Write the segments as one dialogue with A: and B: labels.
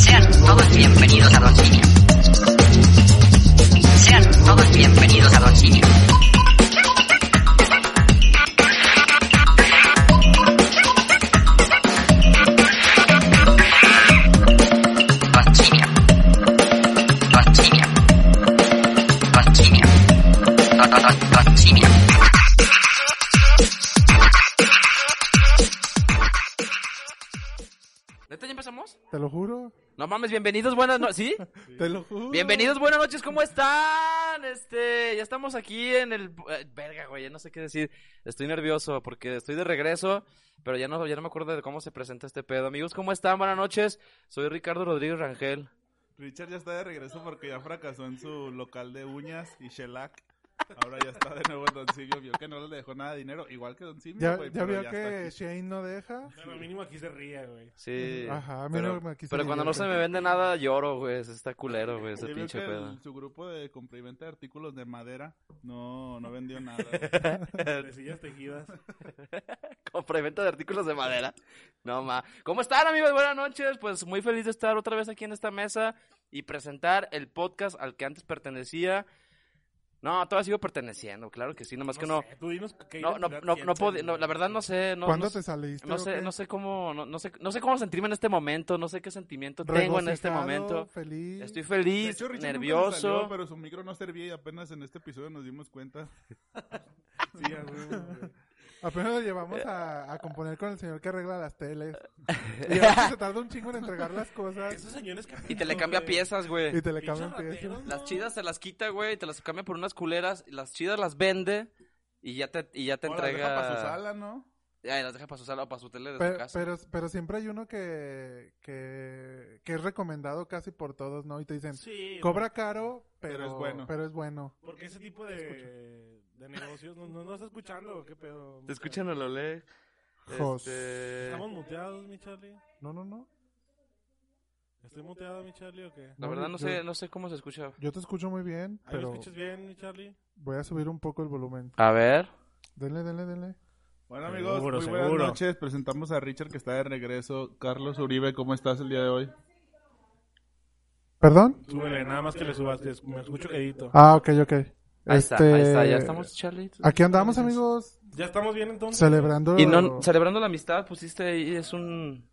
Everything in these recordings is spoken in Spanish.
A: Sean todos bienvenidos a Don Simio. Sean todos bienvenidos a Don Simio. Don Simio. Don Simio. Don Simio. Don- don- don- don Simio.
B: ¿Neta ya empezamos?
C: Te lo juro,
B: No mames, bienvenidos, buenas noches. ¿Sí?
C: te lo juro.
B: Bienvenidos, buenas noches, ¿cómo están? Este, ya estamos aquí en el. eh, Verga, güey, ya no sé qué decir. Estoy nervioso porque estoy de regreso, pero ya no, ya no me acuerdo de cómo se presenta este pedo. Amigos, ¿cómo están? Buenas noches. Soy Ricardo Rodríguez Rangel.
D: Richard ya está de regreso porque ya fracasó en su local de uñas y shellac. Ahora ya está de nuevo en Don Simio. Vio que no le dejó nada de dinero, igual que Don Simio.
C: Ya,
D: güey,
C: ya
D: pero
C: vio
D: ya está
C: que
D: aquí.
C: Shane no deja.
E: Pero mínimo aquí se ría, güey.
B: Sí.
C: Ajá, a mí
B: pero,
C: no me quiso
B: pero
C: ni
B: cuando no
C: ver.
B: se me vende nada, lloro, güey. Eso está culero, güey,
D: Ya
B: ese
D: vio
B: pinche
D: que el-
B: pedo.
D: su grupo de compra y venta de artículos de madera no, no vendió nada. güey.
E: De sillas tejidas.
B: Compra y venta de artículos de madera. No ma. ¿Cómo están, amigos? Buenas noches. Pues muy feliz de estar otra vez aquí en esta mesa y presentar el podcast al que antes pertenecía. No, todavía sigo perteneciendo, claro que sí, nomás que no.
E: sé, Tú dinos qué
B: No, no,
E: identidad
B: no, no
E: sientes,
B: podía-
E: güey.
B: no, la verdad no sé, no,
C: ¿Cuándo
B: no,
C: te saliste?
B: no
C: o
B: sé,
C: qué?
B: no sé cómo, no, no sé, no sé cómo sentirme en este momento, no sé qué sentimiento tengo en este
C: Regocijado,
B: momento.
C: Feliz.
B: Estoy
D: De
B: feliz,
D: hecho, Richard nunca le
B: nervioso.
D: salió, pero su micro no servía y apenas en este episodio nos dimos cuenta.
E: Sí, a huevo, güey.
C: Apenas lo llevamos a, a componer con el señor que arregla las teles. Y a veces se tarda un chingo en entregar las cosas
E: Esos señores que...
B: Y te le cambia piezas, güey.
C: y te le
E: Pinches
C: cambian piezas.
E: rateros,
B: Las
E: ¿no?
B: chidas se las quita, güey, y te las cambia por unas culeras, y las chidas las vende y ya te, y ya te
D: Ahora,
B: entrega.
D: deja para su sala, ¿no?
B: Ay, las deja para su sala o para su tele de su
C: Pero,
B: casa.
C: pero, pero siempre hay uno que, que, que es recomendado casi por todos, ¿no? Y te dicen,
E: Sí.
C: cobra caro, pero,
D: Pero es bueno.
C: Pero es bueno.
E: Porque ese tipo de, de negocios no, no, no está escuchando, qué pedo.
B: Te escuchan a lo lejos.
C: Jos.
B: Este...
E: Estamos muteados, mi Charlie.
C: No, no, no.
E: ¿Estoy muteado, mi Charlie, o qué?
B: La
C: No,
B: verdad no
C: yo-
B: sé, no sé cómo se escucha.
C: Yo te escucho muy bien,
E: ¿Ahí
C: pero
E: me escuchas bien, mi Charlie?
C: voy a subir un poco el volumen.
B: A ver.
C: Denle, denle, denle.
D: Bueno, amigos,
E: Seguro,
D: muy buenas
E: seguro.
D: noches. Presentamos a Richard que está de regreso. Carlos Uribe, ¿cómo estás el día de hoy?
C: ¿Perdón?
E: Súbele, nada más que le subas. te- Me escucho quedito.
C: Ah, ok, ok.
B: Ahí está,
C: Este,
B: ahí está, ya estamos, Charlie.
C: Aquí andamos, amigos,
E: ¿Ya estamos bien, entonces?
C: celebrando.
B: Y no, celebrando la amistad, pusiste ahí, es un.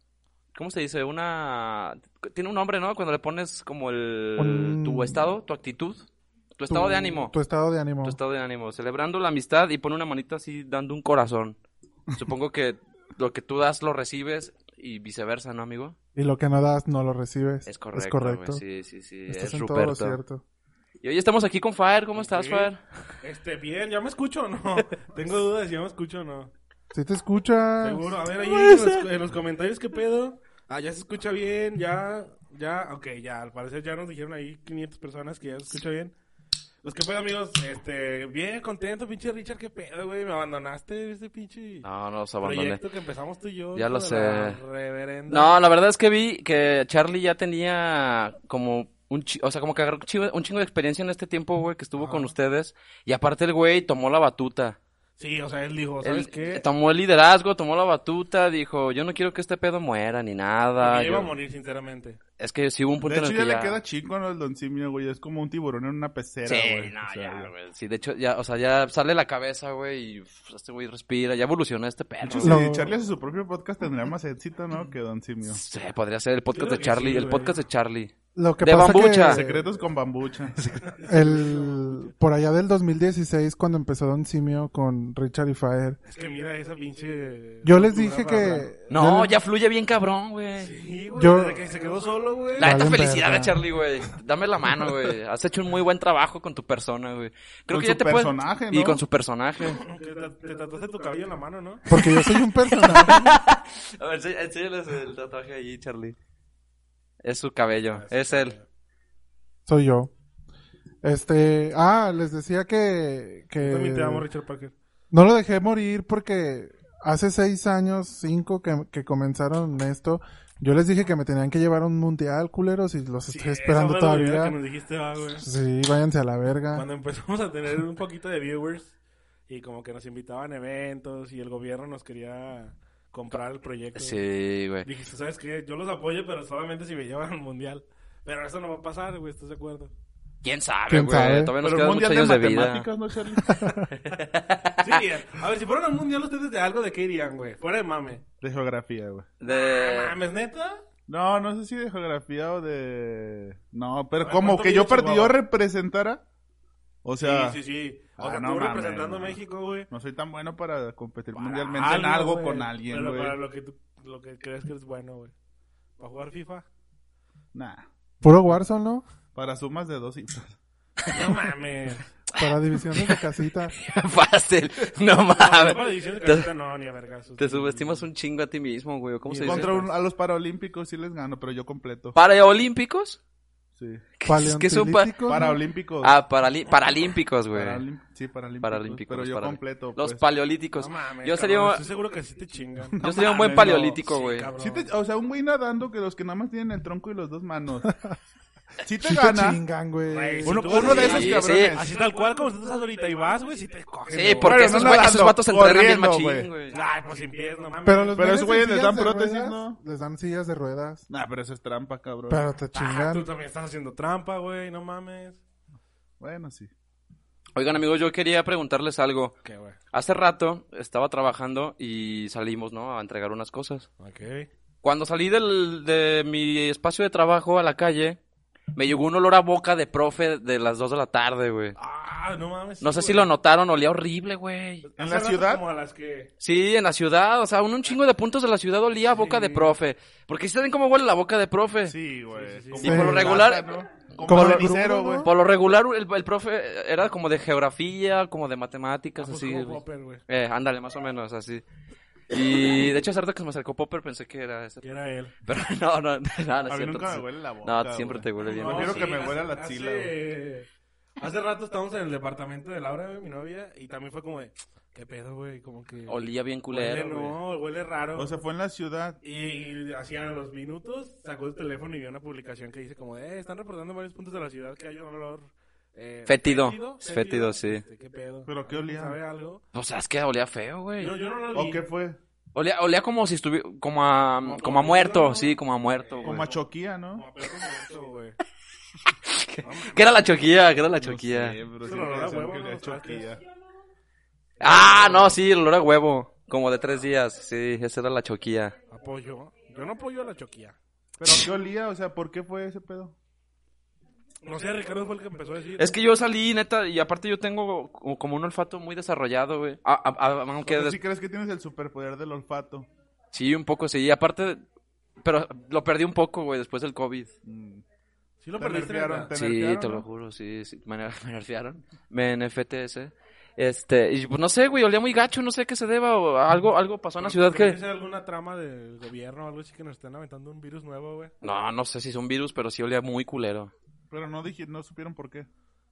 B: ¿Cómo se dice? Una. Tiene un nombre, ¿no? Cuando le pones como el.
C: Un-
B: Tu estado, tu actitud, tu
C: tu-
B: estado de ánimo.
C: Tu estado de ánimo.
B: Tu estado de ánimo, celebrando la amistad y pone una manita así dando un corazón. Supongo que lo que tú das lo recibes y viceversa, ¿no, amigo?
C: Y lo que no das, no lo recibes.
B: Es correcto.
C: Es correcto.
B: güey, Sí, sí, sí.
C: Estás
B: es
C: en todo lo
B: Ruperto.
C: cierto.
B: Y hoy estamos aquí con Fire. ¿Cómo estás,
E: Sí.
B: Fire?
E: Este, bien, ¿ya me escucho o no? Tengo dudas si ya me escucho o no.
C: Si te escuchas.
E: Seguro, a ver ahí en los, en los comentarios qué pedo. Ah, ya se escucha bien, ya, ya, ok, ya, al parecer ya nos dijeron ahí 500 personas que ya se escucha bien. Pues qué pedo, amigos, este, bien contento, pinche Richard, qué pedo, güey, me abandonaste este pinche
B: No, no, los abandoné.
E: proyecto que empezamos tú y yo.
B: Ya
E: hijo
B: lo
E: de
B: sé.
E: la Reverenda.
B: No, la verdad es que vi que Charlie ya tenía como un, chi- o sea, como que agarró un chingo, un chingo de experiencia en este tiempo, güey, que estuvo con ustedes. Y aparte el güey tomó la batuta.
E: Sí, o sea, él dijo, ¿sabes
B: Él
E: qué?
B: Tomó el liderazgo, tomó la batuta, dijo, yo no quiero que este pedo muera ni nada.
E: Porque yo iba a
B: yo-
E: morir, sinceramente.
B: Es que sí hubo un punto
D: De hecho,
B: en
D: ya
B: el que
D: le
B: ya...
D: queda chico ¿no? el Don Simio, güey. Es como un tiburón en una pecera,
B: Sí,
D: güey.
B: no,
D: O sea,
B: ya, güey. Sí, de hecho, ya, o sea, ya sale la cabeza, güey, y uf, este güey respira, ya evolucionó este
D: De
B: perro.
D: hecho,
B: güey.
D: si
C: No.
D: Charlie hace su propio podcast, tendría más éxito, ¿no? Que Don Simio.
B: Sí, podría ser el podcast
E: Yo
B: de
E: creo que
B: Charlie,
E: sí,
B: el
E: güey.
B: podcast de Charlie.
C: Lo que
B: De
C: pasa
B: bambucha.
C: que
D: Secretos con bambucha.
C: el, por allá del 2016, cuando empezó Don Simio con Richard y Fire,
E: Es que mira esa pinche.
C: yo les dije que...
B: No,
C: yo les-
B: ya fluye bien cabrón, güey.
E: Sí, güey.
C: Yo-
E: Desde que se quedó solo, güey.
B: La neta,
C: Valen
B: felicidades,
C: verga.
B: Charlie, güey. Dame la mano, güey. Has hecho un muy buen trabajo con tu persona, güey. Creo
D: Con
B: que ya
D: su
B: te puedes-
D: personaje,
B: Y
D: ¿no?
B: con su personaje.
E: Que Te, te tatuaste tu cabello en la mano, ¿no?
C: Porque yo soy un personaje.
B: A ver, ense- enséñales el tatuaje ahí, Charlie. Es su cabello,
D: Ah,
B: es él.
C: soy yo. Este... Ah, les decía que... que...
E: También te amo, Richard Parker.
C: No lo dejé morir porque hace seis años, cinco que, que comenzaron esto, yo les dije que me tenían que llevar a un mundial, culeros, y los estoy esperando
E: Esa fue la primera
C: todavía. Ah.
E: que nos dijiste, ah, güey.
C: Sí, váyanse a la verga.
E: Cuando empezamos a tener un poquito de viewers y como que nos invitaban a eventos y el gobierno nos quería comprar el proyecto.
B: Sí, güey.
E: Dijiste, ¿sabes qué? Yo los apoyo, pero solamente si me llevan al mundial. Pero eso no va a pasar, güey, ¿estás de acuerdo?
B: ¿Quién sabe,
C: ¿Quién
B: güey?
C: sabe?
B: Todavía nos
D: Pero un
B: quedan muchos
D: mundial de
B: años de vida.
D: matemáticas, ¿no, Charlie?
E: Sí, eh. a ver, si fueran al mundial ustedes de algo, ¿de qué irían, güey? Fuera de mame. Ah,
D: De geografía, güey. Eh.
B: De...
E: ¿Mames, neta?
D: No, no sé si de geografía o de... No, pero
E: Ay,
D: como
E: ¿cuánto
D: que
E: mide
D: yo, perdí, yo
E: Chihuahua?
D: representara. O sea,
E: sí, sí, sí. O
D: ah,
E: sea,
D: no
E: tú
D: mames,
E: representando a
D: güey.
E: México, güey.
D: no soy tan bueno para competir
E: para
D: mundialmente en algo
E: güey.
D: con alguien,
E: Pero
D: güey.
E: para lo que, tú- lo que crees que eres bueno, güey. ¿Para jugar FIFA?
D: Nah,
C: Puro Warzone, ¿no?
D: para sumas de dos cifras.
E: No mames.
C: Para divisiones de casita.
B: Fácil. No
E: No,
B: mames.
E: para ediciones de
B: Te-
E: casita no, ni a vergazos.
B: Te subestimas un chingo a ti mismo, güey. ¿Cómo se dice?
D: Contra un- a los paralímpicos sí les gano, pero yo completo.
B: ¿Paraolímpicos?
D: Sí.
B: es que es un pa-
C: Paleontilítico.
D: Paralímpicos.
B: Ah, parali- paralímpicos, güey.
D: Paralim- Sí, paralímpicos.
B: Paralímpicos.
D: Pero yo
B: para-
D: completo.
B: Los
D: pues.
B: paleolíticos.
E: No mames,
B: yo
E: cabrón,
B: sería,
E: Estoy seguro que sí te chingan.
B: yo sería un buen
D: mames, no.
B: paleolítico,
E: Sí,
B: güey.
E: cabrón.
D: Sí te- o sea, un güey nadando que los que nada más tienen el tronco y los dos manos. Si te
C: Sí te
D: gana.
C: chingan,
E: Güey,
C: güey.
E: sí.
D: Uno,
E: tú-
D: uno de esos
B: sí,
D: cabrones.
E: Así tal cual como tú estás ahorita y vas, güey, sí te cogen.
B: Sí,
E: güey.
B: porque
D: Bueno,
B: esos,
D: no
B: güey-
D: nadando,
B: esos vatos se entrenan bien
D: corriendo,
B: machín, güey.
E: Ay, pues sin pies, no mames.
C: Pero los
D: Pero
C: güeyes
D: esos güeyes
C: en
D: les dan
C: sillas de
D: prótesis,
C: ruedas,
D: ¿no?
C: Les dan sillas de ruedas.
D: Nah, pero eso es trampa, cabrón.
C: Pero te
E: Ah, tú
C: chingan.
E: también estás haciendo trampa, güey, no mames.
D: Bueno, sí.
B: Oigan, amigos, yo quería preguntarles algo.
E: ¿Qué, güey?
B: Hace rato estaba trabajando y salimos, ¿no? A entregar unas cosas.
E: Ok.
B: Cuando salí del, de mi espacio de trabajo a la calle, me llegó un olor a boca de profe de las 2 de la tarde, güey.
E: Ah, no mames.
B: No
E: sí,
B: sé
E: güey.
B: si lo notaron, olía horrible, güey.
E: Hace
D: ¿En la
E: rato
D: ciudad?
E: Como a las que...
B: Sí, en la ciudad, o sea, un, un chingo de puntos de la ciudad olía a boca de profe. Porque si saben cómo huele la boca de profe.
D: Sí, güey.
E: Pues sí, sí.
D: Como
B: Y por lo
D: rata,
B: regular-
D: ¿no? Como
C: Como
D: el
C: la-
D: cenicero, güey.
B: Por lo regular, el, el profe era como de geografía, como de
D: Ah,
B: matemáticas,
E: Pues
B: así.
E: como Popper, güey.
B: Eh, ándale, más o menos, así. Y de hecho, hace rato que se me acercó Popper, pensé que era ese.
E: Que era él.
B: Pero no, no, no, no, no es
D: A mí
B: cierto.
D: nunca
B: sí.
D: me huele la boca.
B: No,
D: güey.
B: siempre te huele bien.
D: No, prefiero
B: sí.
D: que me huela la
E: hace-
D: axila,
E: Hace rato estábamos en el departamento de Laura, güey, mi novia, y también fue como de... ¿Qué pedo, güey? Como que...
B: Olía bien
E: Huele,
B: culero. güey.
E: no, huele raro.
D: O sea, fue en la ciudad.
E: Y, y hacían los minutos, sacó el teléfono y vio una publicación que dice como, eh, están reportando en varios puntos de la ciudad que hay un olor... eh,
B: Fétido. Fétido, sí.
E: Este, ¿Qué pedo?
D: ¿Pero qué olía?
E: ¿Sabe algo?
B: O sea, es que olía feo, güey.
E: No, yo no lo
D: ¿O
E: vi.
D: qué fue?
B: Olía, olía como si estuviera. Como a, como a muerto, sí, como a muerto. güey.
D: Como a choquía, ¿no?
E: No, pero como esto, güey.
B: ¿Qué era la choquilla? ¿Qué era la choquilla?
D: No sé, pero
E: Es
D: sí
E: un olor a
D: pensé
E: huevo,
D: que
E: ¿no?
D: era
E: Los trastes.
D: choquía.
B: Ah, no, sí, el olor a huevo. Como de tres días, sí, esa era la choquilla.
E: Apoyo. Yo no apoyo a la choquía.
D: ¿Pero qué olía? O sea, ¿por qué fue ese pedo?
E: No sé, Ricardo fue el que empezó a decir.
B: Es que yo salí, neta, y aparte yo tengo co- como un olfato muy desarrollado, güey. A- a- a- aunque
D: O sea,
B: des-
D: si crees que tienes el superpoder del olfato.
B: sí, un poco sí. Aparte, pero lo perdí un poco, güey, después del COVID.
D: Mm.
E: Sí lo
D: Te
E: perdiste,
D: nerfearon,
E: neta.
D: te-
B: Sí,
D: nerfearon,
B: te lo
D: no?
B: juro, sí, sí. Me, ner- me nerfearon. Me NFTS. Este, y pues no sé, güey, olía muy gacho, no sé a qué se deba o a algo, algo pasó en la ciudad
E: ¿Crees
B: que...
E: sea alguna trama del gobierno o algo así que nos están aventando un virus nuevo, güey?
B: No, no sé si es un virus, pero sí olía muy culero.
D: Pero no dije, no supieron por qué.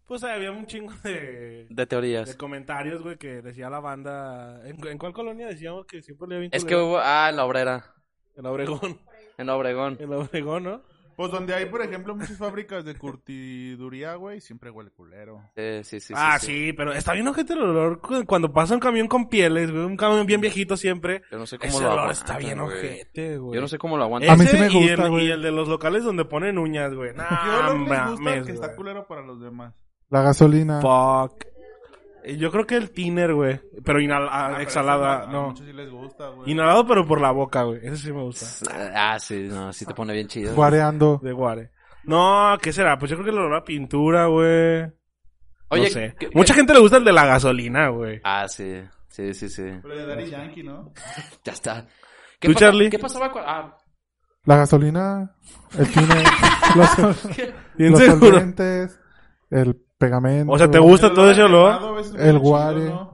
E: Pues había un chingo de...
B: De
E: de
B: teorías.
E: comentarios, güey, que decía la banda. ¿En, en cuál colonia decíamos que siempre le había
B: Es que hubo... Ah, en la obrera.
E: En Obregón.
B: En Obregón.
E: En Obregón, ¿no?
D: Pues donde hay, por ejemplo, muchas fábricas de curtiduría, güey, siempre huele culero.
F: Eh, sí, sí, sí.
E: ah, sí. pero está bien ojete el olor cu- cuando pasa un camión con pieles, güey, un camión bien viejito siempre.
F: Yo no sé cómo
E: Ese
F: lo
E: olor
F: aguantan,
E: está bien
F: güey.
E: ojete, güey.
F: Yo no sé cómo lo aguantan.
E: Ese
C: A mí sí me
E: y el-
C: gusta,
E: y el,
C: güey.
E: de los locales donde ponen uñas, güey.
D: ¿Qué
E: Nah,
D: olor les gusta
E: mames,
D: que está
E: Ah, güey.
D: culero para los demás?
C: La gasolina.
E: Fuck. Eh, Yo creo que el tiner, güey. Pero inhala- ah,
D: Ah, pero
E: exhalada,
D: eso A
E: no.
D: muchos sí les gusta, güey.
E: Inhalado, pero por la boca, güey. Ese sí me gusta.
F: Ah, sí, no, sí te pone bien chido.
C: Guareando.
E: De Guare. No, ¿qué será? Pues yo creo que el olor a pintura, güey.
F: Oye,
E: no sé.
F: ¿qué- qué-
E: Mucha gente le gusta el de la gasolina, güey.
F: Ah, sí, sí, sí, sí.
D: Pero de Daddy Yankee, ¿no?
F: Ya está.
E: ¿Tú,
F: pasa-
E: Charlie?
F: ¿Qué pasaba cu- ah,
C: La gasolina. El tiner. los
E: Bien
C: los
E: seguro.
C: solventes. El pegamento.
E: O sea, ¿te gusta
D: El
E: todo ese
D: a
E: olor?
D: quemado a veces
C: El
D: huele chido,
C: guare.
D: ¿no?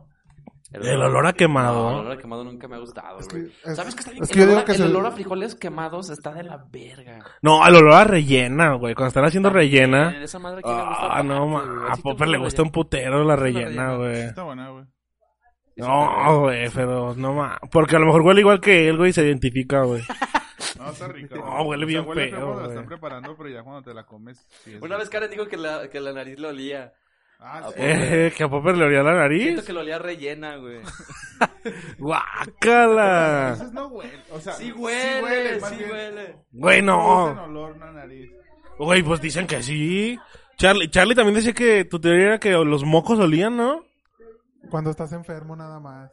E: El olor a
F: No, el
E: quemado.
F: olor a quemado nunca me ha gustado,
C: que-
F: güey.
C: es-
F: ¿Sabes qué está bien?
C: es que
F: el
C: yo
F: olor,
C: digo que
F: el
C: se-
F: olor a frijoles quemados está de la verga.
E: No, el olor a rellena, güey. Cuando están haciendo rellena.
F: Esa madre que le gusta
E: Ah, no,
F: tanto, güey.
E: ma. A
F: Sí te
E: Popper le
F: gusta
E: gusta un putero la
F: rellena.
E: rellena, güey.
D: Está buena, güey.
E: No, güey, pero no ma. Porque a lo mejor huele igual que él, güey, y se identifica, güey.
D: No, está rica.
E: No,
D: güey.
E: huele
D: O sea,
E: bien
D: huele
E: feo,
D: cuando la
E: güey.
D: están preparando, pero ya cuando te la comes... sí es
B: Una vez
D: rica.
B: Karen dijo que la, que la nariz lo olía.
D: Ah, sí.
E: Eh, que a Popper le olía la
B: Siento
E: nariz.
B: que lo olía rellena, güey.
E: Guácala.
D: Entonces no huele. O sea,
B: Sí huele,
D: más
B: sí
D: bien.
B: huele.
E: Güey,
D: Producen
E: no.
D: olor, no nariz.
E: Güey, pues dicen que sí. Charlie, Charlie también decía que tu teoría era que los mocos olían, ¿no?
C: Cuando estás enfermo nada más.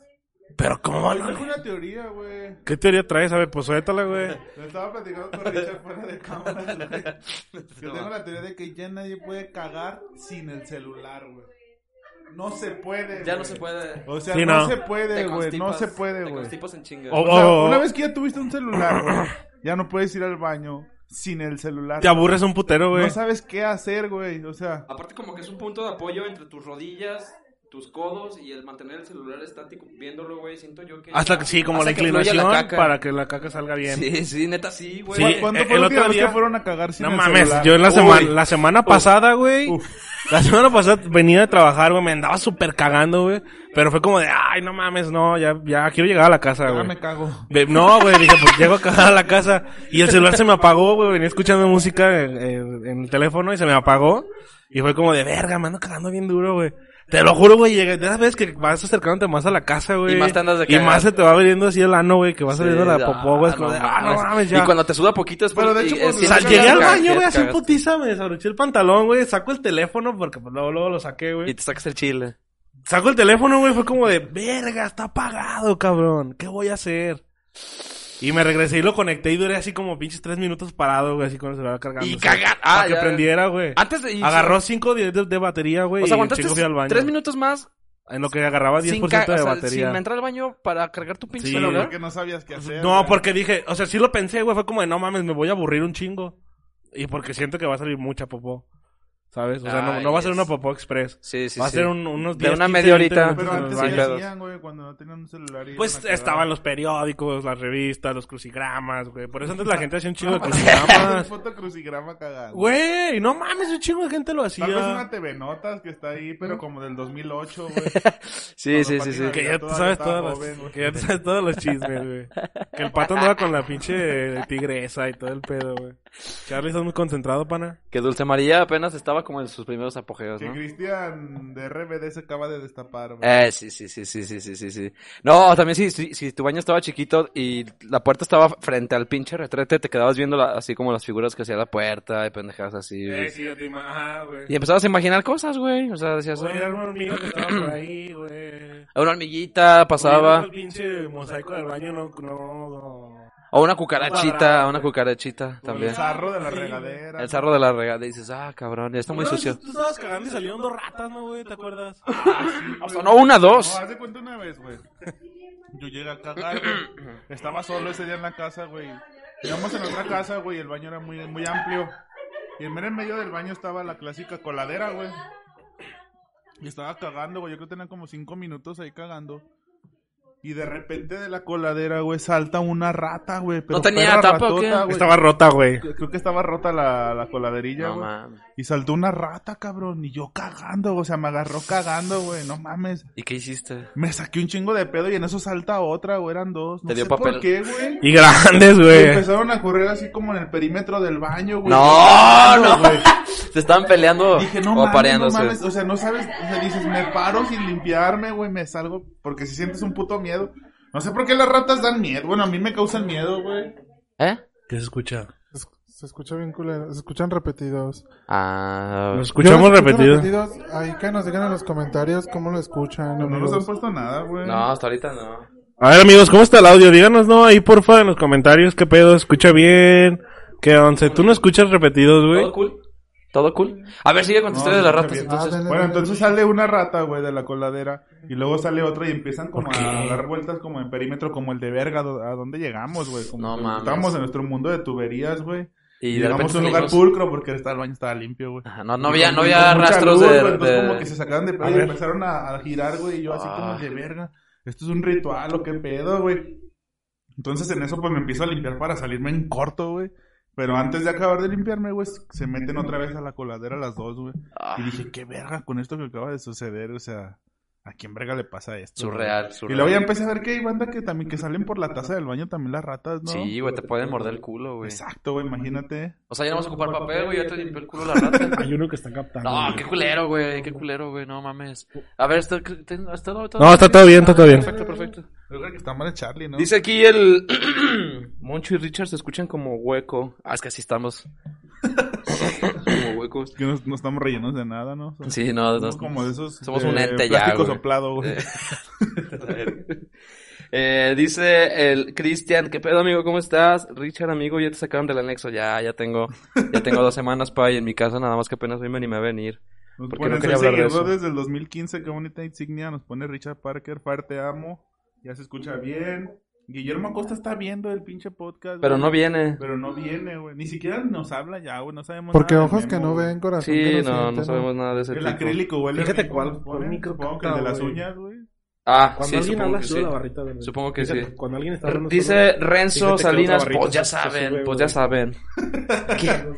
E: Pero ¿cómo va a
D: Es
E: oler?
D: una teoría, güey.
E: ¿Qué teoría traes? A ver, pues suéltala, güey.
D: Lo estaba platicando con Richard fuera de cámara, güey. Yo tengo la teoría de que ya nadie puede cagar sin el celular, güey. No se puede,
B: Ya no
D: güey.
B: se puede.
D: O sea,
E: Sí,
D: no.
E: no. Oh.
D: se puede,
B: Te
D: güey. No
B: constipas,
D: se puede,
B: Te
D: güey.
B: constipas en chinga.
F: Oh.
E: O-
D: O sea,
E: o-
D: una vez que ya tuviste un celular, güey, ya no puedes ir al baño sin el celular.
E: Te aburres un putero, güey.
D: No sabes qué hacer, güey. O sea,
B: Aparte como que es un punto de apoyo entre tus rodillas, tus codos y el mantener el celular estático viéndolo, güey. Siento yo que...
E: Hasta que sí, como
F: Hasta
E: la
F: que fluya la
E: inclinación
F: caca.
E: para que la caca salga bien.
B: Sí, sí, neta sí, güey.
E: Sí.
D: ¿cuánto
E: eh,
D: fue
E: el
D: la
E: otro
D: última vez
E: día-
D: que fueron a cagar sin
E: No
D: el
E: mames,
D: celular?
E: yo en la
D: Uy,
E: semana, la semana pasada, güey.
D: Uf.
E: La semana pasada venía de trabajar, güey, me andaba súper cagando, güey. Pero fue como de, ay, no mames, no, ya, ya quiero llegar a la casa,
D: ya
E: güey.
D: me cago.
E: De- No, güey, dije, pues llego a cagar a la casa. Y el celular se me apagó, güey, venía escuchando música en, en- en el teléfono y se me apagó. Y fue como de, verga, me ando cagando bien duro, güey. Te lo juro, güey, llegué, de las veces que vas acercándote más a la casa, güey.
F: Y más te andas de
E: Y
F: cagar.
E: más se te va viniendo así el ano, güey, que va
F: Sí,
E: saliendo la
F: ah,
E: popó, güey. Es como,
F: no,
E: ah, no mames, ya.
F: Y cuando te suda poquito es
D: Pero de
F: porque-
D: hecho,
F: y-
D: pues,
F: es-
E: O
D: Sí,
E: sea,
D: sí,
E: llegué al
F: cagas,
E: baño, güey, así en
F: cagas.
E: putiza, me desabroché el pantalón, güey, saco el teléfono, porque pues luego, luego lo saqué,
F: Y
E: güey.
F: te sacas el chile.
E: Saco el teléfono, güey, fue como de, verga, está apagado, cabrón, ¿qué voy a hacer? Y me regresé y lo conecté y duré así como pinches tres minutos parado, güey, así con el celular cargando.
F: Y cagar- ah,
E: Para que
F: ya, ya.
E: prendiera, güey.
F: Antes de... y-
E: Agarró cinco de, de- de batería, güey,
F: O sea,
E: y el
F: aguantaste
E: chico fui al baño.
F: tres minutos más
E: En lo que agarraba 10%
F: sin,
E: de
F: ca- o sea,
E: batería.
F: sin entrar al baño para cargar tu pinche
E: Sí.
D: Pero
F: celular.
D: porque no sabías qué hacer.
E: No,
D: güey.
E: porque dije, o sea, sí lo pensé, güey, fue como de, no mames, me voy a aburrir un chingo. Y porque siento que va a salir mucha popó. ¿Sabes? O sea, no,
F: Ay,
E: no va a ser
F: es-
E: una popó express.
F: Sí, sí,
E: va a
F: sí.
E: ser un- unos
F: De
E: 10,
F: una
E: 15,
F: media horita.
E: 20
D: Pero
E: minutos
D: antes
E: en
D: sí
E: el
F: sí,
E: baño.
F: claro.
D: hacían, güey, cuando no tenían un celular. y
E: Pues
D: iban a
E: estaban
D: cagar.
E: los periódicos, las revistas, los crucigramas, güey. Por eso antes la gente hacía un chingo de
D: Foto-
E: crucigramas.
D: Foto crucigrama cagando.
E: Güey, no mames, un chingo de gente lo
D: Tal vez una
E: hacía.
D: TV Notas que está ahí, pero como del 2008, güey.
F: Sí, sí,
D: Cuando
F: sí, sí.
D: patina-
E: Que ya te
D: Todavía
E: sabes
D: estaba
E: todas
D: joven, güey.
E: las, que ya te sabes todos los chismes, güey. Que el pato andaba con la pinche tigresa y todo el pedo, güey. Charlie, estás muy concentrado, pana.
F: Que Dulce María apenas estaba como en sus primeros apogeos,
D: que
F: ¿no?
D: Cristian de RBD se acaba de destapar, güey.
F: Eh, sí, sí, sí, sí, sí, sí, sí, sí. No, también si sí, sí, tu baño estaba chiquito y la puerta estaba frente al pinche retrete, te quedabas viendo la- así como las figuras que hacía la puerta y pendejadas así. güey.
E: Eh, sí, yo te imagino, güey.
F: Y empezabas a imaginar cosas, güey. O sea, decías,
E: Oye,
F: "Ah,
E: era una hormiga que estaba por ahí, güey.
F: una hormiguita
E: Oye,
F: pasaba,
E: El pinche mosaico del baño no... no, no.
F: o una
E: cuadrado,
F: cucarachita, una cucarachita también.
D: El sarro de la
E: Sí,
D: regadera.
F: El sarro de la regada, y dices, ah, cabrón, ya está muy
E: Una vez
F: sucio.
E: Tú estabas cagando y salieron dos ratas, ¿no, güey? ¿Te acuerdas?
F: O sea, no, una, dos.
D: No, haz de cuenta una vez, güey. Yo llegué a cagar, güey. Estaba solo ese día en la casa, güey. Llegamos en otra casa, güey, el baño era muy, muy amplio. Y en mero en medio del baño estaba la clásica coladera, güey. Y estaba cagando, güey. Yo creo que tenía como cinco minutos ahí cagando. Y de repente de la coladera, güey, salta una rata, güey. Pero
B: ¿No tenía
D: perra
B: tapa o qué?
D: ratota, güey.
E: Estaba rota, güey.
D: Creo que estaba rota la, la coladerilla,
B: No
D: güey.
B: mames.
D: y saltó una rata, cabrón. Y yo cagando, o sea, me agarró cagando, güey. No mames.
B: ¿Y qué hiciste?
D: Me saqué un chingo de pedo y en eso salta otra, güey. Eran dos. No
B: Te dio
D: sé
B: papel.
D: por qué, güey.
E: Y grandes,
D: Y
E: güey.
D: Empezaron a correr así como en el perímetro del baño, güey.
B: No, no.
D: güey.
B: Se estaban peleando
D: Dije, no
B: o
D: mames, no
B: apareándose.
D: mames. O sea, no sabes. O sea, dices, me paro sin limpiarme, güey. Me salgo. Porque si sientes un puto miedo. No sé por qué las ratas dan miedo. Bueno, a mí me causan miedo, güey.
B: ¿Eh?
E: ¿Qué se escucha?
C: Es- Se escucha bien culero, se escuchan repetidos.
B: Ah,
E: Nos escuchamos
C: Yo los escucho
E: repetido.
C: repetidos. Ahí que nos digan en los comentarios cómo lo escuchan.
D: No nos
C: amigos. Ah,
D: han puesto nada, güey.
B: no, hasta ahorita no.
E: A ver, amigos, ¿cómo está el audio? Díganos, no, ahí porfa en los comentarios, ¿qué pedo? ¿Escucha bien? ¿Qué once? ¿Tú no escuchas repetidos, güey?
G: Todo cool.
B: ¿Todo cool? A ver, sigue con tu
D: No,
B: historia de las ratas
D: está bien.
B: entonces.
C: Ah, dale,
D: Bueno,
C: dale,
D: entonces sale una rata, güey, de la coladera. Y luego sale otra y empiezan como
E: ¿Por qué?
D: a dar vueltas como en perímetro, como el de verga, do- a dónde llegamos, güey. Como
B: No
D: que
B: mames.
D: Estamos en nuestro mundo de tuberías, güey.
B: Y
D: Y
B: de
D: llegamos
B: repente
D: a un lugar
B: salimos.
D: pulcro porque hasta el baño estaba limpio, güey.
B: Ajá, No, no
D: Y
B: había,
D: con-
B: no
D: y
B: había
D: con mucha
B: rastros
D: luz,
B: de,
D: güey, entonces como
B: de-
D: que se sacaron de pedo y
E: ver.
D: empezaron a, a girar, güey. Y yo así como
B: Ah.
D: de verga. Esto es un ritual o qué pedo, güey. Entonces en eso pues me empiezo a limpiar para salirme en corto, güey. Pero antes de acabar de limpiarme, güey, se meten otra vez a la coladera las dos, güey.
B: Ah,
D: Y dije, qué verga con esto que acaba de suceder, o sea, ¿a quién verga le pasa esto?
B: surreal,
D: Y
B: surreal.
D: luego ya empecé a ver que hay banda que también que salen por la taza del baño también las ratas, ¿no?
B: Sí, güey, te pueden morder el culo, güey.
D: Exacto, güey, imagínate.
B: O sea, ya no vamos a ocupar papel, güey, ya te limpió el culo la rata.
E: Hay uno que está captando.
B: No, qué culero, güey, qué culero, güey, no mames. A ver, está, ten- está todo,
E: No, está todo bien, está todo bien.
B: Perfecto, perfecto.
D: Yo creo que está mal Charlie, ¿no?
B: Dice aquí el... Moncho y Richard se escuchan como hueco. Ah, es que así estamos. como huecos.
D: que no, no estamos rellenos de nada, ¿no? Somos
B: Sí, no, no.
D: somos como de esos eh,
B: somos un ente ya,
D: plástico
B: güey.
D: soplado, güey.
B: Eh, dice el Cristian, ¿qué pedo amigo? ¿Cómo estás? Richard, amigo, ya te sacaron del anexo, ya, ya tengo, ya tengo dos semanas, pa, y en mi casa nada más que apenas hoy me animé a venir.
D: Nos
B: ¿por qué
D: ponen
B: no quería
D: soy
B: hablar de
D: seguidor
B: eso?
D: desde el 2015, qué bonita insignia, nos pone Richard Parker, Far te amo, ya se escucha bien. Guillermo Acosta está viendo el pinche podcast.
B: Pero
D: güey.
B: no viene.
D: Pero no viene, güey. Ni siquiera nos habla ya, güey. No sabemos
C: Porque
D: nada del
C: ojos que
D: Memo,
C: no
D: güey.
C: ven, corazón
B: Sí,
C: que
B: no, no
C: siente,
B: sabemos nada de ese
D: El
B: tipo.
D: acrílico, güey.
E: Fíjate
D: rico,
E: cuál-
D: ¿no?
E: cuál
D: Ponen,
E: micro
D: Supongo que
E: canta,
D: el de las
E: güey.
D: uñas, güey.
B: Ah,
E: Cuando
B: sí,
E: alguien
B: supongo
E: habla,
B: que
E: sube
B: sí.
E: la barrita. del-
B: Supongo que
E: Fíjate,
B: sí.
E: Cuando alguien está hablando
B: Dice
E: solo- Fíjate que
B: Renzo
E: otra
B: Salinas,
E: barrita
B: pues ya
E: se- se sube,
B: saben, pues
E: güey.
B: ya saben. No sé quién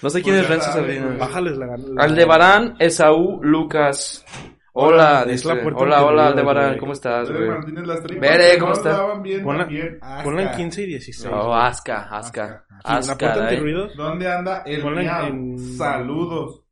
D: Pues
B: es
D: ya
B: Renzo
D: saben,
B: Salinas.
E: Bájales la la-
B: Aldebarán Esaú Lucas. Hola,
E: Hola, es
B: dice.
E: la puerta
B: Hola,
E: que me
B: hola,
E: lleva,
B: Aldebarán,
E: güey.
B: ¿cómo estás,
D: Andrés
B: güey?
D: Martínez, las tripas.
B: Vere,
D: que
B: ¿cómo
D: no
B: está?
D: estaban bien
E: Ponla-
D: también.
E: Ponla en
D: Asca.
E: 15 y 16.
B: Oh,
E: güey.
B: Asca, Asca.
D: Ah,
E: Aquí, la puerta
B: Asca, eh.
E: de
B: ahí.
E: ruidos.
D: ¿Dónde anda el
E: Ponla en-
D: miau?
E: en-
D: Saludos.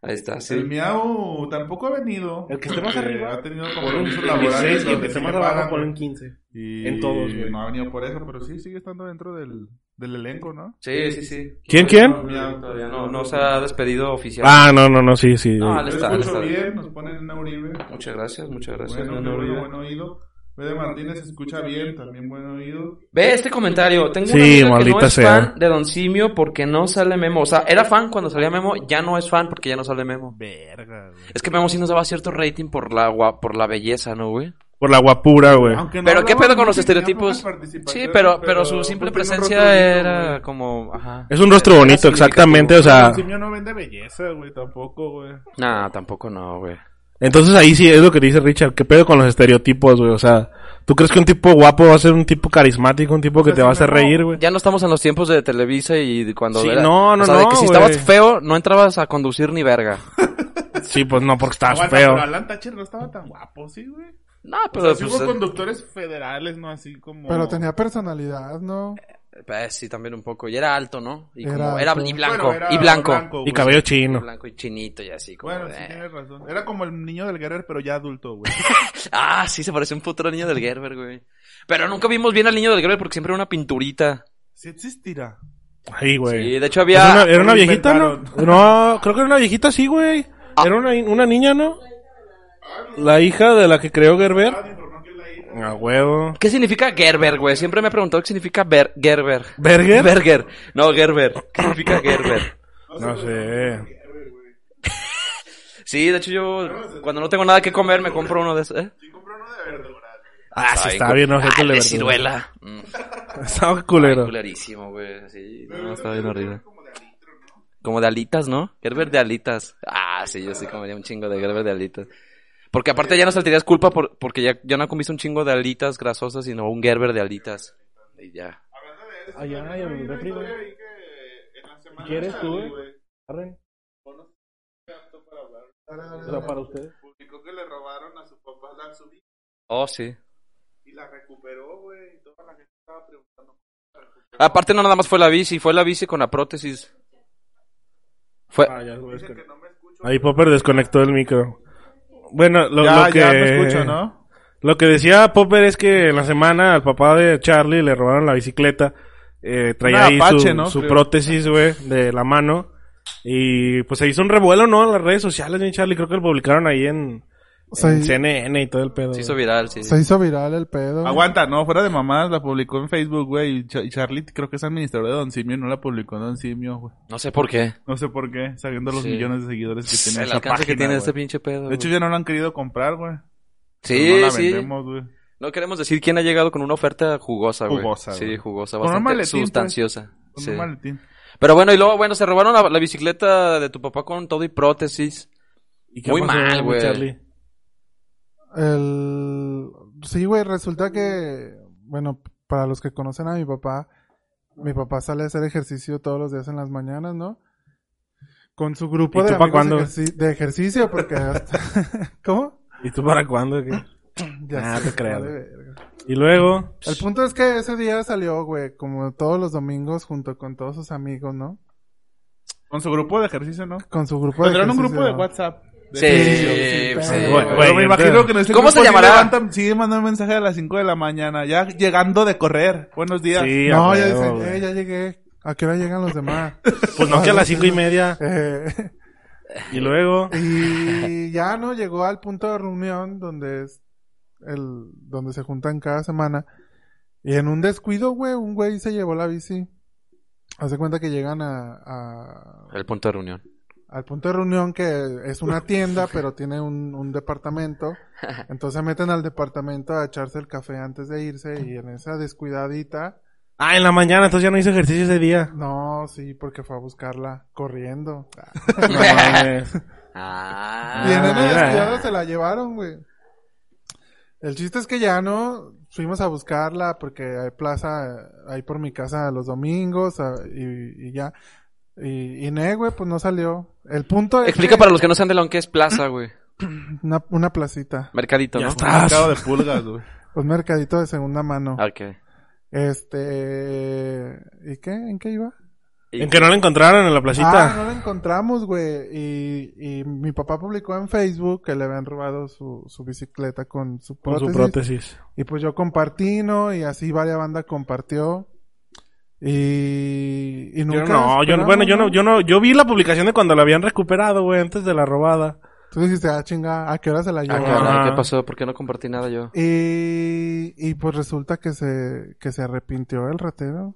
B: Ahí está,
D: El
B: sí.
D: miau tampoco ha venido.
E: El que esté más
D: porque
E: arriba,
D: Ha tenido
E: Pon
D: compromisos
E: un 16
D: laborales.
E: y el
D: donde
E: que esté
D: sí
E: más
D: le
E: abajo
D: pagan,
E: pon
D: güey.
E: un 15.
D: Y
E: en todos, güey.
D: No ha venido por eso, pero sí sigue estando dentro del, del elenco, ¿no?
B: Sí, sí, sí.
E: ¿Quién, quién?
D: Miau.
B: Todavía no, no se ha despedido oficialmente.
E: Ah, no, no, no, sí, sí.
B: No,
D: Lo
B: él está, él
D: escucho
B: está.
D: bien, nos ponen en Uribe.
B: Muchas gracias, muchas gracias. no,
D: Bueno, qué
B: no,
D: bueno,
B: no.
D: buen oído. Fede Martínez escucha bien, también buen oído.
B: Ve este comentario. Tengo
E: Sí,
B: una amiga que no
E: maldita
B: es
E: sea.
B: fan de Don Simio porque no sale Memo. O sea, era fan cuando salía Memo, ya no es fan porque ya no sale Memo.
D: Verga,
B: Es que Memo sí nos daba cierto rating por la gua- por la belleza, ¿no, güey?
E: Por la guapura, güey.
D: Aunque no
B: Pero qué
D: hablaba
B: pedo con los
D: mucho, tenía
B: estereotipos.
D: pocas participaciones,
B: Sí, pero pero su
D: pues,
B: simple
D: tenía un
B: presencia
D: rostro bonito,
B: era
D: güey.
B: como, ajá.
E: Es un rostro bonito,
B: significativo.
E: exactamente, o sea...
D: El simio no vende belleza, güey, tampoco, güey.
B: Nah, tampoco no, güey.
E: Entonces ahí sí es lo que dice Richard, que pedo con los estereotipos, güey, o sea... ¿Tú crees que un tipo guapo va a ser un tipo carismático, un tipo que
D: Pues Pero
E: te
D: si
E: va a hacer
D: no,
E: reír, güey?
B: Ya no estamos en los tiempos de Televisa y de cuando
E: Sí,
B: era-
E: no, no,
B: o sea, de
E: no,
B: que si
E: güey.
B: estabas feo no entrabas a conducir ni verga.
E: Sí, pues no,
B: Ah,
E: porque estás
D: Aguanta,
E: feo.
D: Pero Alan Thatcher no estaba tan guapo, sí, güey.
B: No,
D: O
B: pero
D: sea, sí
B: pues,
D: hubo
B: eh,
D: conductores federales, ¿no? Así como...
C: Pero tenía personalidad, ¿no?
B: pues, sí también un poco y era alto, ¿no? Y
C: Era
B: como era
C: alto.
B: y
D: Bueno,
B: blanco,
D: era
B: y blanco, Eh.
E: Y
D: güey.
E: cabello
B: y
E: chino.
B: blanco y chinito y así como
D: Bueno,
B: de-
D: sí, tienes razón. Era como el niño del guerrero, pero ya adulto, güey.
B: Ah, sí, se pareció un puto niño del Gerber, güey. Pero nunca vimos bien al niño del Gerber porque siempre era una pinturita.
D: Sí existirá.
E: Ay, güey.
B: Sí, de hecho
E: Era una,
B: había...
E: era una
D: lo
E: viejita, ¿no? eh, No, creo que era una viejita, sí, güey.
B: Ah.
E: Era una, una niña, ¿no? La hija de la que creó Gerber. A huevo.
B: ¿Qué significa Gerber, güey? Siempre me he preguntado qué significa Ber- Gerber.
E: ¿Berger?
B: Berger. No, Gerber. ¿Qué significa Gerber?
E: no sé.
B: Sí, de hecho yo cuando no tengo nada que comer me compro uno de esos. ¿eh?
E: Ah, sí,
B: Ay,
E: está
B: güey.
E: bien, ojete
B: Ay,
E: el de
B: de
E: verdura.
B: ciruela. Mm,
E: Estaba culero.
B: culerísimo, güey. Sí, no, está bien horrible. Como de alitas, ¿no? Gerber de alitas. Ah, sí, yo sí comería un chingo de Gerber de alitas.
F: Porque aparte ya no saltarías culpa por- porque ya, ya no comiste un chingo de alitas grasosas, sino un Gerber de alitas. Y ya.
H: Allá en el refri, güey. ¿Quieres tú, eh? güey? Agarren. O sea, para ustedes.
D: Publicó que le robaron a su papá la subida
F: Oh, sí.
D: y la recuperó, güey. Y toda la gente estaba preguntando.
F: Aparte no nada más fue la bici, fue la bici con la prótesis. Fue...
E: Ah, ya lo desconectó. Ahí Popper desconectó el micro. Bueno, lo,
D: Ya,
E: lo que...
D: ya me escucho, ¿no?
E: Lo que decía Popper es que en la semana al papá de Charlie le robaron la bicicleta. Eh, traía
D: Una
E: ahí
D: Apache,
E: su,
D: ¿no?
E: su
D: Creo.
E: prótesis, güey, de la mano. Y pues se hizo un revuelo, ¿no? En las redes sociales, bien Charlie. Creo que lo publicaron ahí en,
C: Se-
E: en CNN y todo el pedo.
F: Se
E: güey.
F: hizo viral, sí.
C: Se hizo viral el pedo.
D: Aguanta, no, fuera de mamadas, la publicó en Facebook, güey. Y, Cha- y Charlie creo que es administrador de Don Simio, no la publicó en Don Simio, güey.
F: No sé por qué.
D: No sé por qué, sabiendo los
F: Sí.
D: millones de seguidores que tiene
F: El
D: esa
F: alcance
D: página,
F: que tiene
D: güey.
F: este pinche pedo.
D: De hecho,
F: güey.
D: ya no la han querido comprar, güey.
F: sí,
D: no la
F: sí.
D: vendemos, güey.
F: No queremos decir quién ha llegado con una oferta jugosa, güey.
D: Jugosa,
F: Sí,
D: güey.
F: jugosa,
D: Con un
F: bastante
D: maletín, pues.
F: sustanciosa.
D: Con
F: Sí.
D: un maletín.
F: Pero bueno, y luego, bueno, se robaron la, la bicicleta de tu papá con todo y prótesis.
E: ¿Y qué
F: Muy
E: pasó,
F: mal, güey.
E: Charlie?
C: El... Sí, güey, resulta que, bueno, para los que conocen a mi papá, mi papá sale a hacer ejercicio todos los días en las mañanas, ¿no? Con su grupo
E: ¿Y
C: de
E: tú pa'
C: amigos
E: cuándo?
C: ejerci- de ejercicio, porque hasta- ¿Cómo?
E: ¿Y tú para cuándo? qué?
C: Ya
E: Ah,
C: sé,
E: te creo,
C: vale
E: güey.
C: verga.
E: Y luego...
C: El punto es que ese día salió, güey, como todos los domingos junto con todos sus amigos, ¿no?
D: Con su grupo de ejercicio, ¿no?
C: Con su grupo de
D: Tendrán un
C: ejercicio,
D: grupo de
C: ¿no?
D: WhatsApp.
F: Sí,
C: ejercicio, sí,
F: sí,
C: pero-
F: güey.
E: Güey,
D: Pero me imagino que en ese
F: ¿Cómo
D: grupo
F: se llamará?
D: Sí, levantan- sí, mandan mensaje a las 5 de la mañana, ya llegando de correr. Buenos días.
E: Sí,
C: No,
E: a
C: ya
E: huevo,
C: dicen,
E: güey.
C: eh, ya llegué. ¿A qué hora llegan los demás?
E: Pues no que a las cinco y media.
C: Eh,
E: Y luego...
C: Y ya no llegó al punto de reunión donde es el donde se juntan cada semana. Y en un descuido, güey, un güey se llevó la bici. Hace cuenta que llegan a, a-
F: El punto de reunión.
C: al punto de reunión que es una tienda, pero tiene un, un departamento. Entonces se meten al departamento a echarse el café antes de irse y en esa descuidadita,
E: Ah, en la mañana, entonces ya no hizo ejercicio ese día.
C: no, sí, porque fue a buscarla corriendo.
E: No mames.
F: ah,
C: Y en una
E: mira. eh.
C: descuidada se la llevaron, güey. El chiste es que ya no fuimos a buscarla porque hay plaza ahí por mi casa los domingos a- y, y ya. Y, y ne, güey, pues no salió. El punto es
F: Explica
C: que-
F: para los que no sean de León qué es plaza, güey.
C: una, una placita,
F: Mercadito,
E: Ya
F: ¿no?
E: está.
D: Mercado de pulgas, güey.
C: un mercadito de segunda mano.
F: Ah,
E: Ah.
F: Ok.
C: Este, ¿y qué? ¿En qué iba?
E: En que no la encontraron en la
C: Ah,
E: placita.
C: no la encontramos, güey. Y, y mi papá publicó en Facebook que le habían robado su, su bicicleta con su
E: con su
C: prótesis.
E: prótesis.
C: Y pues yo compartí, ¿no? Y así varias banda compartió. Y, y nunca.
E: Yo no, yo,
C: esperamos,
E: bueno, yo no, yo no, yo vi la publicación de cuando la habían recuperado, güey, antes de la robada.
C: Tú dijiste, ah, chinga, ¿a qué hora se la
F: Ah,
C: llevó?
F: caray, ¿Qué
E: Ah.
F: pasó? ¿Por qué no compartí nada yo?
C: Y, y pues resulta que se, que se arrepintió el ratero.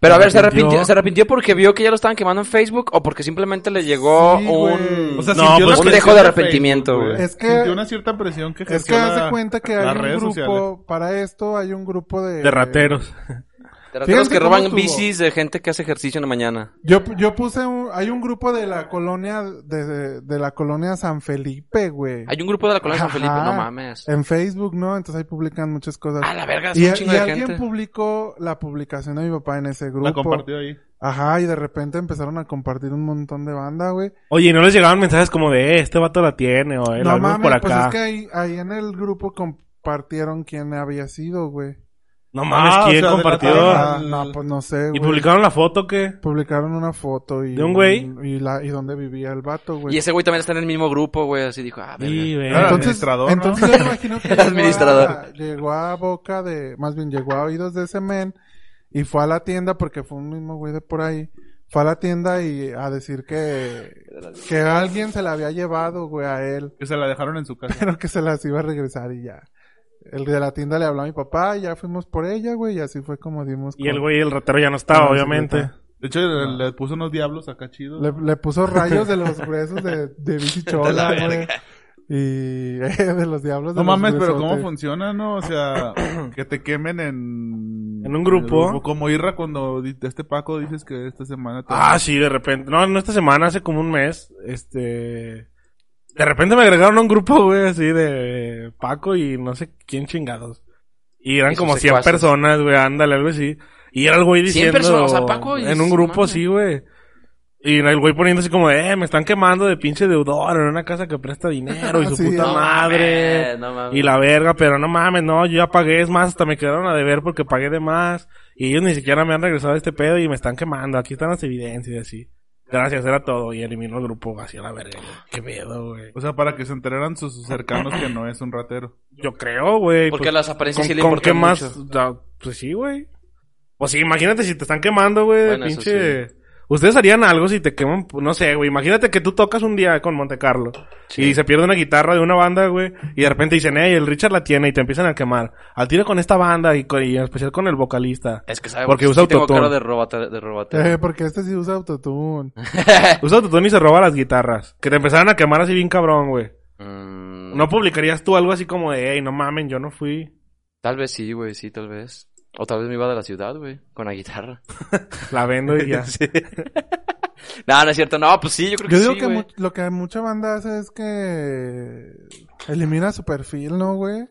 F: Pero a ver, ¿se
E: arrepintió.
F: arrepintió, ¿se arrepintió porque vio que ya lo estaban quemando en Facebook o porque simplemente le llegó
B: Oh,
C: Sí, güey.
F: un...
D: O sea,
E: No,
D: sintió la
E: pues, un
F: dejo
D: presión
F: de
D: Facebook,
F: arrepentimiento, güey.
C: Es que-
D: Sintió una cierta presión que
C: Es que
D: ejerció la-
C: hace cuenta que hay
D: las
C: un
D: redes
C: grupo,
D: sociales.
C: para esto hay un grupo de.
E: De rateros.
F: de rateros
C: fíjense
F: que roban
C: cómo estuvo.
F: bicis de gente que hace ejercicio en la mañana.
C: Yo, yo puse un, hay un grupo de la colonia, de, de, de la colonia San Felipe, güey.
F: Hay un grupo de la colonia de San Felipe,
C: Ajá.
F: no mames.
E: Eh,
C: En Facebook, ¿no? Entonces ahí publican muchas cosas.
F: Ah, la verga, es
C: Y,
F: un
C: y
F: chingo de
C: alguien
F: gente.
E: pues,
C: publicó la publicación de mi papá en ese
D: La
C: grupo.
D: compartió ahí.
C: Ajá, y de repente empezaron a compartir un montón de banda, güey.
E: Oye, ¿y no les llegaban mensajes como de, eh, este vato la tiene, o el
C: No
E: álbum
C: mames,
E: por
C: pues
E: acá.
C: es que ahí, ahí en el grupo compartieron quién había sido, güey.
E: No mames,
D: Ah, o
E: ¿quién
D: sea, de la
E: compartió?
D: tienda.
C: Ah, no, pues no sé,
E: ¿Y
C: güey.
E: publicaron la foto que
C: Publicaron una foto y...
E: ¿De un güey?
C: Y, la, y dónde vivía el vato, güey.
F: Y ese güey también está en el mismo grupo, güey. Así dijo, ah, verga.
E: Sí,
D: Era el
E: güey.
C: Entonces,
D: administrador, ¿no?
C: entonces yo imagino que
F: El
C: llegó a-
F: administrador.
C: llegó a boca de, más bien llegó a oídos de ese men y fue a la tienda porque fue un mismo güey de por ahí. Fue a la tienda y a decir que, que alguien se la había llevado, güey, a él,
D: Que se la dejaron en su casa.
C: pero que se las iba a regresar y ya. El de la tienda le habló a mi papá y ya fuimos por ella, güey, y así fue como dimos.
E: Y el
C: con-
E: güey, el ratero ya no estaba,
C: Ah, sí,
E: obviamente.
C: neta.
D: De hecho, le, le puso unos diablos acá chidos.
C: Le, le puso rayos de los gruesos de, de bici chola, güey. Y eh, de los diablos de los
D: No mames, pero ¿cómo
C: gruesotes.
D: funciona, no? O sea, que te quemen en...
E: En un grupo.
D: Como Irra cuando di- este Paco dices que esta semana... te-
E: Ah, sí, de repente. No, no esta semana, hace como un mes. Este. De repente me agregaron a un grupo, güey, así de eh, Paco y no sé quién chingados. Y eran
F: Y sus
E: como 100
F: secuaces.
E: personas, güey, ándale, algo así. Y era el güey
F: 100
E: diciendo...
F: personas, o sea, Paco y
E: En un
F: su
E: grupo
F: madre.
E: así, güey. Y el güey poniendo así como, eh, me están quemando de pinche deudor en una casa que presta dinero y su
C: Sí,
E: puta
C: no
E: madre.
F: mames, no mames.
E: Y la verga, pero no mames, no, yo ya pagué, es más, hasta me quedaron a deber porque pagué de más. Y ellos ni siquiera me han regresado este pedo y me están quemando. Aquí están las evidencias y así. Gracias, era todo. Y eliminó el grupo así a la verga. güey. Qué pedo, güey.
D: O sea, para que se enteraran sus sus cercanos que no es un ratero.
E: Yo creo, güey.
F: Porque
E: pues,
F: las apariencias
E: ¿con,
F: sí le
E: con qué
F: importan
E: más?
F: mucho.
E: Da- pues sí, güey. Pues sí, imagínate si te están quemando, güey, de
F: Bueno, eso
E: pinche... Ustedes harían algo si te queman, no sé, güey. Imagínate que tú tocas un día con Monte Carlo y se pierde una guitarra de una banda, güey, y de repente dicen, hey, el Richard la tiene y te empiezan a quemar. Al tiro con esta banda y, con- y en especial con el vocalista.
F: Es que sabe
E: Porque
F: sí
E: usa
F: tengo
E: autotune.
F: cara de robate, de robate.
C: Eh, porque este sí usa autotune.
E: Usa tu y se roba las guitarras. Que te empezaran a quemar así bien cabrón, güey.
F: Mm,
E: ¿No pues, publicarías tú algo así como de, hey, no mamen, yo no fui?
F: Tal vez sí, güey, sí, tal vez. O tal vez me iba de la ciudad, güey, con la guitarra.
E: La vendo y ya.
F: No, no es cierto. No, pues sí, yo creo que
C: Yo digo
F: sí,
C: que
F: güey.
C: mu- lo que mucha banda hace es que elimina su perfil, ¿no, güey?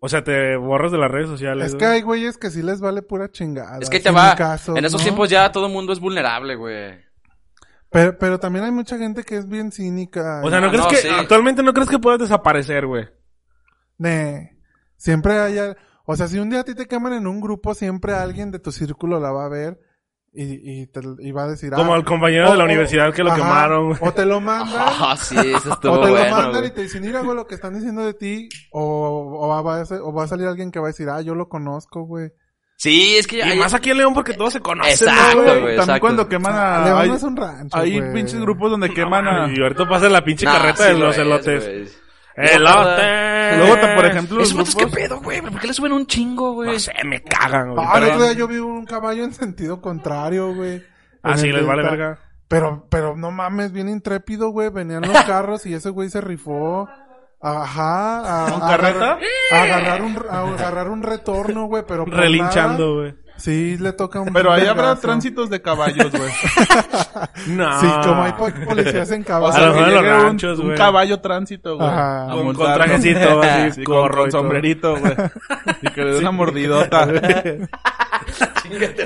E: O sea, te borras de las redes sociales.
C: Es que
E: güey.
C: hay güeyes que sí les vale pura chingada.
F: Es que
C: así
F: te
C: en
F: va.
C: mi caso,
F: en esos
C: ¿no?
F: tiempos ya todo el mundo es vulnerable, güey.
C: Pero, pero también hay mucha gente que es bien cínica.
E: O sea, ¿no,
F: No,
E: crees
F: Ah, no,
E: que
F: sí.
E: actualmente no crees que puedas desaparecer, güey?
C: Ne. Siempre hay... al- O sea, si un día a ti te queman en un grupo, siempre alguien de tu círculo la va a ver y, y, te- y va a decir...
E: Como
C: ah,
E: al compañero
C: o-
E: de la
C: o-
E: universidad que lo
C: ajá,
E: quemaron, güey.
C: O te lo mandan...
F: Ah, sí, eso
C: O
F: estuvo
C: te lo
F: bueno,
C: mandan y
F: güey.
C: te dicen, mira, güey, lo que están diciendo de ti. O, o, va- va, a ser- o va a salir alguien que va a decir, ah, yo lo conozco, güey.
F: Sí, es que
E: Y
F: ahí-
E: más aquí en León porque todos se conocen,
F: Exacto,
E: ¿no, Ah, güey?
F: güey,
D: También
F: exacto.
D: cuando queman
E: Ah,
D: a...
C: León
D: Hay,
C: no es un rancho,
D: hay
C: güey.
D: pinches grupos donde queman a...
E: Y ahorita pasa la pinche
F: Nah,
E: carreta
F: sí
E: de
F: lo
E: los
F: es,
E: elotes.
F: güey.
E: ¡Elotes!
D: Luego, te- por ejemplo, los
F: Esos vatos, ¿qué
D: grupos...
F: pedo, güey? ¿Por qué le suben un chingo, güey?
E: No sé, me cagan, güey.
C: Ah, el otro
E: Pero-
C: día yo vi un caballo en sentido contrario, güey.
E: Ah,
C: En
E: sí,
C: el
E: les vale
C: Delta.
E: verga.
C: Pero, pero no mames, bien intrépido, güey. Venían los carros y ese güey se rifó. Ajá. A,
D: ¿Con
C: a
D: carreta?
C: A agarrar un, a agarrar un retorno, güey, pero. por
E: Relinchando,
C: nada,
E: güey.
C: Sí, le toca un.
D: Pero ahí habrá
C: vergazo.
D: tránsitos de caballos, güey.
E: No.
C: Sí, como hay po- policías en
D: O
C: caballo.
D: sea,
E: lo
D: que
E: mejor en los
D: llegue un-
E: ranchos,
D: un,
E: güey.
D: caballo tránsito, güey.
C: Ajá.
D: A
E: Con- con
D: montarlo.
E: trajecito, así,
D: Sí, con,
E: gorro
D: con
E: y todo.
D: sombrerito, güey. Y que le dé una mordidota.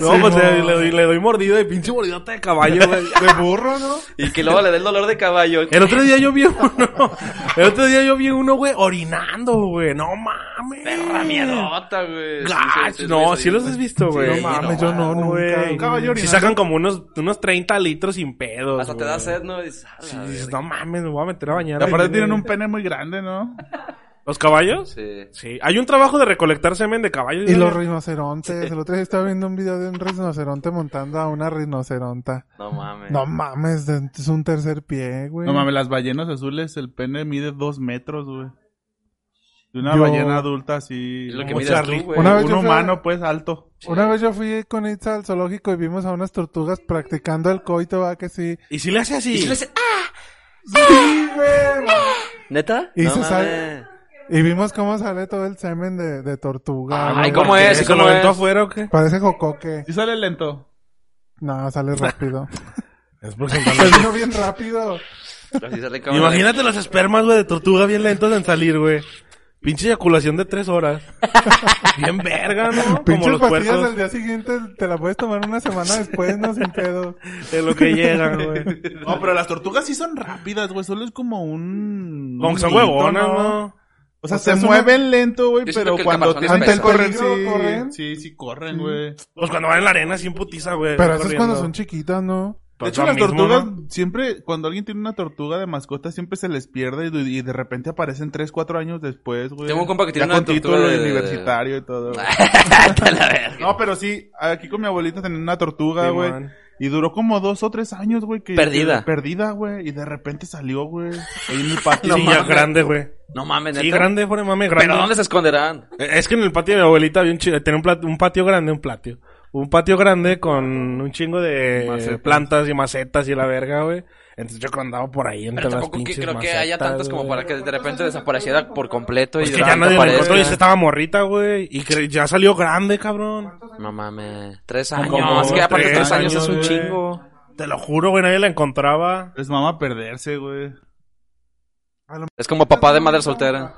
E: No, pues le, le doy, le doy mordida de pinche mordidota de caballo, güey.
C: de burro, ¿no?
F: Y que luego le dé el dolor de caballo.
E: El otro día yo vi uno. El otro día yo vi uno, güey, orinando, güey. No mames.
F: Perra miedota, güey. Sí,
E: Gach,
F: sí, sí,
E: Ah, no,
F: sí,
E: sí los
F: sí.
E: has visto, güey.
F: Sí,
C: No mames, yo no,
E: güey.
C: nunca.
D: Caballo
E: Si
D: orinando.
E: sacan como unos, unos 30 litros sin pedos.
F: Hasta te
E: güey.
F: da sed, ¿no? Y dices, ah, la
E: Sí,
F: verga.
E: dices, no mames, me voy a meter a bañar.
D: Y aparte
E: ahí,
D: tienen
E: güey.
D: un pene muy grande, ¿no?
E: ¿Los caballos?
F: Sí.
E: Sí. Hay un trabajo de recolectar semen de caballos.
C: Y
E: güey.
C: los rinocerontes. El otro día estaba viendo un video de un rinoceronte montando a una rinoceronta.
F: No mames.
C: No mames, es un tercer pie, güey.
D: No mames, las ballenas azules, el pene mide dos metros, güey. De una
C: Yo-
D: ballena adulta así.
F: Es lo que
D: como
F: mides tú,
D: Charlie.
F: güey.
C: Una vez
D: un
C: yo fui a-
D: humano, pues, alto.
C: Una vez yo fui con Itza al zoológico y vimos a unas tortugas practicando el coito, va que sí.
E: Y si le hace así.
F: Y si le "Ah". hace-
C: ¡Sí, güey!
F: ¿Neta?
C: Y
F: no
E: "Ah".
C: se sale-
F: mames.
C: Y vimos cómo sale todo el semen de, de tortuga.
F: Ay,
C: güey.
F: ¿cómo es?
E: ¿Se
F: ¿Cómo
E: lo aventó
F: es?
E: afuera o qué?
C: Parece jocoque.
D: ¿Y sale lento?
C: No, sale rápido.
E: Es por
C: Se vino bien rápido.
F: Así sale como-
E: Imagínate los espermas, güey, de tortuga bien lentos en salir, güey. Pinche eyaculación de tres horas. Bien verga, ¿no? Como
C: Pinches
E: los
C: pastillas
E: puercos
C: al día siguiente te la puedes tomar una semana después, no sin pedo.
E: de lo que llegan, güey.
D: No, pero las tortugas sí son rápidas, güey. Solo es como un...
E: Como
D: un
E: que son
D: grito,
E: huevonas, ¿no?
D: O sea,
C: O sea,
D: se
C: es
D: mueven lento, güey,
F: Yo siento
D: pero
F: que el
D: cuando
F: caparazón es
D: tienen
F: pesado.
D: que correr,
C: ¿Peligro
D: sí,
C: corren?
D: sí, sí corren, güey.
E: Pues cuando van en la arena, sin putiza, güey.
C: Pero eso es
E: corriendo.
C: cuando son chiquitas, ¿no?
D: De
E: Pues
D: hecho,
E: lo
D: las
E: mismo,
D: tortugas
E: ¿no?
D: siempre, cuando alguien tiene una tortuga de mascota, siempre se les pierde y, du- y de repente aparecen 3, 4 años después, güey.
F: Tengo un compa que tiene
D: Ya
F: una
D: con
F: tortuga
D: título
F: de-
D: universitario y todo. güey.
F: Hasta la verga.
D: No, pero sí, aquí con mi abuelita tenía una tortuga,
E: Sí,
D: güey.
E: man.
D: y duró como dos o tres años, güey. que-
F: Perdida.
D: que- perdida, güey. Y de repente salió, güey. Ahí en el patio.
E: sí, ya grande, güey.
F: No mames, neta.
E: Sí, grande, fuera de mame, grande.
F: ¿Pero dónde se esconderán?
E: Eh, Es que en el patio de mi abuelita había un, chi- tenía un, plat- un patio grande, un platio. Un patio grande con un chingo de
D: Macetas.
E: plantas y macetas y la verga, güey. Entonces yo cuando andaba por ahí entre
F: Pero
E: las
F: tampoco que-
E: pinches
F: creo que haya
E: macetas,
F: tantas como
E: güey.
F: para que de repente desapareciera por completo y
E: Pues
F: de
E: que ya
F: repente
E: nadie la encontró y se
F: aparezca.
E: estaba morrita, güey. Y que ya salió grande, cabrón.
F: No mames. Tres años.
E: Como
F: es que aparte
E: tres
F: tres, años,
E: años,
F: es un
E: güey.
F: chingo.
E: Te lo juro, güey, nadie la encontraba.
D: Es mamá perderse, güey.
I: Es como papá de madre soltera.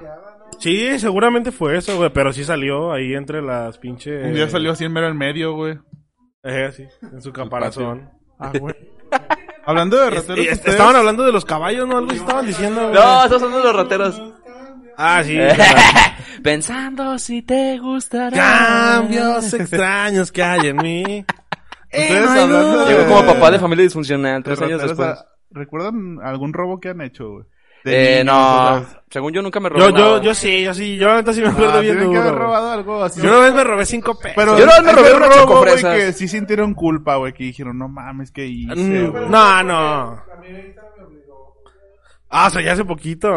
E: Sí, seguramente fue eso, güey, pero sí salió ahí entre las pinches...
D: Un día salió así en mero en medio, güey.
E: Eh, sí, en su caparazón.
C: Ah, güey.
D: Hablando de
E: Es-
D: rateros,
E: es-
D: ustedes-
E: estaban hablando de los caballos, ¿no? Algo estaban diciendo, güey.
B: No, esos son los rateros.
E: Ah, sí. claro.
B: Pensando si te gustará.
E: Cambios extraños que hay en mí.
F: Eh,
D: ustedes hablando de-
B: Llegó como papá de familia disfuncional,
D: de
B: tres años
D: rateros,
B: después.
D: ah, ¿Recuerdan algún robo que han hecho, güey? De
B: Eh,
D: niños, o
B: no.
D: sea,
B: Según yo nunca me robé.
E: Yo, yo,
B: nada.
E: yo sí, yo sí, yo ahorita sí me acuerdo
D: ah,
E: bien
D: tienen que
E: duro.
D: haber
E: güey.
D: robado algo así.
E: Yo una vez me robé cinco pesos.
D: Pero
B: Yo no me
D: hay
B: robé
D: un
B: unas
D: robo, güey,
B: chocofresas.
D: que sí sintieron culpa, güey, que dijeron, no mames, que hice,
E: Mm,
D: güey?"
E: no, no. Ah, o sea, ya hace poquito.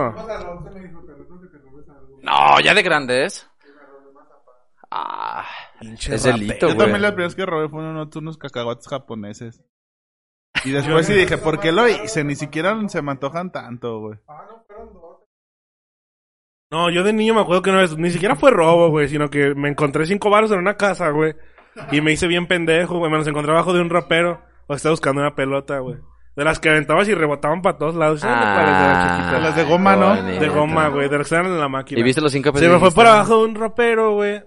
B: No, ya de grandes. Ah, es delito,
D: Yo también
B: güey.
D: la primera vez que robé fue unos, unos cacahuates japoneses. Y después sí dije, ¿por qué lo hice? Ni siquiera se me antojan tanto, güey.
E: No, yo de niño me acuerdo que una vez, ni siquiera fue robo, güey, sino que me encontré cinco baros en una casa, güey. Y me hice bien pendejo, güey. Me los encontré abajo de un rapero. O estaba buscando una pelota, güey. De las que aventabas y rebotaban para todos lados. ¿Sabes cuáles eran, chiquitas?
D: Las de goma, ¿no?
B: bonito.
E: De goma, güey. De las que estaban en la máquina.
B: ¿Y viste los cinco
E: Se me fue
B: pesos?
E: por abajo de un rapero, güey.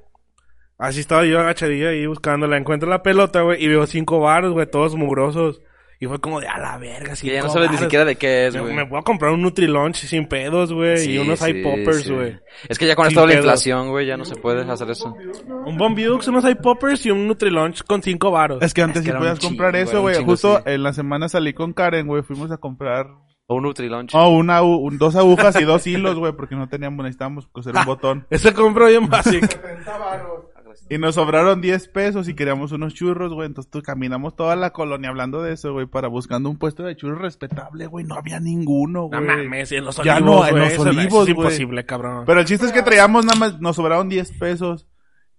E: Así estaba yo agachadillo ahí buscándola. Encuentro la pelota, güey. Y veo cinco baros, güey, todos mugrosos. Y fue como de a la verga,
B: Que
E: cinco
B: ya no sabes ni
E: varos.
B: siquiera de qué es,
E: Me,
B: güey.
E: me voy a comprar un Nutrilunch sin pedos, güey.
B: Sí,
E: y unos
B: sí,
E: iPoppers, poppers,
B: sí.
E: güey.
B: Es que ya con
E: Sin
B: esto de la
E: pedos.
B: inflación, güey, ya no se puede hacer eso.
E: Un Bombiux, unos iPoppers y un Nutrilunch con cinco varos.
D: Es que antes
B: Es que
D: sí
B: era
D: podías
B: un chingo,
D: comprar
B: era
D: eso,
B: un
D: güey.
B: chingo,
D: Justo
B: sí.
D: en la semana salí con Karen, güey. Fuimos a comprar
B: O un Nutrilunch.
D: oh, una, u- un- dos agujas y dos hilos, güey, porque no teníamos, necesitábamos coser un botón.
E: Ese compro bien básico.
D: Y nos sobraron 10 pesos y queríamos unos churros, güey. Entonces tú- caminamos toda la colonia hablando de eso, güey, para buscando un puesto de churros respetable, güey. No había ninguno,
E: no
D: güey.
E: mames, en los
D: Ya
E: olivos,
D: no, en
E: güey,
D: los
E: eso no- eso
D: olivos,
E: Es
D: güey.
E: imposible, cabrón.
D: Pero el chiste es que traíamos nada más, nos sobraron 10 pesos.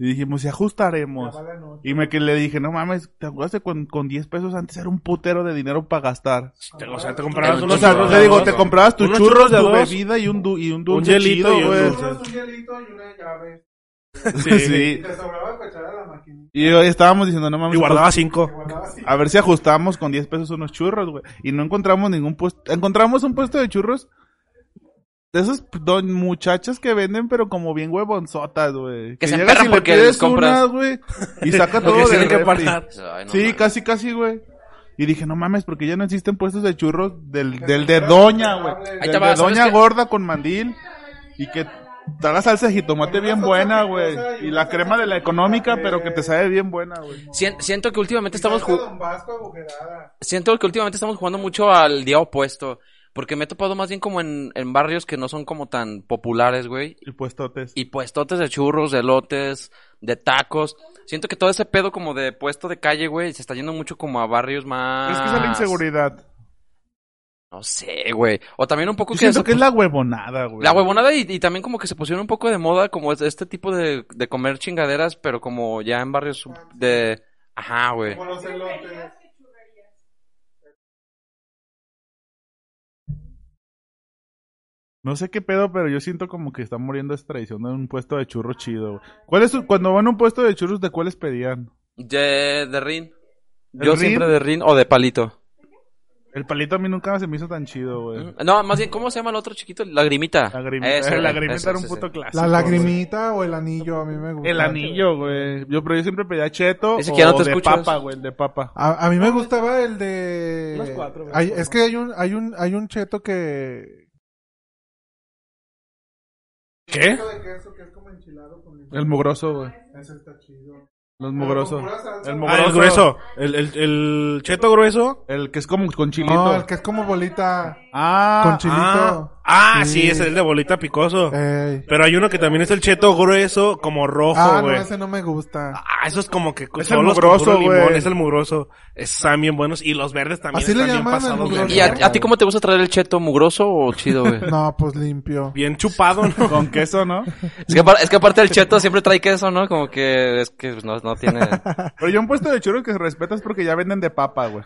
D: Y dijimos, si ajustaremos. Y me que le dije, no mames, ¿te acuerdas de con, con 10 pesos antes era un putero de dinero para gastar?
E: Te- o sea, te comprabas
B: El
D: O
E: unos
D: sea,
B: churro
D: te
B: de
D: digo,
B: dos.
D: te comprabas tus
E: Unos
D: churros,
E: churros de
D: tu
E: dos.
D: bebida y un, du- y un
E: un
D: dulce
E: hielito
D: chido,
E: y
D: güey.
E: un dulce.
D: Sí. Y hoy estábamos diciendo, no mames,
E: Y guardaba cinco.
D: a ver si ajustamos con 10 pesos unos churros, güey. Y no encontramos ningún puesto. Encontramos un puesto de churros. De esos don muchachos que venden, pero como bien huevonzotas, güey.
B: se
D: llegas
B: emperran
D: y le
B: porque les
D: pides
B: compras.
D: unas, güey. Y saca todo
E: Porque
D: del
E: tienen que
D: refri.
E: parar.
B: Ay, no
D: sí,
B: mames.
D: casi, casi, güey. Y dije, no mames, porque ya no existen puestos de churros del, del de doña, güey. Del
B: te va,
D: de
B: ¿sabes
D: doña
B: qué?
D: gorda con mandil. Y que está la salsa de jitomate bien buena, güey. Y la crema de la económica, pero que te sabe bien buena, güey.
B: Sien- siento que últimamente estamos jugando. Siento que últimamente estamos jugando mucho al día opuesto. Porque me he topado más bien como en, en barrios que no son como tan populares, güey.
D: Y puestotes.
B: Y puestotes de churros, de lotes, de tacos. Siento que todo ese pedo como de puesto de calle, güey, se está yendo mucho como a barrios más...
D: Es que es la inseguridad.
B: No sé, güey. O también un poco
D: Yo
B: que...
D: siento
B: se
D: que es
B: pus-
D: la huevonada, güey.
B: La huevonada y, y también como que se pusieron un poco de moda como es- este tipo de, de comer chingaderas, pero como ya en barrios de... Ajá, güey.
D: No sé qué pedo, pero yo siento como que está muriendo esta tradición de un puesto de churros chido, güey. ¿Cuál es su- cuando van a un puesto de churros, de cuáles pedían?
B: De, de rin.
D: ¿De
B: Yo
D: rin?
B: siempre de rin o de palito.
D: El palito a mí nunca se me hizo tan chido, güey.
B: No, más bien, ¿cómo se llama el otro chiquito? Lagrimita.
D: Lagrimita,
B: Ese, güey,
D: lagrimita
B: ese,
D: era un
B: ese,
D: puto
B: ese.
D: clásico.
C: La
D: güey.
C: lagrimita o el anillo, a mí me gusta.
D: El anillo, güey. Yo, pero yo siempre pedía cheto
B: Dice
D: o
B: que ya no te
D: de
B: escuchas.
D: papa, güey, el de papa.
C: A, a mí me gustaba el de.
E: Unos cuatro, güey.
C: Hay- es que hay un, hay un, hay un cheto que.
E: ¿Qué?
C: de queso que es como enchilado con
D: El mugroso, güey.
C: Ese está chido.
D: Los mugrosos. El
E: Ah,
D: mugroso.
E: el grueso. El, el, el cheto grueso.
D: El que es como con chilito.
C: No, el que es como bolita
D: Ah,
C: con chilito.
E: Ah,
C: Sí.
E: ah,
C: Eh.
E: sí, ese es el de bolita picoso.
C: Ey.
E: Pero hay uno que también es el cheto grueso, como rojo,
C: ah, no,
E: güey.
C: ese no me gusta.
E: Ah, eso es como que
D: el
E: solo los con
D: mugroso,
E: puro limón,
D: güey.
E: Es el mugroso. Es- Están bien buenos. Y los verdes también
C: Así le
E: están bien
C: llaman al
E: pasados. de
C: mugroso.
B: ¿Y
E: verga.
B: a, a ti cómo te gusta traer el cheto? ¿Mugroso o chido, güey?
C: No, pues limpio.
E: Bien chupado, ¿no?
D: con queso, ¿no?
B: Es que, apar- es que aparte el cheto siempre trae queso, ¿no? Como que es que pues, no, no tiene...
D: Pero yo un puesto de churros que se respeta es porque ya venden de papa, güey.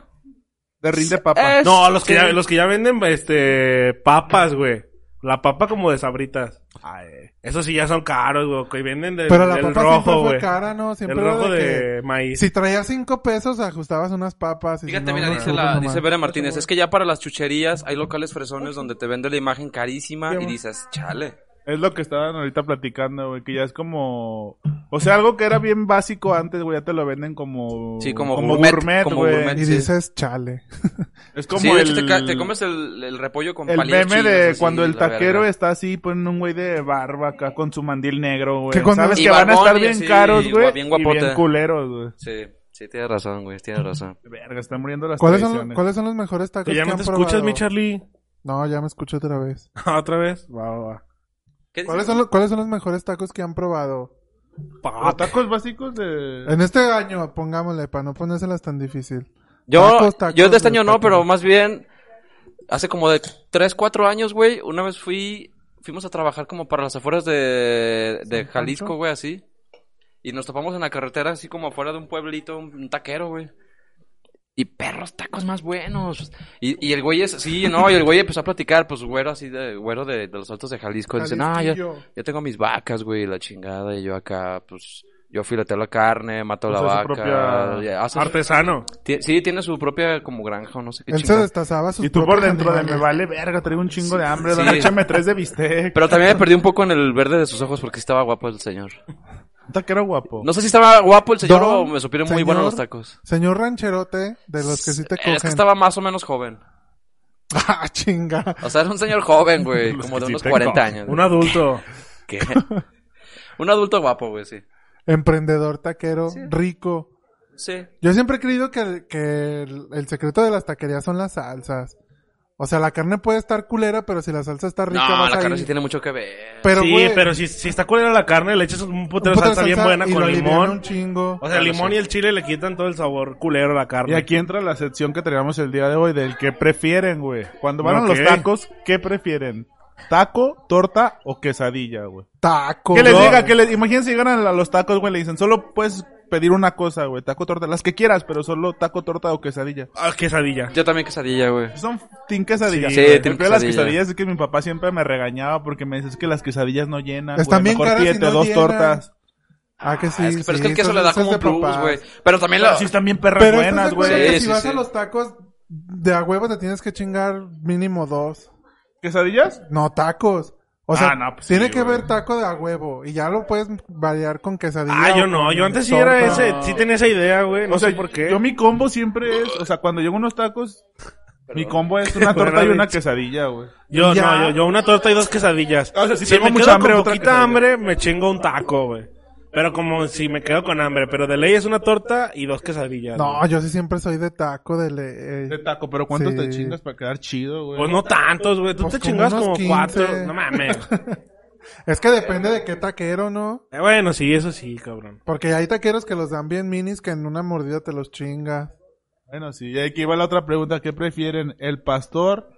D: De rin de papa.
B: Es-
E: No, los que,
B: sí.
E: ya, los que ya venden, este, papas, güey. La papa como de sabritas. Ay, eso sí ya son caros, güey. Que vienen del,
C: Pero la
E: del
C: papa siempre
E: rojo,
C: fue
E: güey.
C: cara, ¿no? Siempre
E: El rojo
C: era
E: de,
C: de, que
E: maíz.
C: si traías cinco pesos ajustabas unas papas. Y si
B: Fíjate,
C: no,
B: mira,
C: no,
B: dice,
C: no,
B: la,
C: no,
B: dice
C: no.
B: Vera Martínez, es que ya para las chucherías hay locales fresones donde te venden la imagen carísima y dices, chale.
D: Es lo que estaban ahorita platicando, güey, que ya es como... O sea, algo que era bien básico antes, güey, ya te lo venden como...
B: Sí, como gourmet, como
D: güey.
B: gourmet.
C: Y
B: Sí.
C: dices, chale.
D: Es como
B: sí, de
D: el...
B: hecho te, ca- te comes el, el repollo con
D: el
B: palillos
D: meme
B: chinos,
D: de
B: así,
D: cuando el
B: la
D: taquero
B: verga.
D: está así, ponen un güey de barba acá con su mandil negro, güey.
C: Que cuando-
D: Sabes
B: Y
D: que van a
B: barbón,
D: estar
B: y
D: bien
B: así,
D: caros,
B: bien
D: güey, y bien
B: guapote.
D: culeros, güey.
B: Sí, sí, tienes razón, güey, tienes razón.
D: Verga, están muriendo las
C: ¿Cuáles son,
D: tradiciones.
C: ¿Cuáles son los mejores tacos
E: Que
C: que
E: ya no
C: han
E: te escuchas,
C: probado?
E: mi Charlie.
C: No, ya me escucho otra vez.
E: Ah, Otra vez.
D: Va, va, va.
B: ¿Qué
C: ¿Cuáles
B: dices?
C: son, los, ¿Cuáles son los mejores tacos que han probado?
D: Los tacos básicos de...
C: En este año, pongámosle, para no ponérselas tan difícil.
B: Yo,
C: Tacos, tacos,
B: yo de este año no,
C: tacos.
B: pero más bien hace como de 3, 4 años, güey, una vez fui, fuimos a trabajar como para las afueras de, de Jalisco, güey, así. Y nos topamos en la carretera, así como afuera de un pueblito, un un taquero, güey. Y perros tacos más buenos. Y, y el güey es, sí, no, y el güey empezó a platicar, pues güero así de, güero de, de los altos de Jalisco. Dice, no, yo,
C: Jalisquillo.
B: yo tengo mis vacas, güey, la chingada, y yo acá, pues, yo fileteo la carne, mato
D: Pues
B: la
D: hace su
B: vaca.
D: propia
B: ya, hace-
E: Artesano.
B: Tie- sí, tiene su propia como granja o no sé qué.
C: Él se
B: chingada.
C: destazaba sus
D: Y tú por
C: propios
D: dentro de me
C: animales.
D: vale verga, traigo un chingo de hambre,
B: sí.
D: dame échame tres de bistec.
B: Pero también me perdí un poco en el verde de sus ojos porque estaba guapo el señor.
D: Un taquero guapo.
B: No sé si estaba guapo el señor
C: Don,
B: o me supieron muy buenos
C: señor,
B: los tacos.
C: Señor rancherote, de los que sí te cogen.
B: Es que estaba más o menos joven.
C: Ah, chinga.
B: O sea, era un señor joven, güey, como de
D: sí
B: unos
D: te
B: 40
D: cogen.
B: años.
E: Un adulto.
B: ¿Qué? un adulto guapo, güey, sí.
C: Emprendedor, taquero, rico.
B: Sí.
C: Yo siempre he creído que, que el, el secreto de las taquerías son las salsas. O sea, la carne puede estar culera, pero si la salsa está rica,
B: No,
C: vas
B: la
C: a
B: carne
C: ir-
B: sí tiene mucho que ver.
C: Pero,
E: sí,
C: güey,
E: pero si, si está culera la carne, le echas un
C: un
E: putero
C: poco de
E: salsa bien
C: salsa
E: buena
C: y lo
E: con
C: aliviana
E: limón.
C: un chingo.
E: O sea, el limón y el chile le quitan todo el sabor culero a la
D: Y
E: carne.
D: aquí entra la sección que traíamos el día de hoy del que prefieren, güey. Cuando van a los
E: Ok.
D: tacos, ¿qué prefieren? ¿Taco, torta o quesadilla, güey?
C: Taco.
D: Que les
C: ¿no?
D: diga, que les... Imagínense llegan a la- los tacos, güey, le dicen, solo puedes pedir una cosa, güey, taco, torta, las que quieras, pero solo taco, torta o quesadilla.
E: Ah, quesadilla.
B: Yo también quesadilla, güey.
D: Son tin quesadillas.
B: Sí,
D: güey.
B: team
D: Siempre las
B: quesadilla.
D: quesadillas es que mi papá siempre me regañaba porque me decía "Es que las quesadillas no llenan.
C: Están bien
D: güey, mejor
C: caras y
D: pídete
C: no
D: dos
C: llenan".
D: tortas.
C: Ah, que sí.
B: Ah, es que- pero es que el
C: sí,
B: queso
C: eso-
B: le da
C: eso es
B: como un
C: de
B: plus,
C: papás.
B: güey. Pero también
D: Pero
B: la...
D: sí están bien perras
C: Pero
D: buenas, güey.
B: acuerdo Sí,
C: Que si
B: sí,
C: vas
B: sí.
C: a los tacos de a huevo te tienes que chingar mínimo dos.
D: ¿Quesadillas?
C: No, tacos. O sea,
D: Ah, no, pues
C: tiene
D: sí,
C: que
D: güey.
C: ver taco de a huevo. Y ya lo puedes variar con quesadilla.
E: Ah,
C: o
E: yo no.
C: con
E: Yo antes sí era
C: torta.
E: ese. Sí tenía esa idea, güey. No
D: o sea,
E: sé por qué.
D: yo mi combo siempre es, o sea, cuando llego a unos tacos, mi combo es una torta y una quesadilla, güey.
E: Yo,
C: Ya.
E: no, yo, yo una torta y dos quesadillas.
D: O sea, si
E: si
D: tengo
E: me
D: mucha
E: quedo
D: hambre,
E: con
D: otra
E: poquita
D: quesadilla.
E: hambre, me chingo un taco, güey. Pero como si me quedo con hambre. Pero de ley es una torta y dos quesadillas.
C: No,
E: güey.
C: yo sí siempre soy de taco, de eh, ley.
D: De taco, pero ¿cuántos
C: Sí.
D: te chingas para quedar chido, güey?
E: Pues no tantos, güey. Tú
C: Pues
E: te
C: como
E: chingas
C: unos
E: como
C: 15.
E: cuatro. No mames.
C: Es que depende de qué taquero, ¿no?
E: Eh, bueno, sí, eso sí, cabrón.
C: Porque hay taqueros que los dan bien minis que en una mordida te los chingas.
D: Bueno, sí, y aquí va la otra pregunta, ¿qué prefieren, el pastor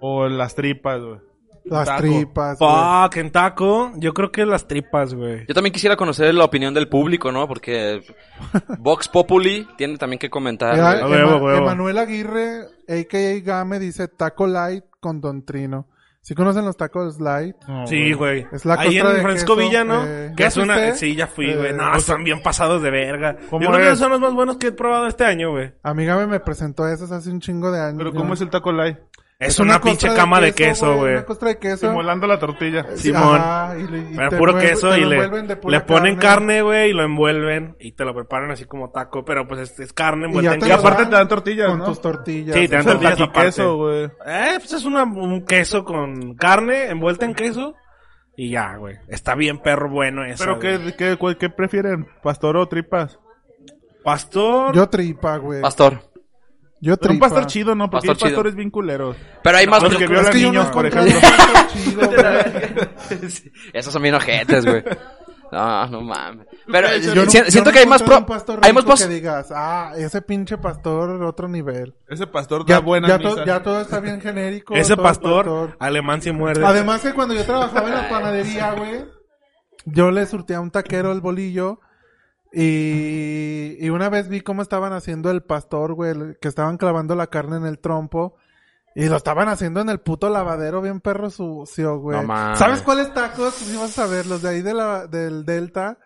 D: o las tripas, güey?
C: Las
D: Taco.
C: tripas. güey.
E: Fuck, en taco, yo creo que las tripas, güey.
B: Yo también quisiera conocer la opinión del público, ¿no? Porque Vox Populi tiene también que comentar. eh,
C: Mira,
B: güey.
E: A huevo,
C: Ema-
E: a huevo.
C: Emanuel Aguirre, a.k.a. Game, dice taco light con Don Trino. ¿Sí conocen los tacos light?
D: No,
E: Sí, güey.
C: Es la
E: Ahí en
C: costra de
E: Francisco
C: queso,
E: Villa, ¿no?
C: eh,
E: que
C: ¿ya
E: es una...
C: fuiste?
E: Sí, ya fui,
C: Eh,
E: güey. no, están bien pasados de verga. Yo
D: ¿Cómo
E: creo que
D: es?
E: esos son los más buenos que he probado este año, güey.
C: A mí Game me presentó esos hace un chingo de años.
D: Pero
C: güey.
D: ¿cómo es el taco light?
E: Es, una, pinche
C: costra
E: cama de queso, güey.
C: Una costra de queso.
D: Simulando la tortilla.
C: Sí,
E: Simón.
C: ajá, y le- y
E: Pero
C: te
E: puro
C: envuelve-
E: queso
C: te
E: y
C: lo
E: le,
C: envuelven de pura
E: le ponen carne, güey, y lo envuelven y te lo preparan así como taco, pero pues es, es carne
C: Y ya
E: envuelta en
C: te
D: Y
C: lo
E: queso.
D: aparte
C: dan
D: te dan tortillas,
C: con
D: ¿no?
C: tus tortillas.
E: Sí, te dan
D: Es el
E: tortillas aparte.
D: taquiqueso, güey.
E: Eh, pues es una- un queso con carne envuelta en queso y ya, güey. Está bien perro bueno eso.
D: Pero
E: güey.
D: ¿qué, qué, cuál- qué prefieren, pastor o tripas?
E: pastor.
C: Yo tripa, güey.
B: Pastor.
C: Yo
D: Pero
C: tripa.
D: un pastor chido, ¿no? Porque
B: Pastor
D: hay
B: chido.
D: pastores bien culeros.
B: Pero hay más...
D: Los que violan
C: Es que yo
D: niños,
C: no
D: por
C: encontré
D: ejemplo.
C: un pastor chido, güey.
B: Sí, Esos son bien ojetes, güey. No, no mames. Pero eh,
C: Yo no-
B: si-
C: yo
B: siento
C: no
B: que hay más
C: encontré
B: pro...
C: un pastor
B: Hay más
C: rico
B: pos...
C: que digas, ah, ese pinche pastor otro nivel.
D: Ese pastor da
C: Ya,
D: buena
C: ya,
D: misa.
C: to- ya todo está bien genérico.
E: ese
C: todo es
E: pastor, alemán se muerde.
C: Además que cuando yo trabajaba en la panadería, güey, yo le surtía a un taquero el bolillo y, y una vez vi cómo estaban haciendo el pastor, güey, el- que estaban clavando la carne en el trompo Y lo estaban haciendo en el puto lavadero bien perro sucio, güey.
B: No mames.
C: ¿Sabes cuáles tacos? Sí vas a ver, los de ahí de la, del Delta,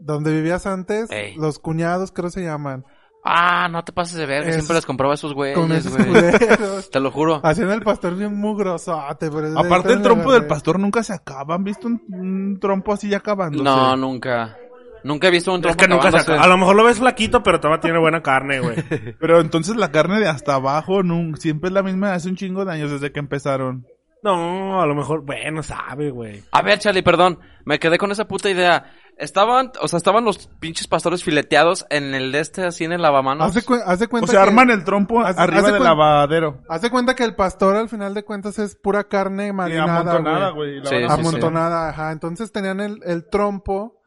C: donde vivías antes,
B: Ey.
C: los cuñados creo se llaman.
B: Ah, no te pases de verga.
C: Es-
B: Siempre les compraba esos
C: Con Ah,
B: güeyes,
C: esos
B: güey.
C: culeros.
B: Te lo juro.
C: Hacían el pastor bien mugrosote, pero es de-
D: Aparte, el
C: de-
D: trompo
C: de-
D: del pastor nunca se acaba. ¿Han visto un, un trompo así ya acabando?
B: No, nunca. Nunca he visto un
E: Es
B: trompo
E: que nunca se
B: acabándose.
E: acaba. A lo mejor lo ves flaquito, pero todavía tiene buena carne, güey.
D: Pero entonces la carne de hasta abajo nun- siempre es la misma de hace un chingo de años desde que empezaron.
E: No, a lo mejor, bueno, sabe, güey.
B: A ver, Charlie, perdón. Me quedé con esa puta idea. Estaban, o sea, estaban los pinches pastores fileteados en el de este, así en el lavamanos.
C: Haz de cu- haz de
D: O
C: cuenta
D: sea,
C: que-
D: arman el trompo
C: Haz-
D: arriba
C: hace
D: del
C: cuen-
D: lavadero.
C: Haz de cuenta que el pastor al final de cuentas es pura carne
D: Y
C: marinada,
D: amontonada,
C: güey.
D: güey. y la
B: Sí,
D: van a
B: sí, sí.
D: amontonar.
C: Amontonada, ajá. Entonces tenían el, el trompo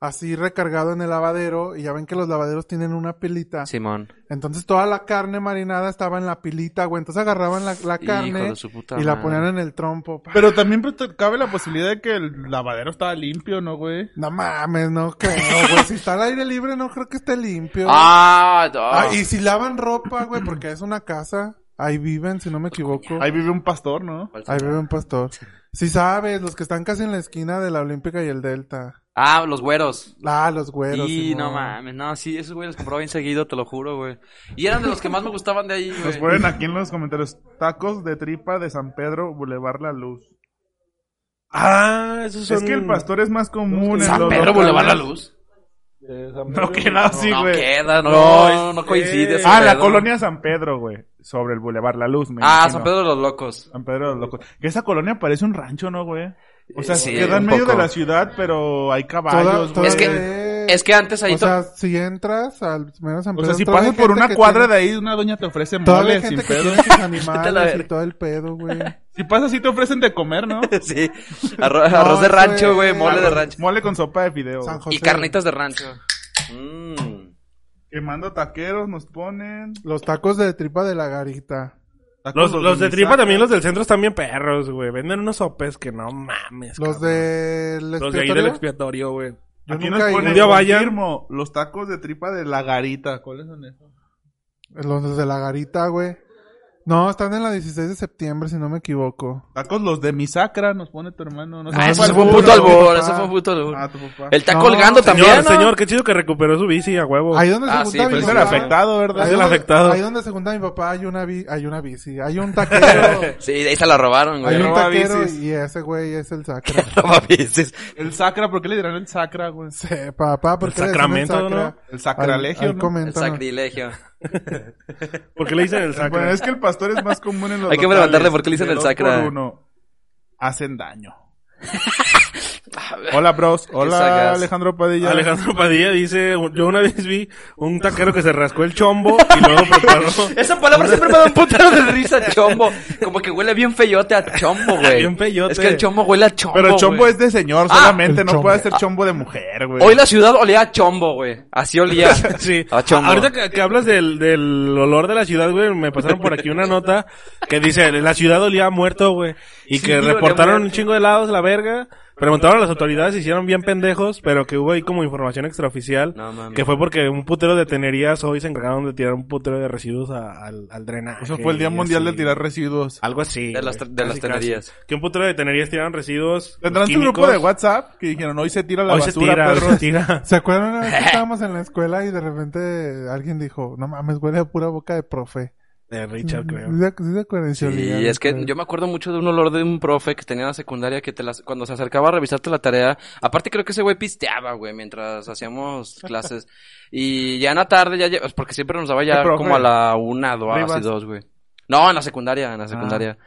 C: así recargado en el lavadero y ya ven que los lavaderos tienen una pilita.
B: Simón.
C: Entonces toda la carne marinada estaba en la pilita, güey. Entonces agarraban la, la
B: Hijo
C: carne
B: de su puta
C: y la
B: madre.
C: ponían en el trompo. pa.
D: Pero también pues, cabe la posibilidad de que el lavadero estaba limpio, ¿no, güey?
C: No mames, no creo, güey. Si está al aire libre, no creo que esté limpio.
B: Ah, no.
C: Ah, y si lavan ropa, güey, porque es una casa. Ahí viven, si no me equivoco.
D: Ahí vive un pastor, ¿no?
C: Ahí vive un pastor. Si sabes, los que están casi en la esquina de la Olímpica y el Delta.
B: Ah, los güeros.
C: Ah, los güeros.
B: Y no
C: Simón.
B: mames, no, sí, esos güeyes los compraba bien seguido, te lo juro, güey. Y eran de los que más me gustaban de ahí,
D: Nos
B: güey.
D: ponen aquí en los comentarios. Tacos de tripa de San Pedro, Boulevard La Luz.
E: Ah, esos son...
D: Es que el pastor es más común. en
B: San
D: los
B: Pedro
D: locales.
B: Boulevard La Luz.
D: No queda así,
B: no
D: güey.
B: queda, no,
D: No,
B: no, coincide. ese
D: Ah, la
B: pedo.
D: colonia San Pedro, güey. Sobre el Boulevard La Luz, me
B: Ah,
D: imagino.
B: San Pedro de los Locos.
D: San Pedro de los Locos. Que esa colonia parece un rancho, ¿no, güey? O sea,
B: Eh, Sí,
D: queda en
B: un
D: medio
B: poco.
D: de la ciudad, pero hay
C: Toda-
D: caballos,
C: toda-
D: güey.
B: Es que- Es que antes ahí
C: O
B: to-
C: sea, si entras al menos San
D: O
C: Pedro.
D: sea, si
C: todavía
D: pasas
C: hay
D: por
C: gente
D: una
C: que
D: cuadra
C: tiene-
D: de ahí, una doña te ofrece
C: Todavía hay
D: mole sin
C: gente que
D: pedo.
C: tiene sus
B: Vete a la
C: animales y
B: verga.
C: todo el pedo, güey.
D: Si pasas así te ofrecen de comer, ¿no?
B: sí, arro- arroz de
C: eso
B: rancho, güey,
C: es-
B: mole de rancho.
D: Mole con sopa de fideo.
C: San
D: güey.
C: José.
B: Y carnitas de rancho. Mm.
D: Quemando taqueros nos ponen.
C: Los tacos de tripa de la garita.
D: Tacos
E: Los, los de
D: guisacos.
E: tripa también, los del centro están bien perros, güey. Venden unos sopes que no mames.
C: Los
E: cabrón.
C: del
E: Los de ahí
C: expiatorio,
E: del expiatorio, güey.
C: Yo
D: Aquí
C: nunca
D: nos
C: he
D: ponen,
E: Un día
C: ido.
E: vayan.
D: confirmo, los tacos de tripa de la garita. ¿Cuáles son esos?
C: Los de la garita, güey. No, están en la 16 de septiembre, si no me equivoco.
D: Tacos los de mi sacra, nos pone tu hermano. No sé
B: Ah,
D: si
B: eso
D: tu
B: fue un
D: papá.
B: puto
C: al burro,
B: albor,
C: papá.
B: eso fue un puto albur.
D: Ah, tu papá.
B: Él está
C: No,
B: colgando
C: señor,
B: también,
E: Señor,
B: ¿no?
E: señor, qué chido que recuperó su bici, a huevo.
C: Ahí donde
B: Ah,
C: se
B: sí,
C: junta
B: pero
C: mi
D: Es
B: ese
D: el
C: papá.
D: afectado, ¿verdad?
C: Ahí
E: Es el
C: donde-
E: afectado.
C: Ahí donde se junta mi papá hay una, bi- hay una bici. Hay un taquero.
B: Sí, de ahí se la robaron,
C: hay
B: güey.
C: un
D: roba
C: taquero
D: bicis.
C: y ese güey es el sacra.
B: Roba bicis.
D: El sacra, ¿por qué le dirán el sacra, güey?
C: Sí, Eh, papá, porque
E: El sacramento, ¿no?
D: El sacralegio, ¿no?
B: El sacrilegio.
E: ¿Por qué le dicen el saco?
D: Bueno, es que el pastor es más común en los
B: Hay que
D: locales.
B: preguntarle por qué le dicen
D: De
B: el
D: dos
B: sacra.
D: por uno. Hacen daño. Hola, bros. Hola,
B: sacas.
D: Alejandro Padilla.
E: Alejandro Padilla dice, yo una vez vi un taquero que se rascó el chombo y luego preparó
B: Esa palabra siempre me da un putero de risa, chombo. Como que huele bien feyote a chombo, güey.
E: Bien feyote.
B: Es que el chombo huele a chombo.
D: Pero chombo
B: güey.
D: es de señor
B: Ah,
D: solamente,
C: el
D: no
C: chombo.
D: puede ser chombo de mujer, güey.
B: Hoy la ciudad olía a chombo, güey. Así olía.
E: Sí.
B: A Ah, chombo.
E: Ahorita que, que hablas del, del olor de la ciudad, güey, me pasaron por aquí una nota que dice, la ciudad olía a muerto, güey. Y
B: Sí,
E: que
B: olía a
E: reportaron un
B: muerto.
E: chingo de helados, la verga. Preguntaron a las autoridades, se hicieron bien pendejos, pero que hubo ahí como información extraoficial.
B: No, mames.
E: que fue porque un putero de tenerías hoy se encargaron de tirar un putero de residuos a- al, al drenaje.
D: Eso fue el Día
E: y
D: Mundial
E: así.
D: de Tirar Residuos.
E: Algo así.
B: De las
E: güey.
B: tr- de las tenerías.
E: Que un putero de tenerías tiraron residuos.
D: ¿Tendrán su
E: químicos.
D: grupo de WhatsApp? Que dijeron, hoy se tira la
E: Hoy se
D: basura,
E: tira, hoy
D: perros.
E: se tira.
C: ¿Se acuerdan una vez que estábamos en la escuela y de repente alguien dijo, no mames, huele a pura boca de profe?
E: De
D: Mm.
E: Richard, creo.
C: ¿Sí se- sí se acuerdan? Se
B: Y
C: olían,
B: es que
C: creo.
B: yo me acuerdo mucho de un olor de un profe que tenía en la secundaria que te las, cuando se acercaba a revisarte la tarea, aparte creo que ese güey pisteaba, güey, mientras hacíamos clases. Y ya en la tarde, ya, lle- porque siempre nos daba ya
D: ¿Qué profe?
B: como a la una, dos,
D: Rivas. Ah.
B: así dos, güey. No, en la secundaria, en la secundaria.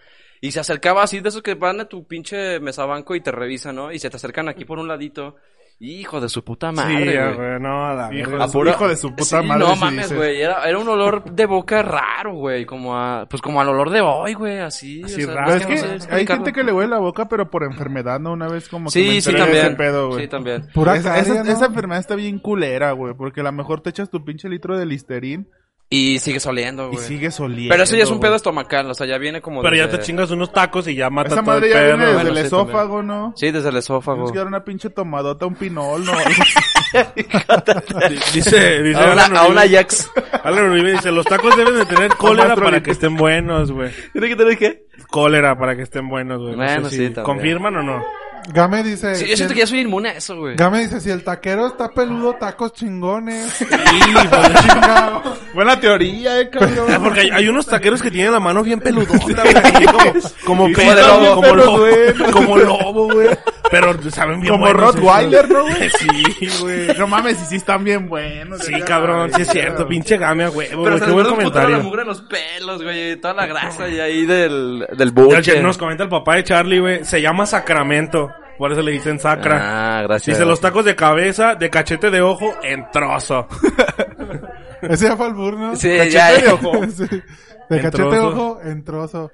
B: Y se acercaba así de esos que van a tu pinche mesabanco y te revisan, ¿no? Y se te acercan aquí por un ladito. Hijo de su puta madre,
E: sí,
B: güey.
E: güey, no, a la
D: Hijo
E: verga.
D: de
B: A
D: su-
B: puro-
D: hijo de su puta
B: Sí,
D: madre,
B: No
D: si
B: mames,
D: dices.
B: güey. Era, era un olor de boca raro, güey. Como a. Pues como al olor de hoy, güey. Así.
E: Así
D: Pero
E: raro.
D: es
E: Ah,
D: que
E: no sé
D: hay gente que le huele la boca, pero por enfermedad, ¿no? Una vez como que me
B: Sí, sí,
D: enteré de
B: también.
D: ese pedo, güey.
B: sí, también.
C: Pura
D: esa,
C: caria,
D: esa-
C: ¿no?
D: esa enfermedad está bien culera, güey, porque a lo mejor te echas tu pinche litro de listerín
B: Y sigue oliendo,
D: y
B: güey.
D: sigues oliendo.
B: Pero eso ya es un pedo
D: güey.
B: estomacal. O sea, ya viene como.
E: Pero ya
B: desde-
E: te chingas unos tacos y ya mata
D: Esa
E: todo
D: madre
E: el
D: ya
E: pedo.
D: viene desde
B: Bueno,
D: el
B: sí,
D: esófago, ¿no?
B: Sí, desde el esófago.
D: Tienes que dar una pinche tomadota, un pinol, ¿no?
E: Dice, dice
B: A una,
E: Alan
B: a
E: Uribe-
B: una Ajax.
E: Alan Uribe dice, los tacos deben de tener cólera para que estén buenos, güey.
B: ¿Tiene que tener qué?
E: Cólera para que estén buenos, güey. No sé
B: Bueno,
E: si-
B: sí, también.
E: ¿Confirman o no?
C: Game dice.
B: Sí, yo siento que ya soy inmune a eso, güey.
C: Game dice: si el taquero está peludo, tacos chingones.
D: pues, Buena teoría, eh,
E: Ah,
D: cabrón.
E: Porque hay, hay unos taqueros que tienen la mano bien peludota, güey, así como, como
B: Como de
E: perro,
B: lobo.
E: como lobo, como lobo, güey. Pero saben bien
D: Como
E: buenos
D: Rottweiler,
E: esos.
D: ¿no, güey?
E: Sí, güey.
D: No mames, y sí están bien buenos.
E: Sí,
D: ya,
E: cabrón, sí es
D: ya.
E: cierto. Pinche game, güey.
B: Pero se
E: Qué
B: le
E: buen
B: pone un putero la
E: comentario.
B: mugre en los pelos, güey. y Toda la grasa y ahí del, del
E: Ya, che,
B: buche. Ah,
E: Nos comenta el papá de Charlie, güey. Se llama Sacramento. Por eso le dicen Sacra.
B: Ah, gracias.
E: Dice los tacos de cabeza, de cachete de ojo, en trozo.
C: Ese ya fue al burno.
B: Sí,
E: Cachete
B: ya.
E: de ojo.
C: Sí. De
E: En
C: cachete de
E: trozo.
C: ojo en trozo.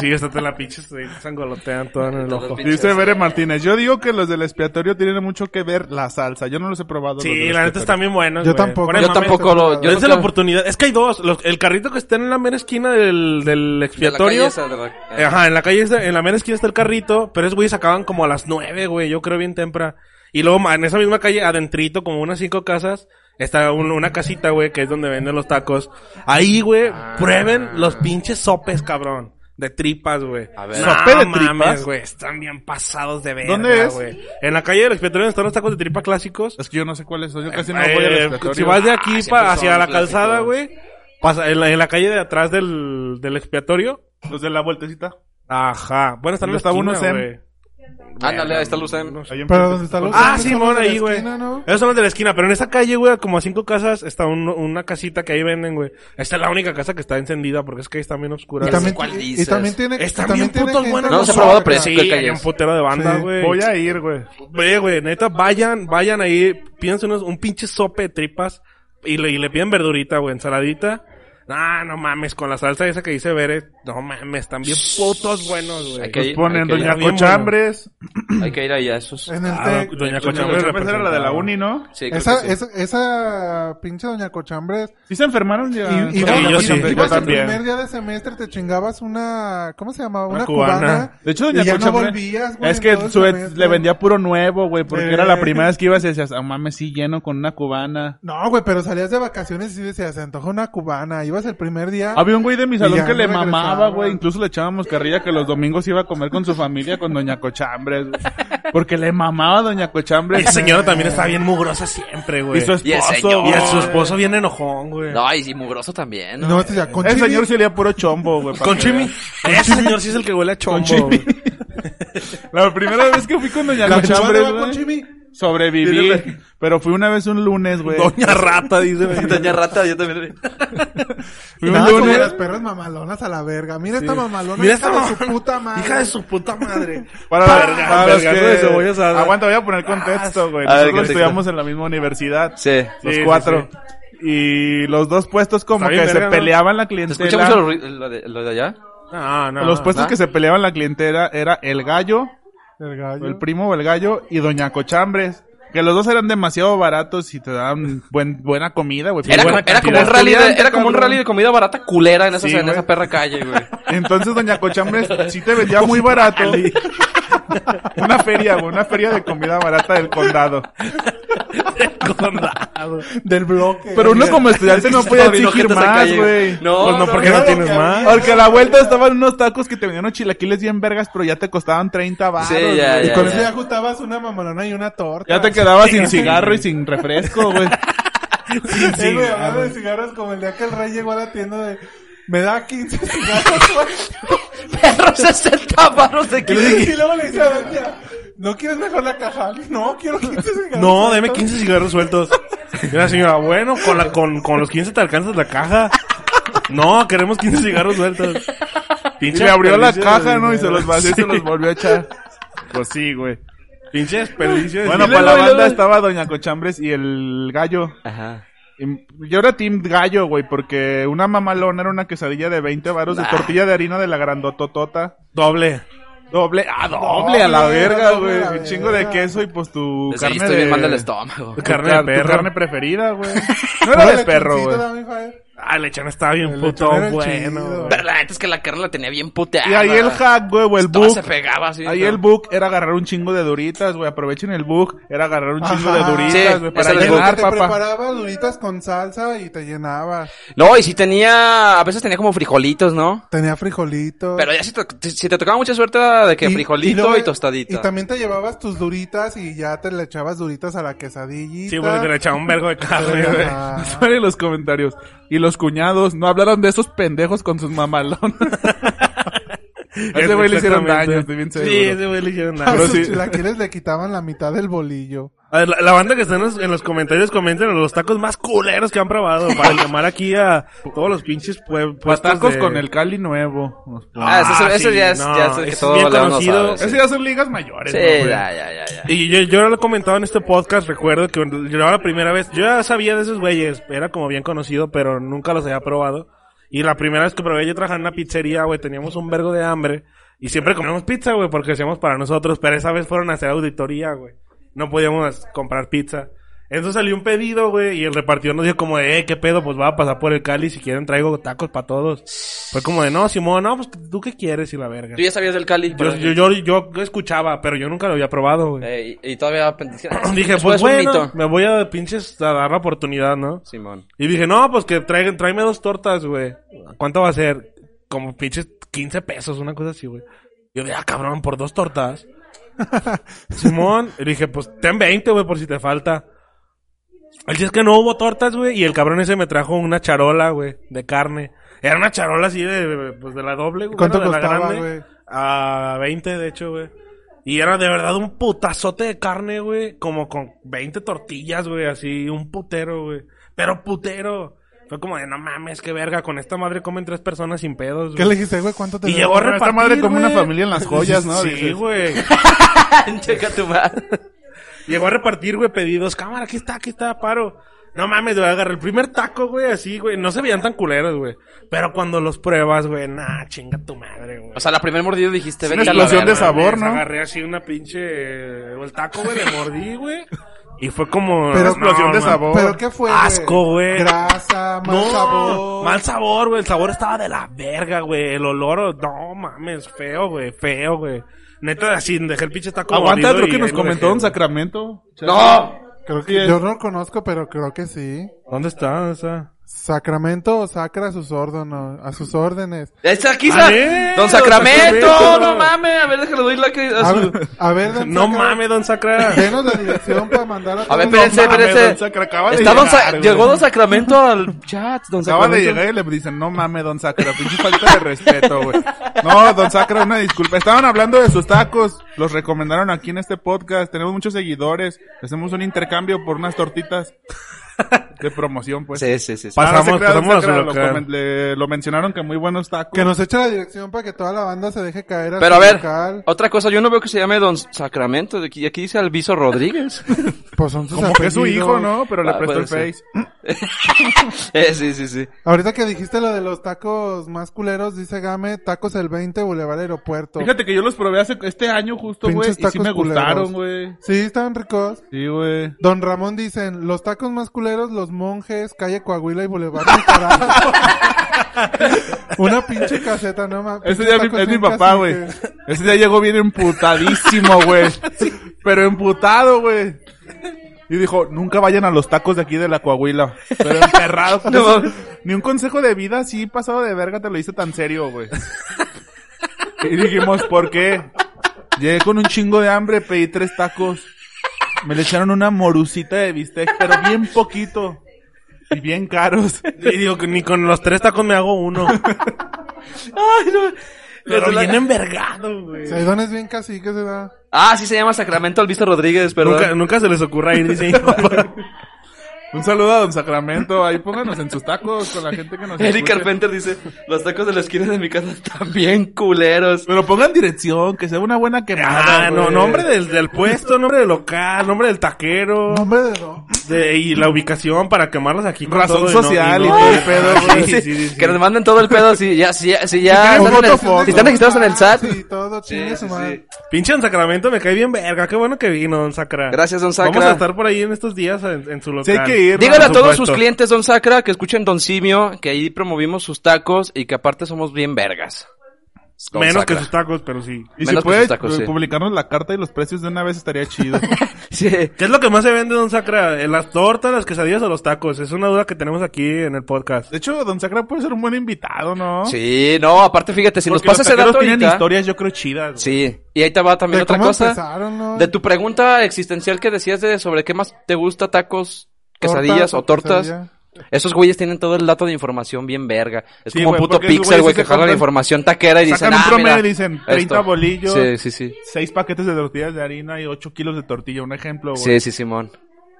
E: Sí, esta te la pinche se sangolotean todo en el
B: Todos
E: ojo.
B: pinches.
D: Dice Bere Martínez, yo digo que los del expiatorio tienen mucho que ver la salsa. Yo no los he probado. los
E: Sí,
D: del
E: la neta
D: expiatorio.
E: están bien buenos.
C: Yo
E: güey.
C: tampoco.
E: Fuera de
B: este Yo
E: mame,
B: tampoco lo. Yo
E: Dense la
B: nunca-
E: oportunidad. Es que hay dos. Los- el carrito que está en la mera esquina del, del
B: de la
E: expiatorio. Eh,
B: calle esa, de la-
E: Ajá, en la calle, está- en la mera esquina está el carrito. Pero es, güey, sacaban como a las nueve, güey. Yo creo bien temprano. Y luego ma- en esa misma calle, adentrito, como unas cinco casas, está un- una casita, güey, que es donde venden los tacos. Ahí, güey,
B: Ah.
E: prueben los pinches sopes, cabrón. De tripas, güey.
B: A ver.
D: ¿Sope de
E: mames,
D: tripas?
E: güey. Están bien pasados de verga,
D: ¿Dónde es?
E: güey. En la calle del expiatorio están los tacos de tripa clásicos.
D: Es que yo no sé cuáles son. Yo casi no
E: Eh,
D: voy al
E: si
D: expiatorio.
E: vas de aquí
B: siempre
E: pa-
B: son
E: hacia la
B: clásicos.
E: calzada, güey, pasa en la, en la calle de atrás del, del expiatorio.
D: Los de la vueltecita.
E: Ajá. Bueno, está en la
D: Está
E: esquina,
D: uno Sem.
E: güey.
B: Ándale, ahí está Lucen.
D: Ahí enfrente.
C: Pero donde están los.
E: Ah,
C: son
E: sí,
C: los
E: mon,
C: de la
E: ahí, güey.
C: esquina, ¿no?
E: Esos son los de la esquina, pero en esa calle, güey, como a cinco casas, está un- una casita que ahí venden, güey. Esta es la única casa que está encendida porque es que está bien oscura.
C: Y
E: güey.
C: también,
B: ¿cuál
C: y
B: dices?
C: también tiene.
E: Están
C: también
E: bien
C: tiene
E: putos
C: gente
E: buenos.
B: No,
E: los
B: se ha probado,
E: sopes.
B: pero sí,
E: Sí, hay
B: calles.
E: un putero de banda,
C: Sí.
E: Ah, güey.
D: Voy a ir, güey.
E: Oye, güey, neta, vayan, vayan ahí, pídense unos, un pinche sope de tripas y le, y le piden verdurita, güey, ensaladita. Ah, no mames, con la salsa esa que dice Bere, no mames, también putos buenos, güey.
B: Hay que ir,
D: Ponen
B: hay que ir-
D: Doña
E: bien bueno.
D: Cochambres.
B: hay que ir ahí a esos.
C: En el
E: Ah,
C: Tec.
E: Doña
D: Doña
E: Cochambre
D: Cochambres era la de la
E: representaba.
D: uni, ¿no?
B: Sí, creo
C: Esa,
B: que sí.
C: esa, esa pinche doña Cochambres.
D: Sí se enfermaron ya.
C: Y, y-
D: Doña
C: y-
E: yo
C: y-
E: Ah,
C: ibas
E: sí,
D: Cochambres,
E: yo
C: el primer
D: también.
C: día de semestre te chingabas una, ¿cómo se llamaba? Una,
E: Una
C: cubana.
E: cubana.
D: De hecho, Doña
C: y ya no
D: Cochambres-
C: volvías, güey.
D: Es
C: en
D: que
C: todo el
D: su ex
C: semestre.
D: le vendía puro nuevo, güey, porque
C: Eh.
D: era la primera vez que ibas y decías, ah, mames, sí, lleno con una cubana.
C: No, güey, pero salías de vacaciones y sí decías, se antoja una cubana. Ibas el primer día.
D: Había un güey de mi
C: Y
D: salón
C: ya
D: que le
C: regresaba.
D: mamaba, güey. Incluso le echábamos carrilla que los domingos iba a comer con su familia con Doña Cochambres. güey. Porque le mamaba a Doña
E: Y
D: Cochambres.
E: la señora también está bien mugrosa siempre, güey.
D: Y su
B: Y el
D: esposo.
B: señor.
E: Y a su esposo bien enojón, güey.
B: No, y, y mugroso también.
C: no,
B: ¿no?
C: este ya, con
D: El
C: chile.
D: señor sería puro chombo, güey. para
E: Con
D: que
E: Chimi.
D: veas.
E: Ese señor sí es el que huele a chombo, güey.
D: La primera vez que fui con Doña
C: La
D: Cochambres,
C: cubana va con
D: güey,
C: chimi.
D: sobreviví. Pero fui una vez un lunes, güey.
E: Doña Rata, dice, güey.
B: Doña Rata, yo también.
D: Fui un
C: Nada, como
D: lunes.
C: las perras mamalonas a la verga. Mira esta mamalona.
E: Mira
C: hija
E: esta
C: de su
E: mamá-
C: puta madre.
E: Hija de su puta madre.
D: Para,
E: Verga,
D: para los
E: vergazo
D: que-
E: de cebolla asada.
D: Aguanta, voy a poner contexto, güey.
B: A ver,
D: Nosotros
B: contexto.
D: estudiamos en la misma universidad.
B: Sí.
D: Los
E: Sí, sí,
D: cuatro.
E: sí.
D: Y los dos puestos como
E: Está bien
D: que se
E: verga, ¿no?
D: peleaban la
B: ¿Se
D: clientela.
B: escucha mucho lo, ru- lo de, lo de allá?
E: No, no.
D: Los puestos
B: ¿Va?
D: que se peleaban la clientela era el gallo,
C: El gallo.
D: el primo o el gallo y doña Cochambres. Que los dos eran demasiado baratos y te daban buen, buena comida, güey.
B: Era,
D: buena
B: como- era como
D: cantidad.
B: un rally de,
D: Estudiante,
B: era como un
D: cabrón.
B: rally de comida barata culera en esa,
D: Sí,
B: en
D: güey.
B: esa perra calle, güey.
D: Entonces doña Cochambres sí te vendía muy barato. una feria, güey, una feria de comida barata del condado.
C: Del bloque.
D: Pero uno como estudiante no podía
B: Está bien
D: exigir
B: ojete esa
D: más,
B: calle,
D: güey.
B: No,
E: Pues no, porque no tienes más.
D: Porque a la vuelta estaban unos tacos que te vendían unos chilaquiles bien vergas, pero ya te costaban 30 baros.
B: Sí,
D: güey.
B: ya, ya,
C: Con eso
B: ya.
C: ya juntabas una mamalona y una torta.
D: Ya te quedabas sin cigarro y sin refresco, güey.
C: Sí, güey, hablando de cigarros como el día que el rey llegó a la tienda de... Me da 15 cigarros, güey.
B: Perro 60 baros de
C: Y le-
B: kilo.
C: Y luego le dice a Doña, ¿no quieres mejor la caja? No, quiero 15 cigarros.
E: No, deme 15 cigarros sueltos. Y la señora, bueno, con, la, con, con los 15 te alcanzas la caja. No, queremos 15 cigarros sueltos.
D: Y
E: Pinche
D: le abrió la
E: desperdicio de
D: caja, ¿no? Y se
E: dinero.
D: los vació y se
E: Sí.
D: los volvió a echar. Pues sí, güey.
E: Pinche desperdicio. de
D: Bueno,
E: dinero.
D: para la banda estaba Doña Cochambres y el gallo.
B: Ajá.
D: Y Yo era team gallo, güey, porque una mamalona era una quesadilla de 20 varos de tortilla de harina de la grandototota.
E: doble.
D: Doble, ah, doble a la
C: Doble,
D: verga,
C: doble a
D: güey.
C: la
D: Un chingo de
C: verga.
D: queso y pues tu
B: Desde ahí
D: carne
B: estoy
D: de...
B: bien mal del estómago.
D: tu
E: Carne
D: car-
E: de
D: tu
E: perro.
D: carne preferida, güey. No era de perro, güey.
C: güey.
E: Ah, el lechón estaba bien
C: El
E: puto
C: lechón era el
E: bueno.
C: chido.
E: güey.
B: ¿Verdad? Antes que la carne la tenía bien puteada.
D: Y ahí el hack, güey, o el
B: Todo
D: bug.
B: se pegaba así.
D: Ahí
B: ¿no?
D: el bug era agarrar un chingo de duritas, güey. Aprovechen el bug. Era agarrar un chingo de
C: Ajá.
D: duritas,
B: Sí,
D: güey,
B: ese
D: para
B: era el
D: llenar,
C: te
D: papá.
C: preparabas duritas con salsa y te llenabas.
B: No, y sí tenía... A veces tenía como frijolitos, ¿no?
C: Tenía frijolitos.
B: Pero ya si te, si te tocaba mucha suerte era de que
C: Y-
B: frijolito y,
C: luego-
B: tostadita.
C: Y también te llevabas tus duritas y ya te le echabas duritas a la quesadillita.
E: Sí, porque te le echaba un vergo de carne, güey.
C: Ajá.
D: Sale los comentarios. Y los cuñados no hablaron de esos pendejos con sus mamalones. A ese güey le hicieron daño, estoy bien
E: Sí,
D: seguro.
E: ese güey le hicieron
C: A
E: daño.
D: Pero
C: sus
D: sí.
C: chilaquiles le quitaban la mitad del bolillo.
E: A ver, la, la banda que está en los, en los comentarios comenten los tacos más culeros que han probado para llamar aquí a todos los pinches pue- puestos
D: Patacos
E: de-
D: con el Cali nuevo.
B: Ah, ese- ese ya es- ya es el que
E: ese
B: todo
E: bien
B: León no
E: conocido.
B: sabe, sí.
D: Ese ya son ligas mayores,
B: Sí,
D: ¿no, güey?
B: ya, ya, ya, ya.
E: Y yo, yo lo he comentado en este podcast, recuerdo que yo era la primera vez, yo ya sabía de esos güeyes, era como bien conocido, pero nunca los había probado. Y la primera vez que probé, yo trabajaba en una pizzería, güey, teníamos un vergo de hambre. Y siempre comíamos pizza, güey, porque hacíamos para nosotros, pero esa vez fueron a hacer auditoría, güey. No podíamos comprar pizza. Entonces salió un pedido, güey, y el repartidor nos dijo como, de, eh, qué pedo, pues va a pasar por el Cali, si quieren traigo tacos para todos. Fue como de, no, Simón, no, pues tú qué quieres y la verga.
B: Tú ya sabías del Cali.
E: Yo,
B: pero-
E: yo, yo, yo escuchaba, pero yo nunca lo había probado, güey.
B: Eh, y, y todavía pen-
E: Dije,
B: Es
E: pues
B: un
E: bueno,
B: mito.
E: me voy a pinches a dar la oportunidad, ¿no?
B: Simón.
E: Y dije, no, pues que traigan, tráeme dos tortas, güey. ¿Cuánto va a ser? Como pinches 15 pesos, una cosa así, güey. Yo dije, ah, cabrón, por dos tortas. Simón, y dije, pues ten 20, güey, por si te falta. El chiste es que no hubo tortas, güey, y el cabrón ese me trajo una charola, güey, de carne. Era una charola así de, pues, de la doble, güey.
C: ¿Cuánto
E: bueno, de la
C: costaba,
E: grande.
C: güey?
E: A 20, de hecho, güey. Y era de verdad un putazote de carne, güey. Como con 20 tortillas, güey. Así, un putero, güey. Pero putero. Fue como de, no mames, qué verga. Con esta madre comen tres personas sin pedos,
C: ¿Qué
E: güey.
C: le dijiste, güey? ¿Cuánto te
E: Y
C: debo?
E: llegó a
D: Pero esta
E: repartir,
D: madre como
E: güey.
D: una familia en las joyas, ¿no?
E: Sí,
D: Dices.
E: güey.
B: Checa tu madre.
E: Llegó a repartir, güey, pedidos. Cámara, aquí está, aquí está, paro. No mames, güey, agarré el primer taco, güey, así, güey. No se veían tan culeros, güey. Pero cuando los pruebas, güey, nah, chinga tu madre, güey.
B: O sea, la primer mordida dijiste,
D: una
B: vete a la
D: explosión
B: verga".
D: de sabor, ¿no?
E: Agarré así una pinche... eh, El taco, güey, le mordí, güey. Y fue como...
C: Pero-
D: Explosión de
E: man.
D: sabor.
C: ¿Pero qué fue,
E: Asco, güey.
C: Grasa, mal
E: No,
C: sabor.
E: mal sabor, güey. El sabor estaba de la verga, güey. El olor, no mames, feo, güey, feo, güey. Neta, así, dejé el pinche taco
D: Aguanta,
E: mordido
D: creo
E: y
D: que nos
E: ahí lo
D: comentó
E: dejé,
D: en
E: güey.
D: Sacramento.
B: ¡No!
C: Creo que yo no lo conozco, pero creo que sí.
E: ¿Dónde está esa?
C: Sacramento o Sacra a sus órdenes. A sus órdenes.
B: Está aquí, sa-
E: ver,
B: Don
E: don
B: Sacramento,
E: Sacramento.
B: no mames. A ver, déjalo doy la que. a
C: A
B: su-
C: ver, a ver, don
E: No
C: Sacra,
E: mames, don Sacra.
C: Denos la dirección para mandar a
B: A ver,
C: todos los-
B: espérense,
D: Don
B: espérense.
D: Sacra, acaba de
B: Está don Sa-
D: llegar, güey.
B: Llegó Don Sacramento al chat, Don
D: Acaba de
B: Sacramento.
D: llegar y le dicen, no mames, don Sacra, pinche falta de respeto, güey. No, don Sacra, una disculpa. Estaban hablando de sus tacos, los recomendaron aquí en este podcast, tenemos muchos seguidores, hacemos un intercambio por unas tortitas de promoción, pues.
B: Sí, sí, sí. sí.
D: Ah, don
E: Pasamos,
D: Sacra, don
E: pasamos a
D: Sacra,
E: su
D: lo,
E: local.
D: comen- le- lo mencionaron que muy buenos tacos.
C: Que nos eche la dirección para que toda la banda se deje caer al
B: Pero a ver,
C: local.
B: otra cosa, yo no veo que se llame Don Sacramento. de aquí, aquí dice Alviso Rodríguez.
C: Pues son sus
D: Como que es su
C: apellidos.
D: hijo, ¿no? Pero le
B: Ah,
D: prestó el
B: puede
D: Face.
B: ser. eh, sí, sí, sí.
C: Ahorita que dijiste lo de los tacos más culeros, dice Game, tacos el 20, Boulevard Aeropuerto.
D: Fíjate que yo los probé hace este año justo, güey,
C: Pinches
D: y sí
C: tacos
D: me
C: culeros.
D: gustaron, güey.
C: Sí, estaban ricos.
D: Sí, güey.
C: Don Ramón dicen, los tacos más culeros, los monjes, calle Coahuila y Boulevard Nicaragua. Una pinche caseta, no mames.
D: Ese
C: Pinches
D: día mi-
C: tacos
D: es mi
C: bien
D: papá, güey.
C: caciques.
D: Ese día llegó bien emputadísimo, güey. Pero emputado, güey. Y dijo, nunca vayan a los tacos de aquí de la Coahuila. Pero emperrado. con eso. Ni un consejo de vida así pasado de verga te lo hice tan serio, güey. Y dijimos, ¿por qué? Llegué con un chingo de hambre, pedí tres tacos. Me le echaron una morucita de bistec, pero bien poquito. Y bien caros.
E: Y digo que ni con los tres tacos me hago uno.
B: Ay, no.
E: Pero
B: Los de la-
E: bien envergado, güey.
C: Saidones bien caciques, ¿verdad?
B: Ah, sí se llama Sacramento Alviso Rodríguez, perdón.
E: Nunca, nunca se les ocurra ir, dice mi papá.
D: Un saludo a Don Sacramento. Ahí pónganos en sus tacos con la gente que nos
B: Eric
D: escucha.
B: Carpenter dice, los tacos de la esquina de mi casa están bien culeros.
D: Pero pongan dirección, que sea una buena quemada.
E: Ah, no,
D: güey.
E: nombre del, del puesto, nombre del local, nombre del taquero,
C: Nombre de don.
E: Este, y la ubicación para quemarlos aquí con
D: Razón
E: todo y
D: social y
E: no-
D: todo el pedo, güey.
E: Sí, sí, sí, sí.
B: Que nos manden todo el pedo si ya, si ya, si
C: Si
B: ya
C: quieren
B: están, en el-
C: foto, foto.
B: si están registrados en el SAT.
C: Sí, todo chingue su madre.
E: Pinche en Sacramento me cae bien verga. Qué bueno que vino, Don Sacra.
B: Gracias, Don
E: Vamos a
B: Sacra.
E: estar por ahí en estos días en, en su local.
D: Sí, hay que ir.
B: Díganle a
E: Por
B: todos
E: supuesto.
B: sus clientes, Don Sacra, que escuchen Don Simio, que ahí promovimos sus tacos y que aparte somos bien vergas. Don
E: Menos
B: Sacra.
E: que sus tacos, pero sí.
D: Y si
B: Menos que
D: puedes
B: sus tacos, sí.
D: publicarnos la carta y los precios de una vez estaría chido.
B: Sí.
E: ¿Qué es lo que más se vende, Don Sacra? ¿Eh, ¿Las tortas, las quesadillas o los tacos? Es una duda que tenemos aquí en el podcast.
D: De hecho, Don Sacra puede ser un buen invitado, ¿no?
B: Sí, no, aparte fíjate, si nos
D: Porque
B: pasa
D: los
B: ese
D: taqueros
B: dato
D: tienen
B: ahorita-
D: historias, yo creo, chidas. güey.
B: Sí, y ahí te va también
C: ¿De
B: otra
C: cómo
B: cosa.
C: empezaron, no?
B: De tu pregunta existencial que decías de sobre qué más te gusta, tacos,
C: Tortas
B: quesadillas o tortas.
C: quesadilla.
B: Esos güeyes tienen todo el dato de información bien verga. Es
D: Sí,
B: como
D: güey,
B: puto
D: porque esos
B: pixel,
D: güeyes
B: güey,
D: sí
B: que
D: se
B: jala la
D: compran-
B: información taquera y dicen,
D: Sacan un
B: ah,
D: promedio
B: mira,
D: y dicen 30
B: esto".
D: bolillos,
B: Sí, sí, sí.
D: 6 paquetes de tortillas de harina y 8 kilos de tortilla, un ejemplo, güey.
B: Sí, sí, Simón.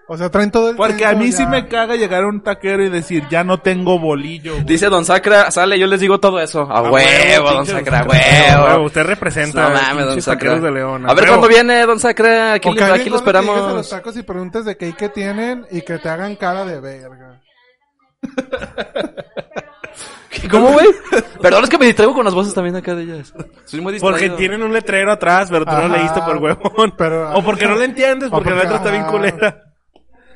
C: O sea, traen todo el
D: Porque a
C: tiempo
D: mí
C: ya.
D: sí me caga llegar a un taquero y decir, ya no tengo bolillo. güey.
B: Dice Don Sacra, sale, yo les digo todo eso. A,
E: A
B: huevo, Don
E: pinche
B: Sacra, a
E: A
B: huevo.
E: Usted representa
B: No mames,
E: pinches
B: Don Sacra.
E: taqueros de León.
B: A ver
E: huevo.
B: cuándo viene Don Sacra, aquí,
C: O que
B: lo-
C: alguien
B: aquí lo
C: gordo que llegues a los
B: esperamos.
C: tacos y preguntes de qué y qué tienen y que te hagan cara de verga.
B: ¿Cómo, güey? Perdón, es que me distraigo con las voces también acá de ellas. Soy muy distraído.
E: Porque tienen un letrero atrás, pero tú no
C: Ajá,
E: leíste por huevón.
C: pero-
E: o porque no lo entiendes,
C: O
E: porque, la
C: porque-
E: letra está bien
C: ajá.
E: culera.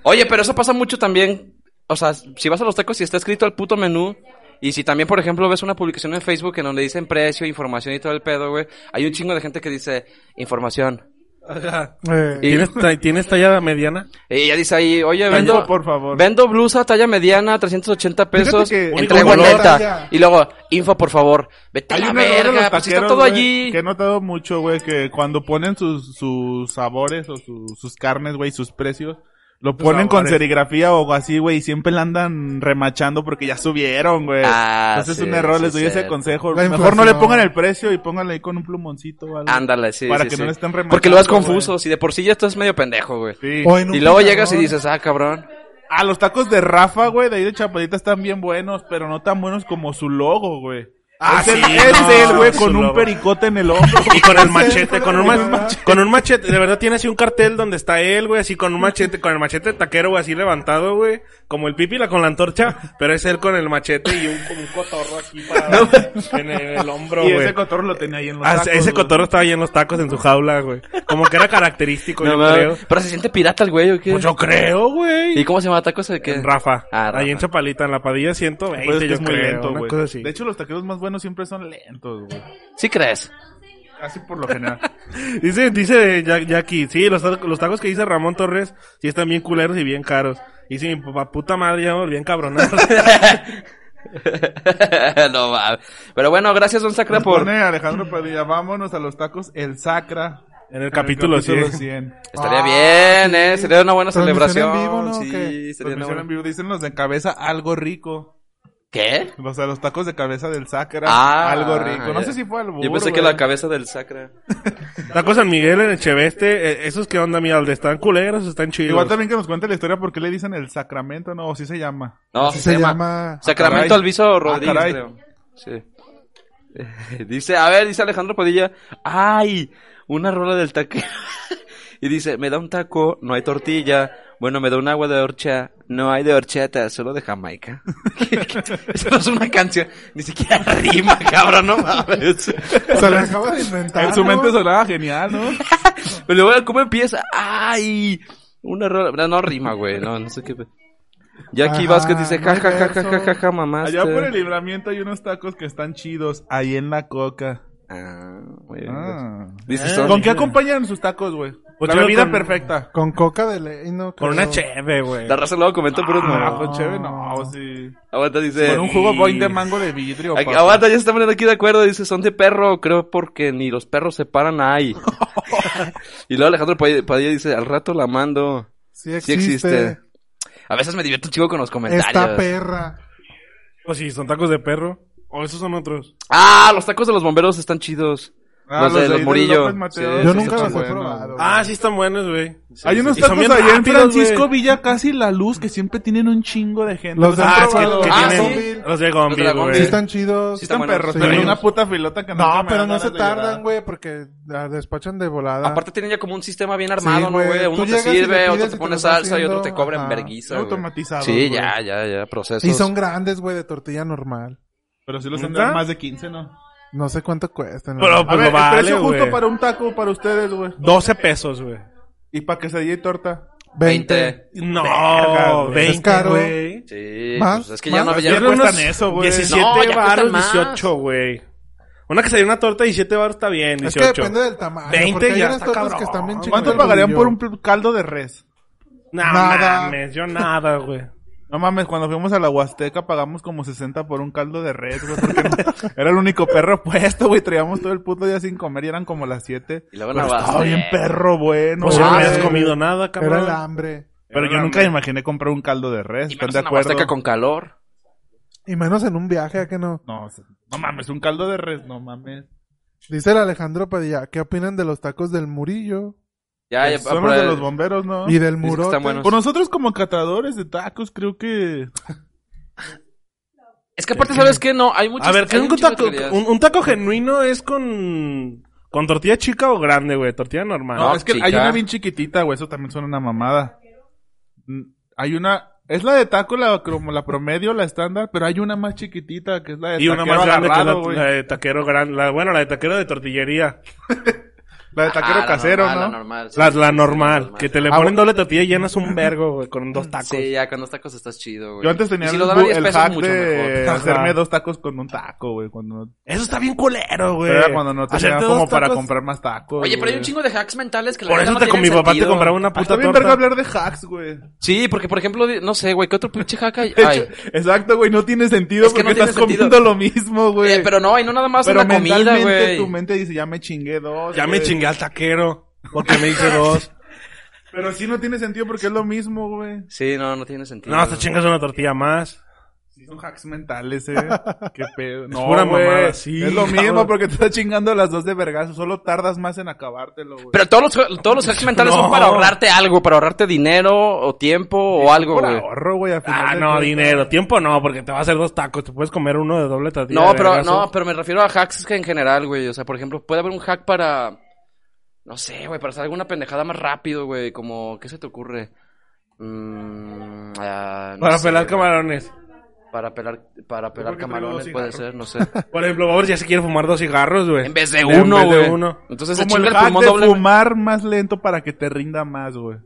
B: Oye, pero eso pasa mucho también. O sea, si vas a los tacos y está escrito al puto menú. Y si también, por ejemplo, ves una publicación en Facebook en donde dicen precio, información y todo el pedo, güey. Hay un chingo de gente que dice información.
C: Eh,
B: Y,
E: ¿Tienes, ta- ¿Tienes talla mediana?
B: y ella dice ahí, oye,
D: Ayuda,
B: vendo,
D: por favor.
B: vendo blusa talla mediana, 380 pesos,
D: que-
B: entrego
C: Oye,
B: en
C: como
B: neta.
C: talla.
B: Y luego, info, por favor. Vete a
D: Hay
B: la
D: un error en los
B: verga, pues está
D: taqueros,
B: todo
D: güey,
B: allí.
D: Que he notado mucho, güey, que cuando ponen sus, sus sabores o su- sus carnes, güey, sus precios, lo ponen con
E: sabores.
D: serigrafía o así, güey, y siempre la andan remachando porque ya subieron, güey.
B: Ah,
D: Entonces es
B: sí,
D: un error,
B: sí,
D: les doy
B: es
D: ese
B: cierto.
D: consejo.
C: La
D: Mejor no le
C: inflación.
D: pongan el precio y pónganle ahí con un plumoncito o algo.
B: Ándale, sí,
D: Para
B: sí,
D: que
B: sí.
D: no le estén remachando.
B: Porque lo vas
D: güey.
B: confuso, si de por sí ya estás medio pendejo, güey.
D: Sí.
C: o en un
B: Y luego
C: pizarrón.
B: llegas y dices, ah, cabrón.
D: Ah, los tacos de Rafa, güey, de ahí de Chapadita están bien buenos, pero no tan buenos como su logo, güey.
E: Ah,
D: es el-
E: sí,
D: es
E: no,
D: él, güey,
E: su
D: con un
E: logo.
D: pericote en el hombro.
E: Y con el machete, con un, ma- con un machete, de verdad tiene así un cartel donde está él, güey, así con un machete, con el machete taquero, güey, así levantado, güey, como el pipila con la antorcha, pero es él con el machete y un, como un cotorro aquí para, en, el, en el hombro,
D: y
E: güey.
D: ese cotorro lo tenía ahí en los
E: Ah,
D: tacos,
E: ese
D: güey.
E: cotorro estaba ahí en los tacos en su jaula, güey. Como que era característico,
B: No,
E: yo
B: mames.
E: creo.
B: Pero se siente pirata el güey, ¿o qué?
E: Pues yo creo, güey.
B: ¿Y cómo se llama tacos de qué?
E: En Rafa.
B: Ah, Rafa.
E: Ahí en Chapalita, en la Padilla 120,
D: Pues es que
E: yo
D: es muy
E: creo,
D: lento,
E: una
D: güey.
E: cosa así.
D: De hecho, los taqueros más buenos siempre son lentos, güey.
B: ¿Sí crees?
D: Casi por lo general.
E: Dice, dice Ya- Jackie, sí, los, ta- los tacos que dice Ramón Torres sí están bien culeros y bien caros. Y sí, mi papá, puta madre, ya me volví encabronado.
B: no mames. Pero bueno, gracias Don Sacra
D: Nos
B: por...
D: Pone Alejandro Padilla, vámonos a los tacos El Sacra.
E: en el capítulo 100.
D: 100.
B: Estaría
C: Ah,
B: bien, ¿eh? Sería una buena
C: Transmisión
B: celebración.
C: en vivo, ¿no?
B: Sí,
C: ¿Qué?
B: sería una
D: Transmisión en
B: buena...
D: vivo. Dicen los de cabeza algo rico.
B: ¿Qué?
D: O sea, los tacos de cabeza del Sacra.
B: Ah,
D: algo rico. No
B: ya.
D: sé si fue al burro. eh.
B: Yo pensé que la cabeza del Sacra.
E: Tacos San Miguel en el Cheveste, eh, esos que onda, mi alde, están culeros, o están chidos.
D: Igual también que nos cuente la historia por qué le dicen el Sacramento, ¿no? O sí se llama.
B: No,
C: Así se llama.
B: Sacramento
D: Ah, caray.
B: Alviso Rodríguez,
D: caray.
B: creo. Sí. Eh, Dice, a ver, dice Alejandro Padilla, ¡ay! Una rola del taco. y dice, me da un taco, no hay tortilla. Bueno, me da un agua de horcha, no hay de horchata, solo de Jamaica. Eso no es una canción, ni siquiera rima, cabrón, no mames.
C: Se la acaba de inventar.
D: En su
C: ¿no?
D: mente sonaba genial, ¿no?
B: Pero luego, ¿cómo empieza? ¡Ay! Una rola, no, no rima, güey, no, no sé qué. pe- Jackie
C: Ajá,
B: Vázquez dice, ja,
C: no hay
B: ja, ja, ja, ja,
C: verso.
B: ja, ja, mamaste.
D: Allá por el libramiento hay unos tacos que están chidos. Ahí en la coca.
B: Ah, muy bien.
D: Ah.
B: Dice, son-
D: ¿Con qué acompañan sus tacos, güey?
E: Pues
D: la
E: yo
D: bebida
E: con-
D: perfecta.
C: Con coca de ley, no
E: Con
C: creo.
E: una cheve, güey.
B: La raza luego comenta puros
D: Ah,
B: no.
D: con chévere, no, pues sí.
B: Aguanta, dice.
D: Con un jugo boing de mango de vidrio.
B: Aquí-
D: papá.
B: aguanta, ya se están poniendo aquí de acuerdo. Dice, son de perro, creo, porque ni los perros se paran ahí. y luego Alejandro Pad- Padilla dice, al rato la mando.
C: Sí
B: Sí
C: existe.
B: existe. A veces me divierto un chico con los comentarios.
C: Esta perra.
E: Pues sí, son tacos de perro. O esos son otros.
B: ah, los tacos de los bomberos están chidos.
D: Ah,
B: los, de
D: ahí
B: los
D: del
B: Murillo.
D: López Mateos.
B: Sí,
C: Yo
B: sí,
C: nunca
B: sí,
C: los
B: sí.
C: he
D: bueno.
C: probado.
E: Ah, sí están buenos, güey.
B: Sí,
D: Hay
B: sí,
D: unos
B: sí.
D: tacos
E: bien
D: allá en
E: rápidos,
D: Francisco
E: güey.
D: Villa, casi la luz, que siempre tienen un chingo de gente.
C: Los
D: han
C: de-
E: Ah, es que,
D: probado.
E: que
B: Ah,
E: tienen
B: sí.
E: los de
B: Los de la
E: Gombi,
B: Gombi.
C: Sí
E: güey.
C: están chidos.
B: Sí
D: Están
B: buenos.
D: perros,
C: Sí.
D: pero hay una puta filota que nunca
C: No,
D: me
C: pero
D: dan
C: no
D: ganas
C: se
D: de llorar.
C: tardan, güey, porque la despachan de volada.
B: Aparte tienen ya como un sistema bien armado,
C: Ah. Sí,
B: ¿no,
C: güey.
B: güey?
C: Tú
B: Uno te
C: llegas y le
B: sirve,
C: pides
B: otro
C: y
B: te
C: te
B: pone
C: los
B: salsa y
C: haciendo,
B: otro te cobra en
C: ajá,
B: verguiza, güey.
D: Automatizados.
B: Sí,
D: güey.
B: ya, ya, ya, procesos.
C: y son grandes, güey, de tortilla normal.
D: Pero si los han
E: ¿Neta?
D: dado más de 15, ¿no?
C: No sé cuánto cuestan. la
E: Pero,
C: verdad.
D: A ver,
E: Pues lo
D: el
E: vale,
D: precio justo
E: güey.
D: para un taco para ustedes, güey.
E: 12 pesos, güey.
D: Y para quesadilla y torta.
C: 20.
E: No,
D: Verga, güey.
C: Es
E: 20,
C: caro.
E: güey.
B: Sí,
C: ¿Más?
B: pues es que ya no
C: ¿Más?
B: había...
D: Ya
E: Eran
D: cuestan
E: unos
D: eso, güey.
E: 17
B: No, ya cuestan
E: baros,
B: más.
E: 18, güey. Una que sería una torta, 17 baros está bien,
C: Es
E: 18.
C: que depende del tamaño.
E: 20
C: porque hay
E: ya
C: unas
E: está
C: tortas
E: cabrón.
C: que están bien
D: ¿Cuánto
C: chingonas.
D: pagarían por un pl- caldo de res?
E: No
C: Nada.
E: mames, yo nada, güey.
D: No mames, cuando fuimos a la Huasteca pagamos como 60 por un caldo de res, güey, porque no- era el único perro puesto, güey, traíamos todo el puto día sin comer y eran como las 7.
B: Y luego
D: Pero
C: Pues
B: en la
D: estaba
B: Huasteca.
D: bien perro bueno,
E: O sea, no
C: Ah,
E: habías
C: sí.
E: comido nada,
C: Era
E: cabrón.
C: el hambre.
D: pero yo nunca imaginé comprar un caldo de res,
B: Y
D: ¿están
B: menos
D: de
B: en la Huasteca
D: acuerdo?
B: con calor.
C: Y menos en un viaje, ¿a que no?
D: No, o sea, no mames, un caldo de res, no mames.
C: Dice el Alejandro Padilla, ¿qué opinan de los tacos del Murillo?
B: Ya, ya,
D: Son
B: por
D: los de
B: el-
D: los bomberos, ¿no?
C: Y del
B: Dice que
C: muro.
B: están buenos.
D: Por nosotros como catadores de tacos, creo que
B: Es que aparte, ¿sabes qué? No, hay muchos...
E: A ver, ¿qué es un taco? Un, un taco genuino es con... ¿Con tortilla chica o grande, güey? Tortilla normal.
D: No,
B: No,
D: es que
B: chica.
D: hay una bien chiquitita, güey. Eso también suena una mamada. Mm, Hay una. Es la de taco, la, como la promedio, la estándar, pero hay una más chiquitita que es la de
E: y una
D: taquero
E: más grande
D: agarrado,
E: que
D: güey.
E: la- la, de taquero grande. La, bueno, la de taquero de tortillería.
D: La de taquero casero, ¿no?
B: Ah, La normal, sí.
E: La, la normal. Que te le
D: Ah,
E: ponen doble tortilla y llenas un vergo, güey, con dos tacos.
B: Sí, ya con los tacos estás chido, güey.
D: Yo antes tenía
B: Y si
D: el,
B: lo daban
D: bu-
B: 10
D: el
B: pesos,
D: hack
B: mucho
D: de
B: mejor.
D: hacerme
E: Ajá.
D: dos tacos con un taco, güey. Cuando no,
E: Eso está bien culero, güey.
D: era cuando no tenía
E: Hacerte dos
D: como para
E: tacos.
D: comprar más tacos.
B: Oye, pero hay
D: güey.
B: un chingo de hacks mentales que la
E: Por
B: neta
E: eso
B: no
E: te con mi
B: tienen
E: papá te
B: sentido.
E: compraba una
D: Ah, Está
E: puta
D: bien verga
E: torta.
D: hablar de hacks, güey.
B: Sí, porque por ejemplo, di- no sé, güey, ¿qué otro pinche hack hay?
D: De hecho,
B: Ay. Eh,
D: Exacto, güey. No tiene sentido
B: Es que no
D: porque
B: tiene
D: estás
B: sentido.
D: comiendo lo mismo, güey.
B: Eh, pero no, y no nada más
D: Pero
B: en la comida,
D: mentalmente
B: güey.
D: tu mente dice, ya me chingué dos.
E: Ya me
D: güey.
E: chingué al taquero. Porque me hice dos.
D: Pero sí no tiene sentido porque es lo mismo, güey.
B: Sí, no, no tiene sentido.
E: No, hasta chingas una tortilla más.
D: Sí, son hacks mentales, eh. Qué pedo. No,
E: pura
D: güey.
E: mamada, sí,
D: Es lo
E: cabrón.
D: mismo porque te estás chingando las dos de vergazo. Solo tardas más en acabártelo, güey.
B: Pero todos los, todos los hacks mentales son
E: No.
B: para ahorrarte algo, para ahorrarte dinero o tiempo o algo,
D: Por
B: güey.
D: ahorro, güey. al final
E: Ah,
D: de
E: no,
D: cuentas.
E: dinero. Tiempo no, porque te vas a hacer dos tacos. Te puedes comer uno de doble tortilla.
B: No,
E: de
B: pero
E: vergazo.
B: no, pero me refiero a hacks que en general, güey. O sea, por ejemplo, puede haber un hack para no sé, güey, para hacer alguna pendejada más rápido, güey, como ¿qué se te ocurre? Mm, ah, no
E: Para
B: sé,
E: pelar
B: güey.
E: camarones.
B: Para pelar para pelar
D: porque traigo
B: camarones
D: dos
B: puede
D: cigarros.
B: ser, no sé.
E: Por ejemplo, Babor ya se quiere fumar dos cigarros, güey.
B: En vez de
E: En vez
B: uno,
E: de
B: güey.
E: uno.
B: Entonces se
D: Como
B: chinga
D: el
B: el
D: hack
B: pulmón
D: de
B: doble.
D: fumar más lento para que te rinda más, güey.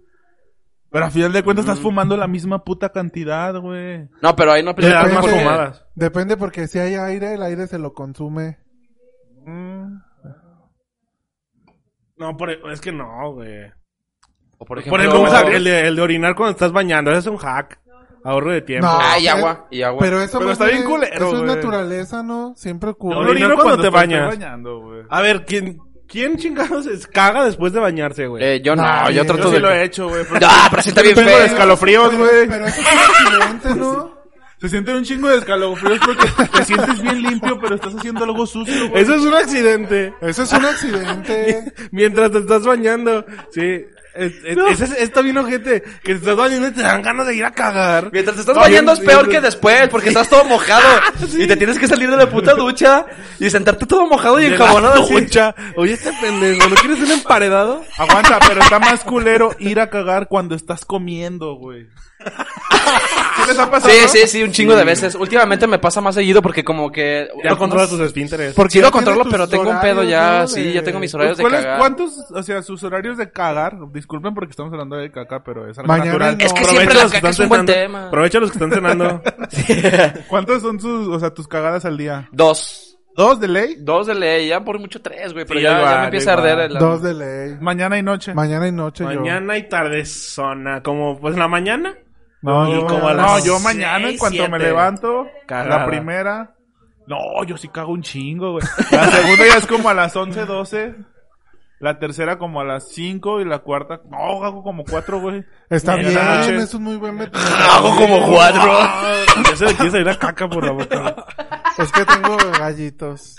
D: Pero al final de cuentas estás fumando la misma puta cantidad, güey.
B: No, pero ahí no
E: Le das
B: porque-
E: más fumadas.
C: Depende porque si hay aire, el aire se lo consume.
D: Mm,
E: No, por- e, es que no, güey.
B: o por ejemplo,
E: Por ejemplo, un hack, el de, el de orinar cuando estás bañando. Ese es un hack. Ahorro de tiempo.
C: No.
B: Ah, y
C: eh,
B: agua, y agua.
C: Pero eso
D: Pero
C: más
D: está bien culero,
C: Eso es
D: güey.
C: naturaleza, ¿no? Siempre
D: Yo
C: ocurre.
E: No, orino cuando te
D: estoy
E: bañas.
D: bañando, güey.
E: A ver, ¿quién, quién chingados es- caga después de bañarse, güey?
B: Eh, yo no,
C: Nah,
B: yo
C: yo
B: trato
D: Yo sí
B: de
D: lo he hecho, güey. pero
B: Ah, pero sí está bien
D: Tengo
B: feo.
D: escalofríos, güey.
C: Pero eso es un accidente, ¿no?
D: Se siente un chingo de escalofríos porque te sientes bien limpio, pero estás haciendo algo sucio, güey.
E: Eso es un accidente.
C: Eso es un accidente.
E: Mientras te estás bañando. Sí. Es, es, ese es- está bien ojete. Que te estás bañando y te dan ganas de ir a cagar.
B: Mientras te estás
E: No,
B: bañando
E: bien-
B: es peor
E: bien-
B: que después, porque estás todo mojado. Y te tienes que salir de la puta ducha y sentarte todo mojado y
E: De la
B: enjabonado así.
E: ducha. Oye, este pendejo, ¿no quieres un emparedado?
D: Aguanta, pero está más culero ir a cagar cuando estás comiendo, güey. ¿Qué les ha pasado?
B: Sí, sí, sí, un chingo de veces. Últimamente me pasa más seguido porque como que...
E: Ya
B: lo
E: controlas
B: controlo-
E: tus esfínteres.
C: Porque
B: Sí
C: ya
B: lo controlo,
C: tienes
B: pero
C: tus
B: tengo un pedo
C: horarios,
B: ya,
C: ¿no?
B: sí,
C: de-
B: ya tengo mis horarios de
D: ¿Cuáles-
B: cagar.
D: ¿Cuántos, o sea, sus horarios de cagar? Disculpen porque estamos hablando de caca, pero es algo
C: Mañana
D: natural.
C: no.
B: Es que
E: Aprovecha
B: siempre la
E: los
B: caca es
E: están
B: un buen
E: cenando.
B: tema.
E: Aprovecha los que están cenando.
D: ¿Cuántos son sus, o sea, tus cagadas al día?
B: Dos.
D: ¿Dos de ley?
B: Dos de ley, ya por mucho tres, güey. Pero
E: Sí,
B: ya,
E: ahí
B: ya
E: va,
B: me empieza a
E: ahí va.
B: arder el...
C: Dos de ley.
D: Mañana y noche.
C: Mañana y noche yo.
E: mañana y tardezona. Como, pues en la mañana.
D: no,
E: y
D: yo,
E: como a
D: no,
E: las
D: yo mañana en
E: seis,
D: cuanto me
E: siete.
D: levanto, la
E: Cagada.
D: primera. No, yo sí cago un chingo, güey. La segunda ya es como a las 11, 12. La tercera como a las 5 y la cuarta, no, hago como 4, güey.
C: Está bien,
E: Mañana noche.
C: es un muy buen método.
E: Hago como cuatro. Ya se le quiere salir la caca por la boca.
C: Es que tengo gallitos.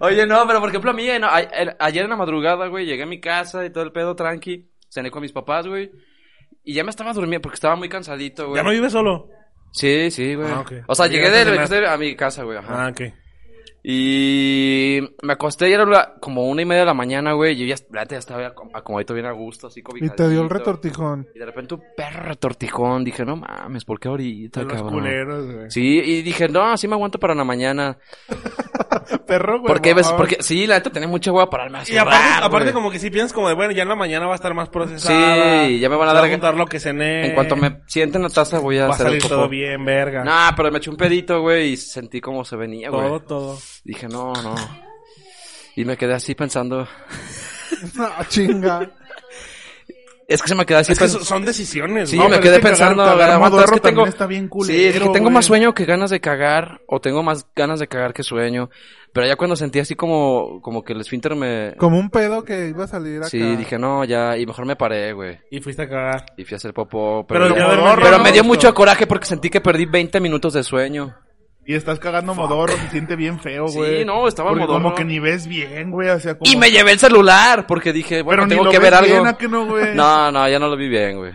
B: Oye, no, pero por ejemplo, a mí, eh, no, a- el- ayer en la madrugada, güey, llegué a mi casa y todo el pedo tranqui. Cené con mis papás, güey. Y ya me estaba durmiendo porque estaba muy cansadito, güey.
E: ¿Ya no vives solo?
B: Sí, sí, güey.
E: Ah, ok.
B: O sea, llegué
E: Llegaste a
B: de
E: cenar.
B: regreso a mi casa, güey. Ajá.
E: Ah, ok.
B: Y me acosté y era la- como una y media de la mañana, güey. Yo ya, la neta, ya estaba acom- acomodito bien a gusto, así
C: Y te dio el
B: cobijadito.
C: retortijón.
B: Y de repente un perro retortijón. Dije, no mames, ¿por qué ahorita,
E: De los
B: cabrón?
E: culeros, güey.
B: Sí, y dije, no, así me aguanto para la mañana.
E: Perro, güey.
B: Porque, ves,
E: mamón.
B: porque sí, la neta tenía mucha hueva para el
E: Y aparte, aparte como que si piensas como de, bueno, ya en la mañana va a estar más procesada.
B: Sí, ya me van a
E: se va
B: dar-
E: juntar lo que cené.
B: En cuanto me sienten la taza, voy a
E: va a
B: hacer el
E: salir
B: popó.
E: todo bien, verga.
B: Nah, pero me eché un pedito, güey, y sentí cómo se venía,
E: todo,
B: güey.
E: todo.
B: Dije, no, no. Y me quedé así pensando.
C: No, Ah, chinga.
B: Es que se me quedé así
E: Es que
B: pensando.
E: so- son decisiones,
B: Sí,
E: güey.
B: me
D: pero
B: quedé
D: es que cagar-
B: pensando,
D: cagar
B: a ver, aguanta, es
D: modorro
B: que
D: también
B: tengo-
D: está bien
B: Sí,
D: culero,
B: dije, tengo
D: güey.
B: más sueño que ganas de cagar, o tengo más ganas de cagar que sueño. Pero ya cuando sentí así como, como que el esfínter me...
C: Como un pedo que iba a salir acá.
B: Sí, dije, no, ya, y mejor me paré, güey.
E: Y fuiste a cagar.
B: Y fui a hacer popó, pero,
E: Pero,
B: ya-
E: ya duermes
D: modorro,
B: pero
E: bien,
B: me dio
E: ¿no?
B: mucho coraje porque sentí que perdí 20 minutos de sueño.
D: Y estás cagando modorro, se siente bien feo,
B: Sí,
D: güey.
B: no, estaba
D: Porque
B: modorro.
D: Como que ni ves bien, güey. O sea, como...
B: Y me llevé el celular porque dije, bueno,
D: Pero ni
B: tengo
D: lo
B: que ver
D: ves
B: algo.
D: bien, ¿a que no, güey?
B: no, no, ya no lo vi bien, güey.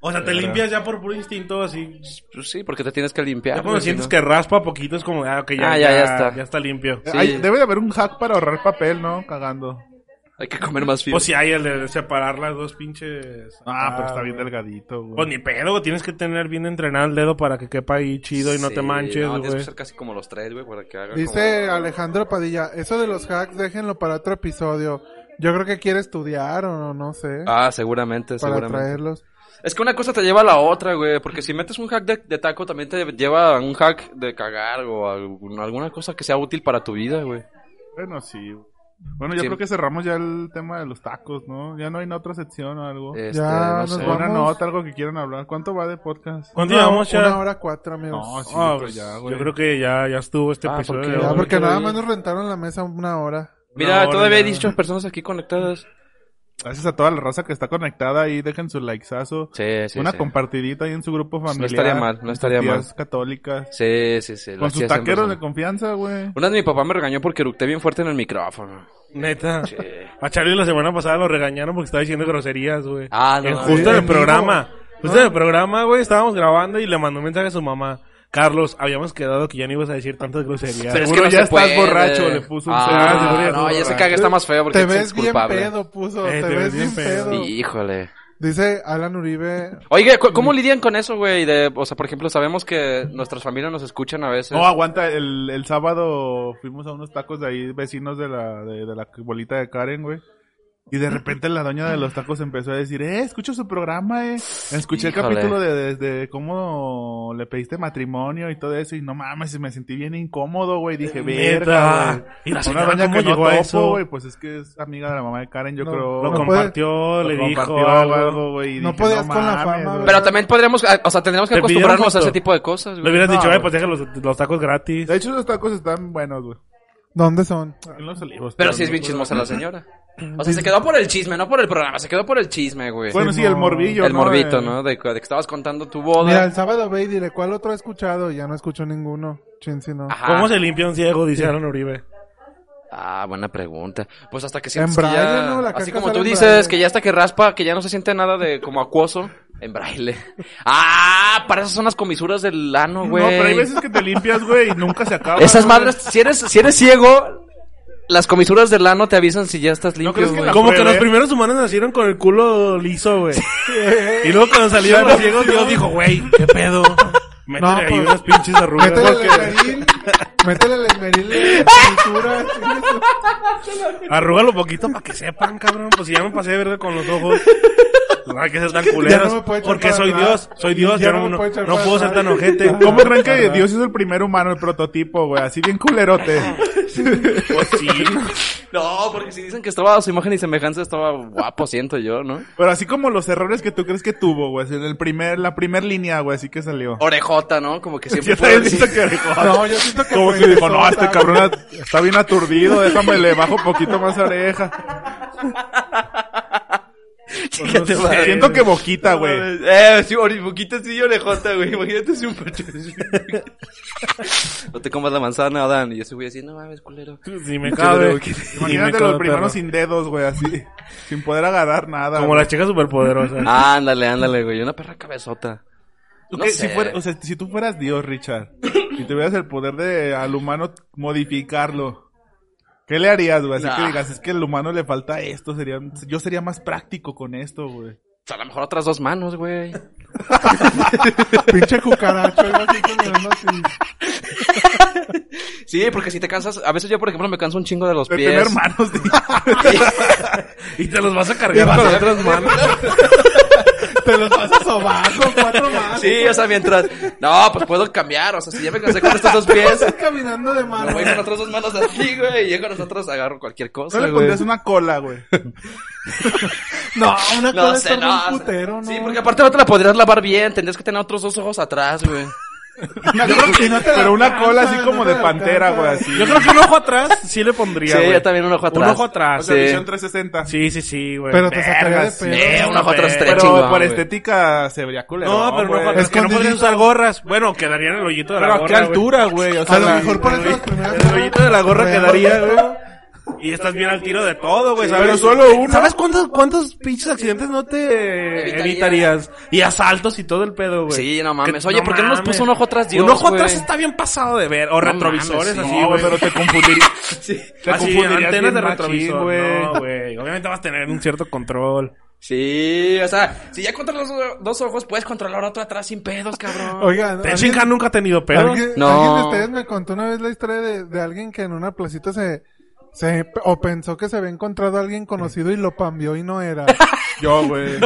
E: O sea, te limpias ya por puro instinto, así.
B: Pues sí, porque te tienes que
E: Ya
B: limpiar.
E: cuando
B: güey, si
E: sientes
B: pues, no.
E: que raspa poquito es como, ah, ok, ya,
B: Ah, ya,
E: ya, ya
B: ya
E: está.
B: está.
E: Ya está limpio.
B: Sí.
D: Hay- debe de haber un hack para ahorrar papel, ¿no? Cagando.
B: Hay que comer más fibra.
E: Pues si hay el de separar las dos pinches.
D: Ah, pero está bien
E: güey.
D: delgadito, güey.
E: Pues ni pedo, güey, tienes que tener bien entrenado el dedo para que quepa ahí chido y no
B: Sí,
E: te manches,
B: no,
E: güey.
B: tienes que ser casi como los tres, güey, para que haga
C: Dice
B: como-
C: Alejandro Padilla, eso de los hacks déjenlo para otro episodio. Yo creo que quiere estudiar o no, no sé.
B: Ah, seguramente,
C: para
B: seguramente.
C: traerlos.
B: Es que una cosa te lleva a la otra, güey. Porque si metes un hack de, de taco, también te lleva a un hack de cagar o algún- alguna cosa que sea útil para tu vida, güey.
D: Bueno, sí. güey. Bueno, yo
B: Sí.
D: creo que cerramos ya el tema de los tacos, ¿no? Ya no hay otra sección o algo.
B: Este,
C: Ya
B: no
C: nos
B: sé.
C: vamos.
D: Una nota, algo que quieran hablar. ¿Cuánto va de podcast?
E: ¿Cuánto
C: Una-
E: llevamos ya?
C: Una hora cuatro, amigos.
D: No, sí, yo
E: Ah,
D: creo
E: pues,
D: ya, güey.
E: yo creo que ya, ya estuvo este
B: Ah,
E: episodio.
B: porque-
E: de
C: Ya,
E: hoy.
C: porque
B: Ahorita
C: nada
B: voy.
C: más nos rentaron la mesa una hora.
B: Mira,
E: No,
B: todavía hay
E: no.
B: 18 personas aquí conectadas.
D: Gracias a toda la raza que está conectada ahí. Dejen su likesazo.
B: Sí, sí,
D: una
B: sí.
D: compartidita ahí en su grupo familiar.
B: estaría mal, no
D: con sus
B: estaría
D: tías
B: mal.
D: católicas.
B: Sí, sí, sí. lo
D: Con sus
B: hacía siempre,
D: taqueros
B: sí.
D: de confianza, güey.
B: Una vez mi papá me regañó porque eructé bien fuerte en el micrófono.
E: Neta. A Charlie la semana pasada lo regañaron porque estaba diciendo groserías, güey.
B: Ah, no.
E: En-
B: mames.
E: justo
C: en
E: en el
C: vivo.
D: Ah.
E: programa. Justo en el programa, güey, estábamos grabando y le mandó un mensaje a su mamá. Carlos, habíamos quedado que ya no ibas a decir tantas groserías.
B: Pero es que
D: Seguro
B: no
D: ya
B: se
D: estás
B: puede.
D: borracho, le puso un celular, seguro ya
B: Ah, no, ya
D: estás
B: se
D: borracho.
B: caga, está más feo porque
C: Te
B: es
C: ves bien
B: culpable.
C: pedo, puso.
E: Eh,
C: te, ves bien pedo.
B: Híjole.
C: Dice Alan Uribe.
B: Oye, ¿cu- ¿cómo lidian con eso, güey? De- O sea, por ejemplo, sabemos que nuestras familias nos escuchan a veces.
D: No, Oh, ah, aguanta, el, el sábado fuimos a unos tacos de ahí, vecinos de la, de, de la bolita de Karen, güey. Y de repente la doña de los tacos empezó a decir, eh, escucho su programa, eh. Escuché
B: Híjole.
D: el capítulo de, de, de cómo le pediste matrimonio y todo eso. Y no mames, y me sentí bien incómodo, güey. Dije, verga, güey.
E: Y la
D: Una
E: señora
D: doña
E: cómo
D: que no
E: llegó a
D: topo,
E: eso.
D: güey, pues es que es amiga de la mamá de Karen, yo
C: No,
D: creo.
C: no
E: Lo
D: Lo
C: puede-
E: compartió, le dijo
D: compartió
E: algo.
D: algo, güey. y
C: No
D: dije,
C: podías con la
D: mames,
C: fama, güey.
B: Pero también podríamos, ah, o sea, tendríamos que
E: Te pidieron
B: acostumbrarnos a
E: foto.
B: ese tipo de cosas,
E: Le
B: güey.
E: hubieras
D: No,
E: dicho, ay,
D: güey.
E: pues deja los, los tacos gratis.
D: De hecho, esos tacos están buenos, güey.
C: ¿Dónde son?
D: En los olivos.
B: Pero sí es bien chismosa la señora. O sea, se quedó por el chisme, no por el programa, se quedó por el chisme, güey.
D: Bueno, sí, el morbillo,
B: el
D: ¿no?
B: morbito,
D: Eh,
B: ¿no? De, de que estabas contando tu boda.
C: Mira, el sábado ve y dile, ¿cuál otro he escuchado? Ya no escucho ninguno. Chin, si no.
B: Ajá.
E: ¿Cómo se limpia un ciego? Dice Aaron Uribe.
B: Ah, buena pregunta. Pues hasta que sientes
C: braille,
B: que ya,
C: ¿no? La
B: así
C: caca
B: como
C: sale
B: tú
C: en
B: dices,
C: braille.
B: que ya hasta que raspa, que ya no se siente nada de como acuoso en braille. Ah, para eso son las comisuras del ano, güey.
D: No, pero hay veces que te limpias, güey, y nunca se acaba.
B: Esas
D: güey.
B: madres, si eres si eres ciego, las comisuras del ano te avisan si ya estás limpio.
D: crees que
B: güey.
D: la-
E: Como que
D: prueba,
E: los
D: ¿eh?
E: primeros humanos nacieron con el culo liso, güey. y luego cuando salieron los ciegos, Dios dijo, güey, qué pedo. Métele
C: No,
E: ahí
C: pues,
E: unas pinches arrugas.
C: Métele el
E: Porque-
C: esmeril. Métele el esmeril en la cintura. chingue su-
E: Arrúgalo poquito para que sepan, cabrón. Pues si ya me pasé de verga con los ojos. No hay que ser tan
C: Ya no me
E: culeros.
C: puede echar
E: porque
C: para
E: soy
C: atrás.
E: Dios, soy Dios.
C: Ya
E: yo
C: no
E: no,
C: me puede echar
E: no
C: para
E: puedo ser
C: atrás.
E: tan ojete.
D: ¿Cómo creen que Dios es el primer humano, el prototipo, güey? Así bien culerote.
E: Pues sí.
B: No, porque si dicen que estaba a su imagen y semejanza, estaba guapo, siento yo, ¿no?
D: Pero así como los errores que tú crees que tuvo, güey. así En el primer, la primer línea, güey, así que salió.
B: Orejota, ¿no? Como que siempre
D: Ya
B: pudo
D: sabes,
B: decir-
D: visto que dejó-
C: No, yo siento que.
D: Como
C: fue
D: que dijo,
C: eso,
D: no, este
C: taco.
D: cabrón at- está bien aturdido, déjame le bajo poquito más oreja.
B: Chícate, madre.
D: Siento que boquita, güey.
B: Eh, sí, ori- boquita sí y orejota, güey. Imagínate si un pecho. no te comas la manzana, Adán. Y yo ese güey así, no mames, culero.
E: Si me
B: Yo
E: cabe.
B: creo que-
D: Imagínate los primeros sin dedos, güey, así. sin poder agarrar nada.
E: Como
D: güey.
E: la chica superpoderosa.
B: Ándale, ándale, güey. Una perra cabezota.
D: ¿Tú
B: no
D: qué-
B: sé.
D: si, fuera- o sea, si tú fueras Dios, Richard, y tuvieras el poder de al humano modificarlo, ¿qué le harías, güey? Así
B: Nah.
D: que digas, es que al humano le falta esto, sería, yo sería más práctico con esto, güey.
B: O sea, a lo mejor otras dos manos, güey.
C: Pinche cucaracho, algo así con las manos así.
B: Sí, porque si te cansas, a veces yo, por ejemplo, me canso un chingo de los
D: De
B: pies.
D: tener manos, de-
E: Y te los vas a cargar con otras manos.
D: te los vas a sobar con cuatro manos.
B: Sí, o sea, mientras. No, pues puedo cambiar. O sea, si ya me cansé con estos dos pies,
C: Caminando de
B: me
C: mano.
B: voy con otras dos manos así, güey. Y yo con las otras agarro cualquier
D: No
B: cosa,
D: le
B: güey.
D: pondrías una cola, güey.
C: No, una
B: No
C: cola
B: sé,
C: está
B: no.
C: bien putero, ¿no?
B: Sí, porque aparte no te la podrías lavar bien. Tendrías que tener otros dos ojos atrás, güey.
D: Pero una cola así
C: alcanza,
D: como
C: no
D: de
C: te la
D: pantera, güey,
C: alcanza.
D: así.
E: Yo creo que un ojo atrás sí le pondría.
B: Sí,
E: güey.
B: yo también un ojo atrás.
E: Un ojo atrás.
D: O sea,
B: Sí.
D: visión 360.
E: Sí, sí, sí, güey.
C: Pero te sacaría de
D: Vergas,
B: Eh,
C: pedo.
B: un ojo atrás estaría
D: Pero
B: chingón,
D: por
B: güey.
D: estética se vería culero.
E: No, pero un ojo atrás.
D: Es
E: Es que no podrías usar gorras. Bueno, quedaría en el hoyito de la
D: Pero a
E: gorra.
D: qué altura, güey. O sea,
C: A lo
D: la-
C: mejor por eso las primeras
E: güey. El hoyito de la gorra
C: Real.
E: quedaría, güey. Y estás bien al tiro de todo, güey.
D: Sí,
E: ¿sabes?
D: pero solo uno.
E: ¿Sabes cuántos, cuántos pinches accidentes no te
B: Evitarías.
E: evitarías? Y asaltos y todo el pedo, güey.
B: Sí, no mames.
E: Que-
B: Oye, ¿por qué no nos puso un ojo atrás, Dios,
E: Un ojo
B: güey?
E: atrás está bien pasado de ver. O retrovisores,
B: mames,
E: así,
D: No, güey,
E: güey.
D: pero te confundirías. Te
E: Así,
D: confundirías
E: Ah, antenas
D: bien
E: de
D: machín,
E: retrovisor,
D: güey.
E: No, güey. Obviamente vas a tener un cierto control.
B: Sí, o sea, si ya controlas los dos ojos, puedes controlar otro atrás sin pedos, cabrón.
C: Oigan,
E: Te
C: ¿alguien-
E: chinga nunca ha tenido pedo.
C: ¿Alguien,
B: No.
C: alguien de ustedes me contó una vez la historia de, de alguien que en una placita se, se o pensó que se había encontrado a alguien conocido y lo pambió y no era.
D: Yo, güey.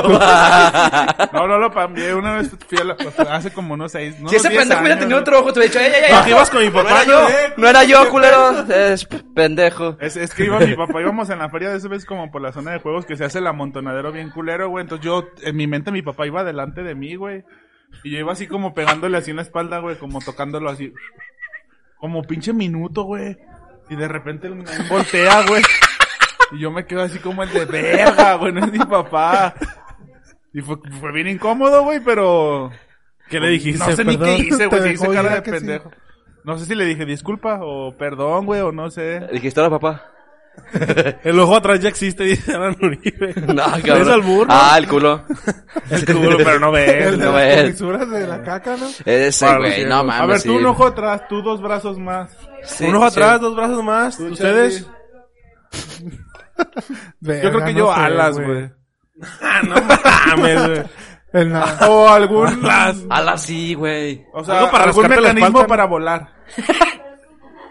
D: No, no lo cambié. Una vez fui a la... Hace como unos seis... no,
B: si ese
D: diez
B: pendejo hubiera
D: años,
B: tenido
D: güey.
B: otro ojo, te hubiera dicho, ¡ey, ey, ey!
E: Ah, ibas con mi
B: No era
E: papá,
B: yo,
E: ¿no?
B: no era yo, culero. Es p- pendejo.
D: Es, es que iba mi papá, íbamos en la feria de esa vez como por la zona de juegos que se hace el amontonadero bien culero, güey. Entonces yo, en mi mente, mi papá iba delante de mí, güey. Y yo iba así como pegándole así en la espalda, güey, como tocándolo así. Como pinche minuto, güey. Y de repente el man voltea, güey. Y yo me quedo así como el de verga, güey, no es mi papá. Y fue, fue bien incómodo, güey, pero...
E: ¿Qué le dijiste?
D: No sé ni qué
E: Perdón.
D: hice,
C: Te
D: güey, se hice
C: dejó
D: cara
C: ir
D: de
C: a que sí.
D: pendejo. No sé si le dije disculpa o perdón, güey, o no sé.
B: Dijiste, hola, papá.
E: El ojo atrás ya existe, dice Alan Uribe.
B: No, cabrón.
E: Es al burro.
B: Ah, el culo.
E: El culo, pero no
C: El
E: ves.
C: de
B: No
C: las
B: es.
C: comisuras de la caca, ¿no?
B: Ese,
E: Para
B: güey,
E: los
B: no
E: ciegos.
B: mames.
D: A ver,
B: sí.
D: tú un ojo atrás, tú dos brazos más.
B: Sí,
E: un ojo
B: sí.
E: atrás, dos brazos más.
D: Tú,
E: ¿Ustedes?
D: Charlie.
C: Verga,
D: Yo creo que
C: no
D: yo
C: sé,
D: alas, güey.
E: Ah, no mames, güey.
C: El na-
D: O algún...
B: Ala, sí, güey.
D: O sea,
E: Algo para
D: algún
E: rascarte la
D: mecanismo
E: espalda.
D: para volar.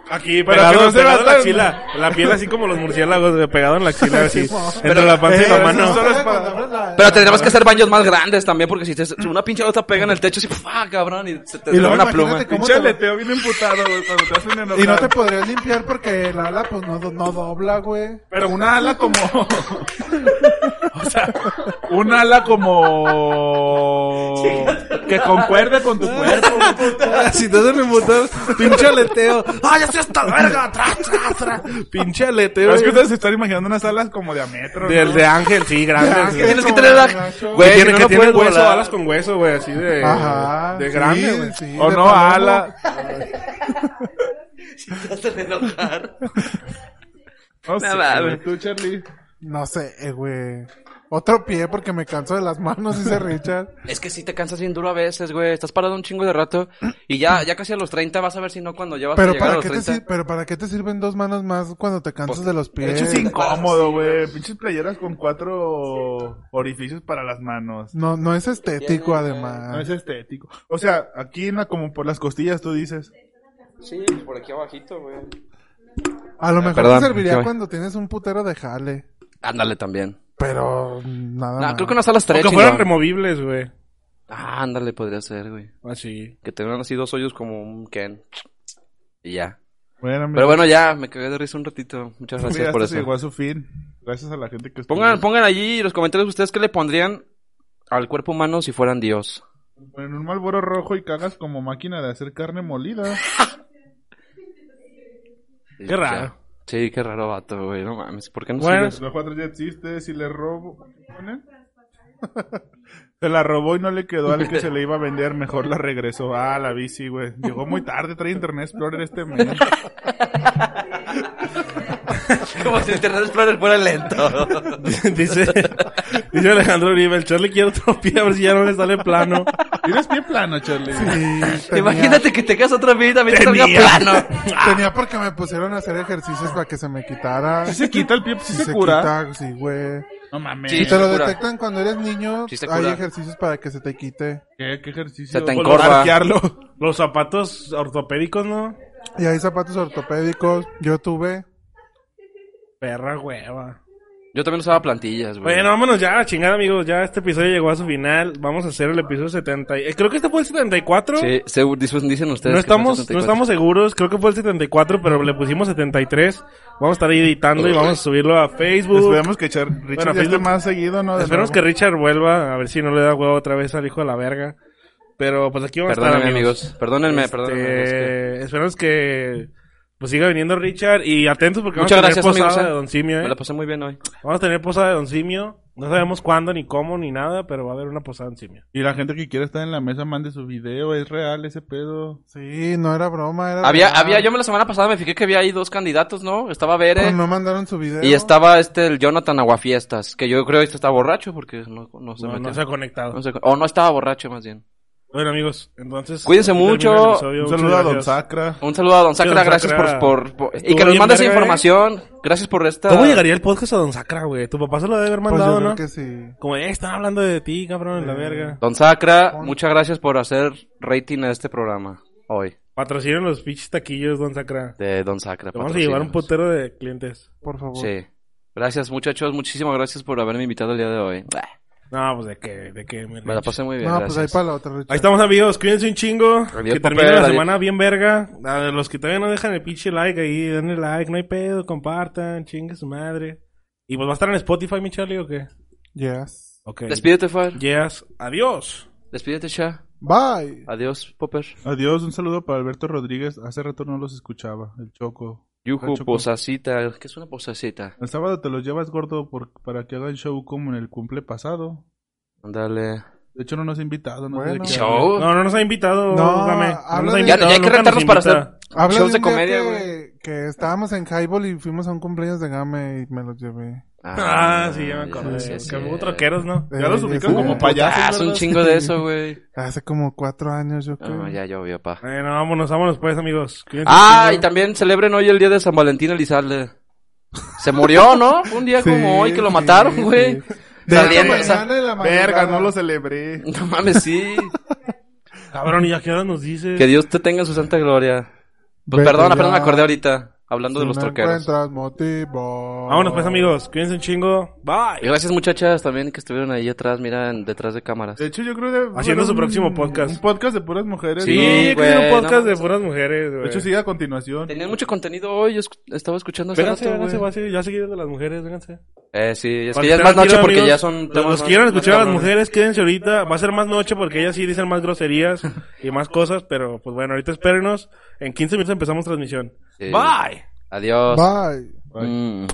E: Aquí,
D: Pero
E: pegado,
D: que no se
E: pegado en la
D: gasten.
E: axila. La piel así como los murciélagos, güey, pegado en la axila, así.
B: Pero-
E: entre la panza y la
D: Eh,
E: mano.
D: eso solo es
C: Cuando
D: para-
C: abres la-
B: Pero tendremos que hacer baños más grandes también, porque si, te, si una pinche gota pega en el techo, así, ¡pah, cabrón! Y se te
C: Y
B: da
C: luego
B: una pluma.
C: imagínate cómo
D: Pinche
C: te va-
D: aleteo bien emputado, güey, cuando te hacen enojar.
C: Y no te podrías limpiar porque el ala pues no, do- no dobla, güey.
D: Pero una ala como... o sea, una ala como... que concuerde con tu cuerpo.
E: Si te hacen embotar, pinche aleteo. ¡Ah, ya estoy hasta la verga! ¡Tra, tra, tra! Pinche aleteo.
D: Pero es que ustedes se están imaginando unas alas como de a metro, ¿no?
E: Del de Ángel, sí, grande.
B: Que tienes que
C: como
B: tener la...
C: gacho.
B: Güey,
E: que
B: si
E: tiene,
B: no,
E: que
B: no
E: tiene
B: puedes
E: hueso,
B: volar.
E: alas con hueso, güey, así de,
C: Ajá.
E: de
C: sí,
E: grande, güey.
C: sí,
D: o
C: de
D: no,
C: palomo.
D: ala.
B: Te hacen enojar.
D: No sé,
B: mames.
D: güey. tú, Charlie.
C: No sé, güey. Otro pie porque me canso de las manos, dice Richard.
B: Es que sí te cansas bien duro a veces, güey. Estás parado un chingo de rato y ya, ya casi a los 30 vas a ver si no cuando ya vas a
C: Pero
B: llegar a
C: para,
B: los
C: qué te
B: 30.
C: sir- pero para qué te sirven dos manos más cuando te cansas
B: Pues,
C: de los
D: De
C: pies.
D: hecho, es incómodo, güey. Pinches playeras con cuatro orificios para las manos.
C: No, no es estético,
B: Tiene-
C: además.
D: No es estético. Ah. O sea, aquí en la- como por las costillas tú dices.
B: Sí, pues, por aquí abajito, güey.
C: A lo mejor
B: perdón,
C: te serviría
B: ¿qué va?
C: cuando tienes un putero de jale.
B: Ándale también.
C: Pero nada
B: No,
C: más.
B: creo que unas alas
E: O
B: tres.
E: que fueran removibles, güey.
B: Ah, ándale, podría ser, güey.
E: Así.
B: Que tengan así dos hoyos como un Ken. Y ya.
D: Bueno,
B: Pero bueno, ya, me cagué de risa un ratito. Muchas gracias por eso.
D: llegó a su fin. Gracias a la gente que
B: Pongan,
D: estuvo.
B: pongan allí los comentarios ustedes qué le pondrían al cuerpo humano si fueran Dios.
D: En un malboro rojo y cagas como máquina de hacer carne molida.
B: Y
E: Qué raro.
B: ya. Sí, qué raro vato, güey. No mames, ¿por qué no
E: Bueno.
B: sigues?
D: Los cuatro ya existe, si le robo. ¿qué ponen? Se la robó y no le quedó al que se le iba a vender. Mejor la regresó. Ah, la bici, güey. Llegó muy tarde. Trae Internet Explorer este mes.
B: Como si Internet Explorer fuera lento.
E: dice, dice Alejandro Uribe, el Charlie quiere otro pie a ver si ya no le sale plano.
D: Tienes pie plano, Charlie.
C: tenía-
B: Imagínate que tengas otra vida y también te salga
E: Tenía.
B: plano.
C: Tenía porque me pusieron a hacer ejercicios para que se me quitara.
D: Si se quita el pie, si
C: Si
D: se, cura.
C: quita, sí, güey.
D: No mames.
B: Sí.
C: Si te lo
B: se cura.
C: detectan cuando eres niño,
B: Sí se
C: hay
B: cura.
C: ejercicios para que se te quite.
D: ¿Qué, qué ejercicio?
B: Se te
D: Pues,
B: encorva.
D: arquearlo.
E: Los zapatos ortopédicos, ¿no?
C: Y hay zapatos ortopédicos. Yo tuve.
E: Perra hueva.
B: Yo también usaba plantillas, güey.
E: Bueno, vámonos ya, a la chingada, amigos. Ya este episodio llegó a su final. Vamos a hacer el episodio 70. y- eh, creo que este fue el 74.
B: Sí, se- dicen dicen ustedes.
E: No
B: que fue el
E: estamos, no
B: 74.
E: estamos seguros, creo que fue el 74, pero le pusimos 73. Vamos a estar ahí editando y vamos a subirlo a Facebook.
D: Esperemos que Char- Richard
E: Bueno,
D: ya esté
E: Facebook-
D: más seguido, ¿no? De
E: Esperemos que
D: nuevo.
E: Richard vuelva, a ver si no le da huevo otra vez al hijo de la verga. Pero pues aquí vamos a
B: Perdónenme,
E: estar, amigos.
B: amigos. Perdónenme,
E: Este,
B: perdónenme. es que-
E: Esperemos que pues siga viniendo Richard y atentos porque
B: Muchas
E: vamos a
B: gracias,
E: tener posada
B: amigos, eh.
E: de Don Simio. eh.
B: Me la pasé muy bien hoy.
E: Vamos a tener posada de Don Simio. No sabemos cuándo, ni cómo, ni nada, pero va a haber una posada de Don Simio.
D: Y la gente que quiera estar en la mesa mande su video. Es real ese pedo.
C: Sí, no era broma. Era
B: Había,
C: real.
B: había, yo me la semana pasada me fijé que había ahí dos candidatos, ¿no? Estaba Bere
C: Pero Pues no mandaron su video.
B: y estaba este, el Jonathan Aguafiestas, que yo creo que este está borracho porque no, no se
E: No,
B: metió.
E: no se ha conectado.
B: No se- o no estaba borracho más bien.
E: Bueno, amigos, entonces.
B: Cuídense
E: aquí termina el
B: mucho.
E: episodio.
D: Un
E: Muchas
D: saludo a Don
E: gracias.
D: Sacra.
B: Un saludo a Don Sacra,
E: Don
B: gracias
E: Sacra.
B: por, por, por- y
E: Estuvo
B: que nos
E: bien
B: mande esa
E: verga, ¿eh?
B: información. Gracias por esta.
E: ¿Cómo llegaría el podcast a Don Sacra, güey? Tu papá se lo debe haber
C: Pues yo
E: mandado,
C: creo
E: ¿no?
C: que sí.
E: Como, eh, están hablando de ti, cabrón, en la
C: Eh.
E: verga.
B: Don Sacra, muchas gracias por hacer rating a este programa hoy
E: Patrocinan los pinches taquillos, Don Sacra.
B: de Don Sacra.
E: Te vamos a llevar un
B: patrocínanos.
E: potero de clientes.
C: Por favor.
B: Sí. Gracias, muchachos. Muchísimas gracias por haberme invitado el día de hoy.
E: No, pues de que, de que.
B: Me la pasé muy bien.
C: No, pues ahí
B: gracias.
C: para la otra, Richard.
E: Ahí estamos amigos, cuídense un chingo.
B: Adiós,
E: que
B: papel,
E: termine la
B: adiós.
E: semana bien verga. A los que todavía no dejan el pinche like ahí, denle like, no hay pedo, compartan, chingue su madre. Y pues va a estar en Spotify, mi Charlie, o qué?
C: Yes.
E: Ok.
B: Despídete, Fer.
E: Yes, adiós.
B: Despídete, Sha.
C: Bye.
B: Adiós, Popper.
D: Adiós, un saludo para Alberto Rodríguez. Hace rato no los escuchaba, el Choco.
B: Yuju,
D: Chocó.
B: posacita. ¿Qué es una posacita?
D: El sábado te los llevas gordo por, para que hagan show como en el cumple pasado.
B: Ándale.
D: De hecho, no nos ha invitado. No
C: Bueno.
D: sé de qué habla.
B: Show.
E: No, no nos ha invitado.
C: No,
E: Game. No
C: habla
E: nos ha
C: de-
B: Ya,
E: invitado.
B: ya hay que
E: nunca nos
B: retarnos para
E: invita.
B: hacer
C: Habla
B: shows
C: de,
B: de
C: un día
B: comedia, güey.
C: que, que estábamos en Highball y fuimos a un cumpleaños de Game y me los llevé.
E: Ah, sí, ya me acordé.
B: sí, sí.
E: que hubo troqueros, ¿no?
D: Ya los
C: Eh,
D: ubican
C: sí.
D: como
B: Ah,
D: payasos.
B: es un
D: ¿verdad?
B: chingo de eso, güey.
C: Hace como cuatro años, yo creo.
B: No, Ah, ya llovió, pa.
E: Bueno, vámonos, vámonos pues, amigos. Cuídense un
B: Ah,
E: chingo.
B: y también celebren hoy el día de San Valentín Elizalde. Se murió, ¿no? Fue Un día como hoy que lo
C: sí,
B: mataron, güey.
C: sí. De hecho,
B: Saliendo,
C: mañana
B: sa-
C: en la madrugada.
D: Verga, no lo celebré.
B: No mames, sí.
E: Cabrón, ¿y a qué hora nos dice?
B: Que Dios te tenga en su santa gloria. Pues
C: Vete
B: perdón, apenas
C: ya.
B: me acordé ahorita. Hablando de
C: Si
B: los
C: no
B: troqueros.
C: encuentras motivo.
E: Vámonos pues, amigos. Cuídense un chingo.
B: Y
E: Bye.
B: gracias muchachas también que estuvieron ahí atrás, mira, en- detrás de cámaras.
D: De hecho, yo creo que... debe
E: Haciendo
D: haber
E: su
D: un-
E: próximo podcast.
D: Un podcast de puras mujeres.
B: Sí,
D: ¿no?
E: Sí, que sea
B: güey,
E: un podcast
B: no,
E: de puras mujeres, güey.
D: De hecho, sigue a continuación.
B: Tenían mucho contenido hoy, yo escu- estaba escuchando hace
E: Vénganse,
B: rato,
E: vénganse,
B: güey.
E: güey, ya seguido de las mujeres, vénganse.
B: Eh, sí, es
E: Cuando
B: que ya es
E: estén
B: más
E: aquí,
B: noche porque
E: amigos,
B: ya son
E: Los,
B: temas
E: los
B: más-
E: quieran
B: más
E: escuchar a las
B: cabrones.
E: mujeres, quédense ahorita. Va a ser más noche porque ellas sí dicen más groserías y más cosas, pero pues bueno, ahorita espérenos. En 15 minutos empezamos transmisión.
B: Sí.
E: Bye.
B: Adiós.
C: Bye.
B: Mm.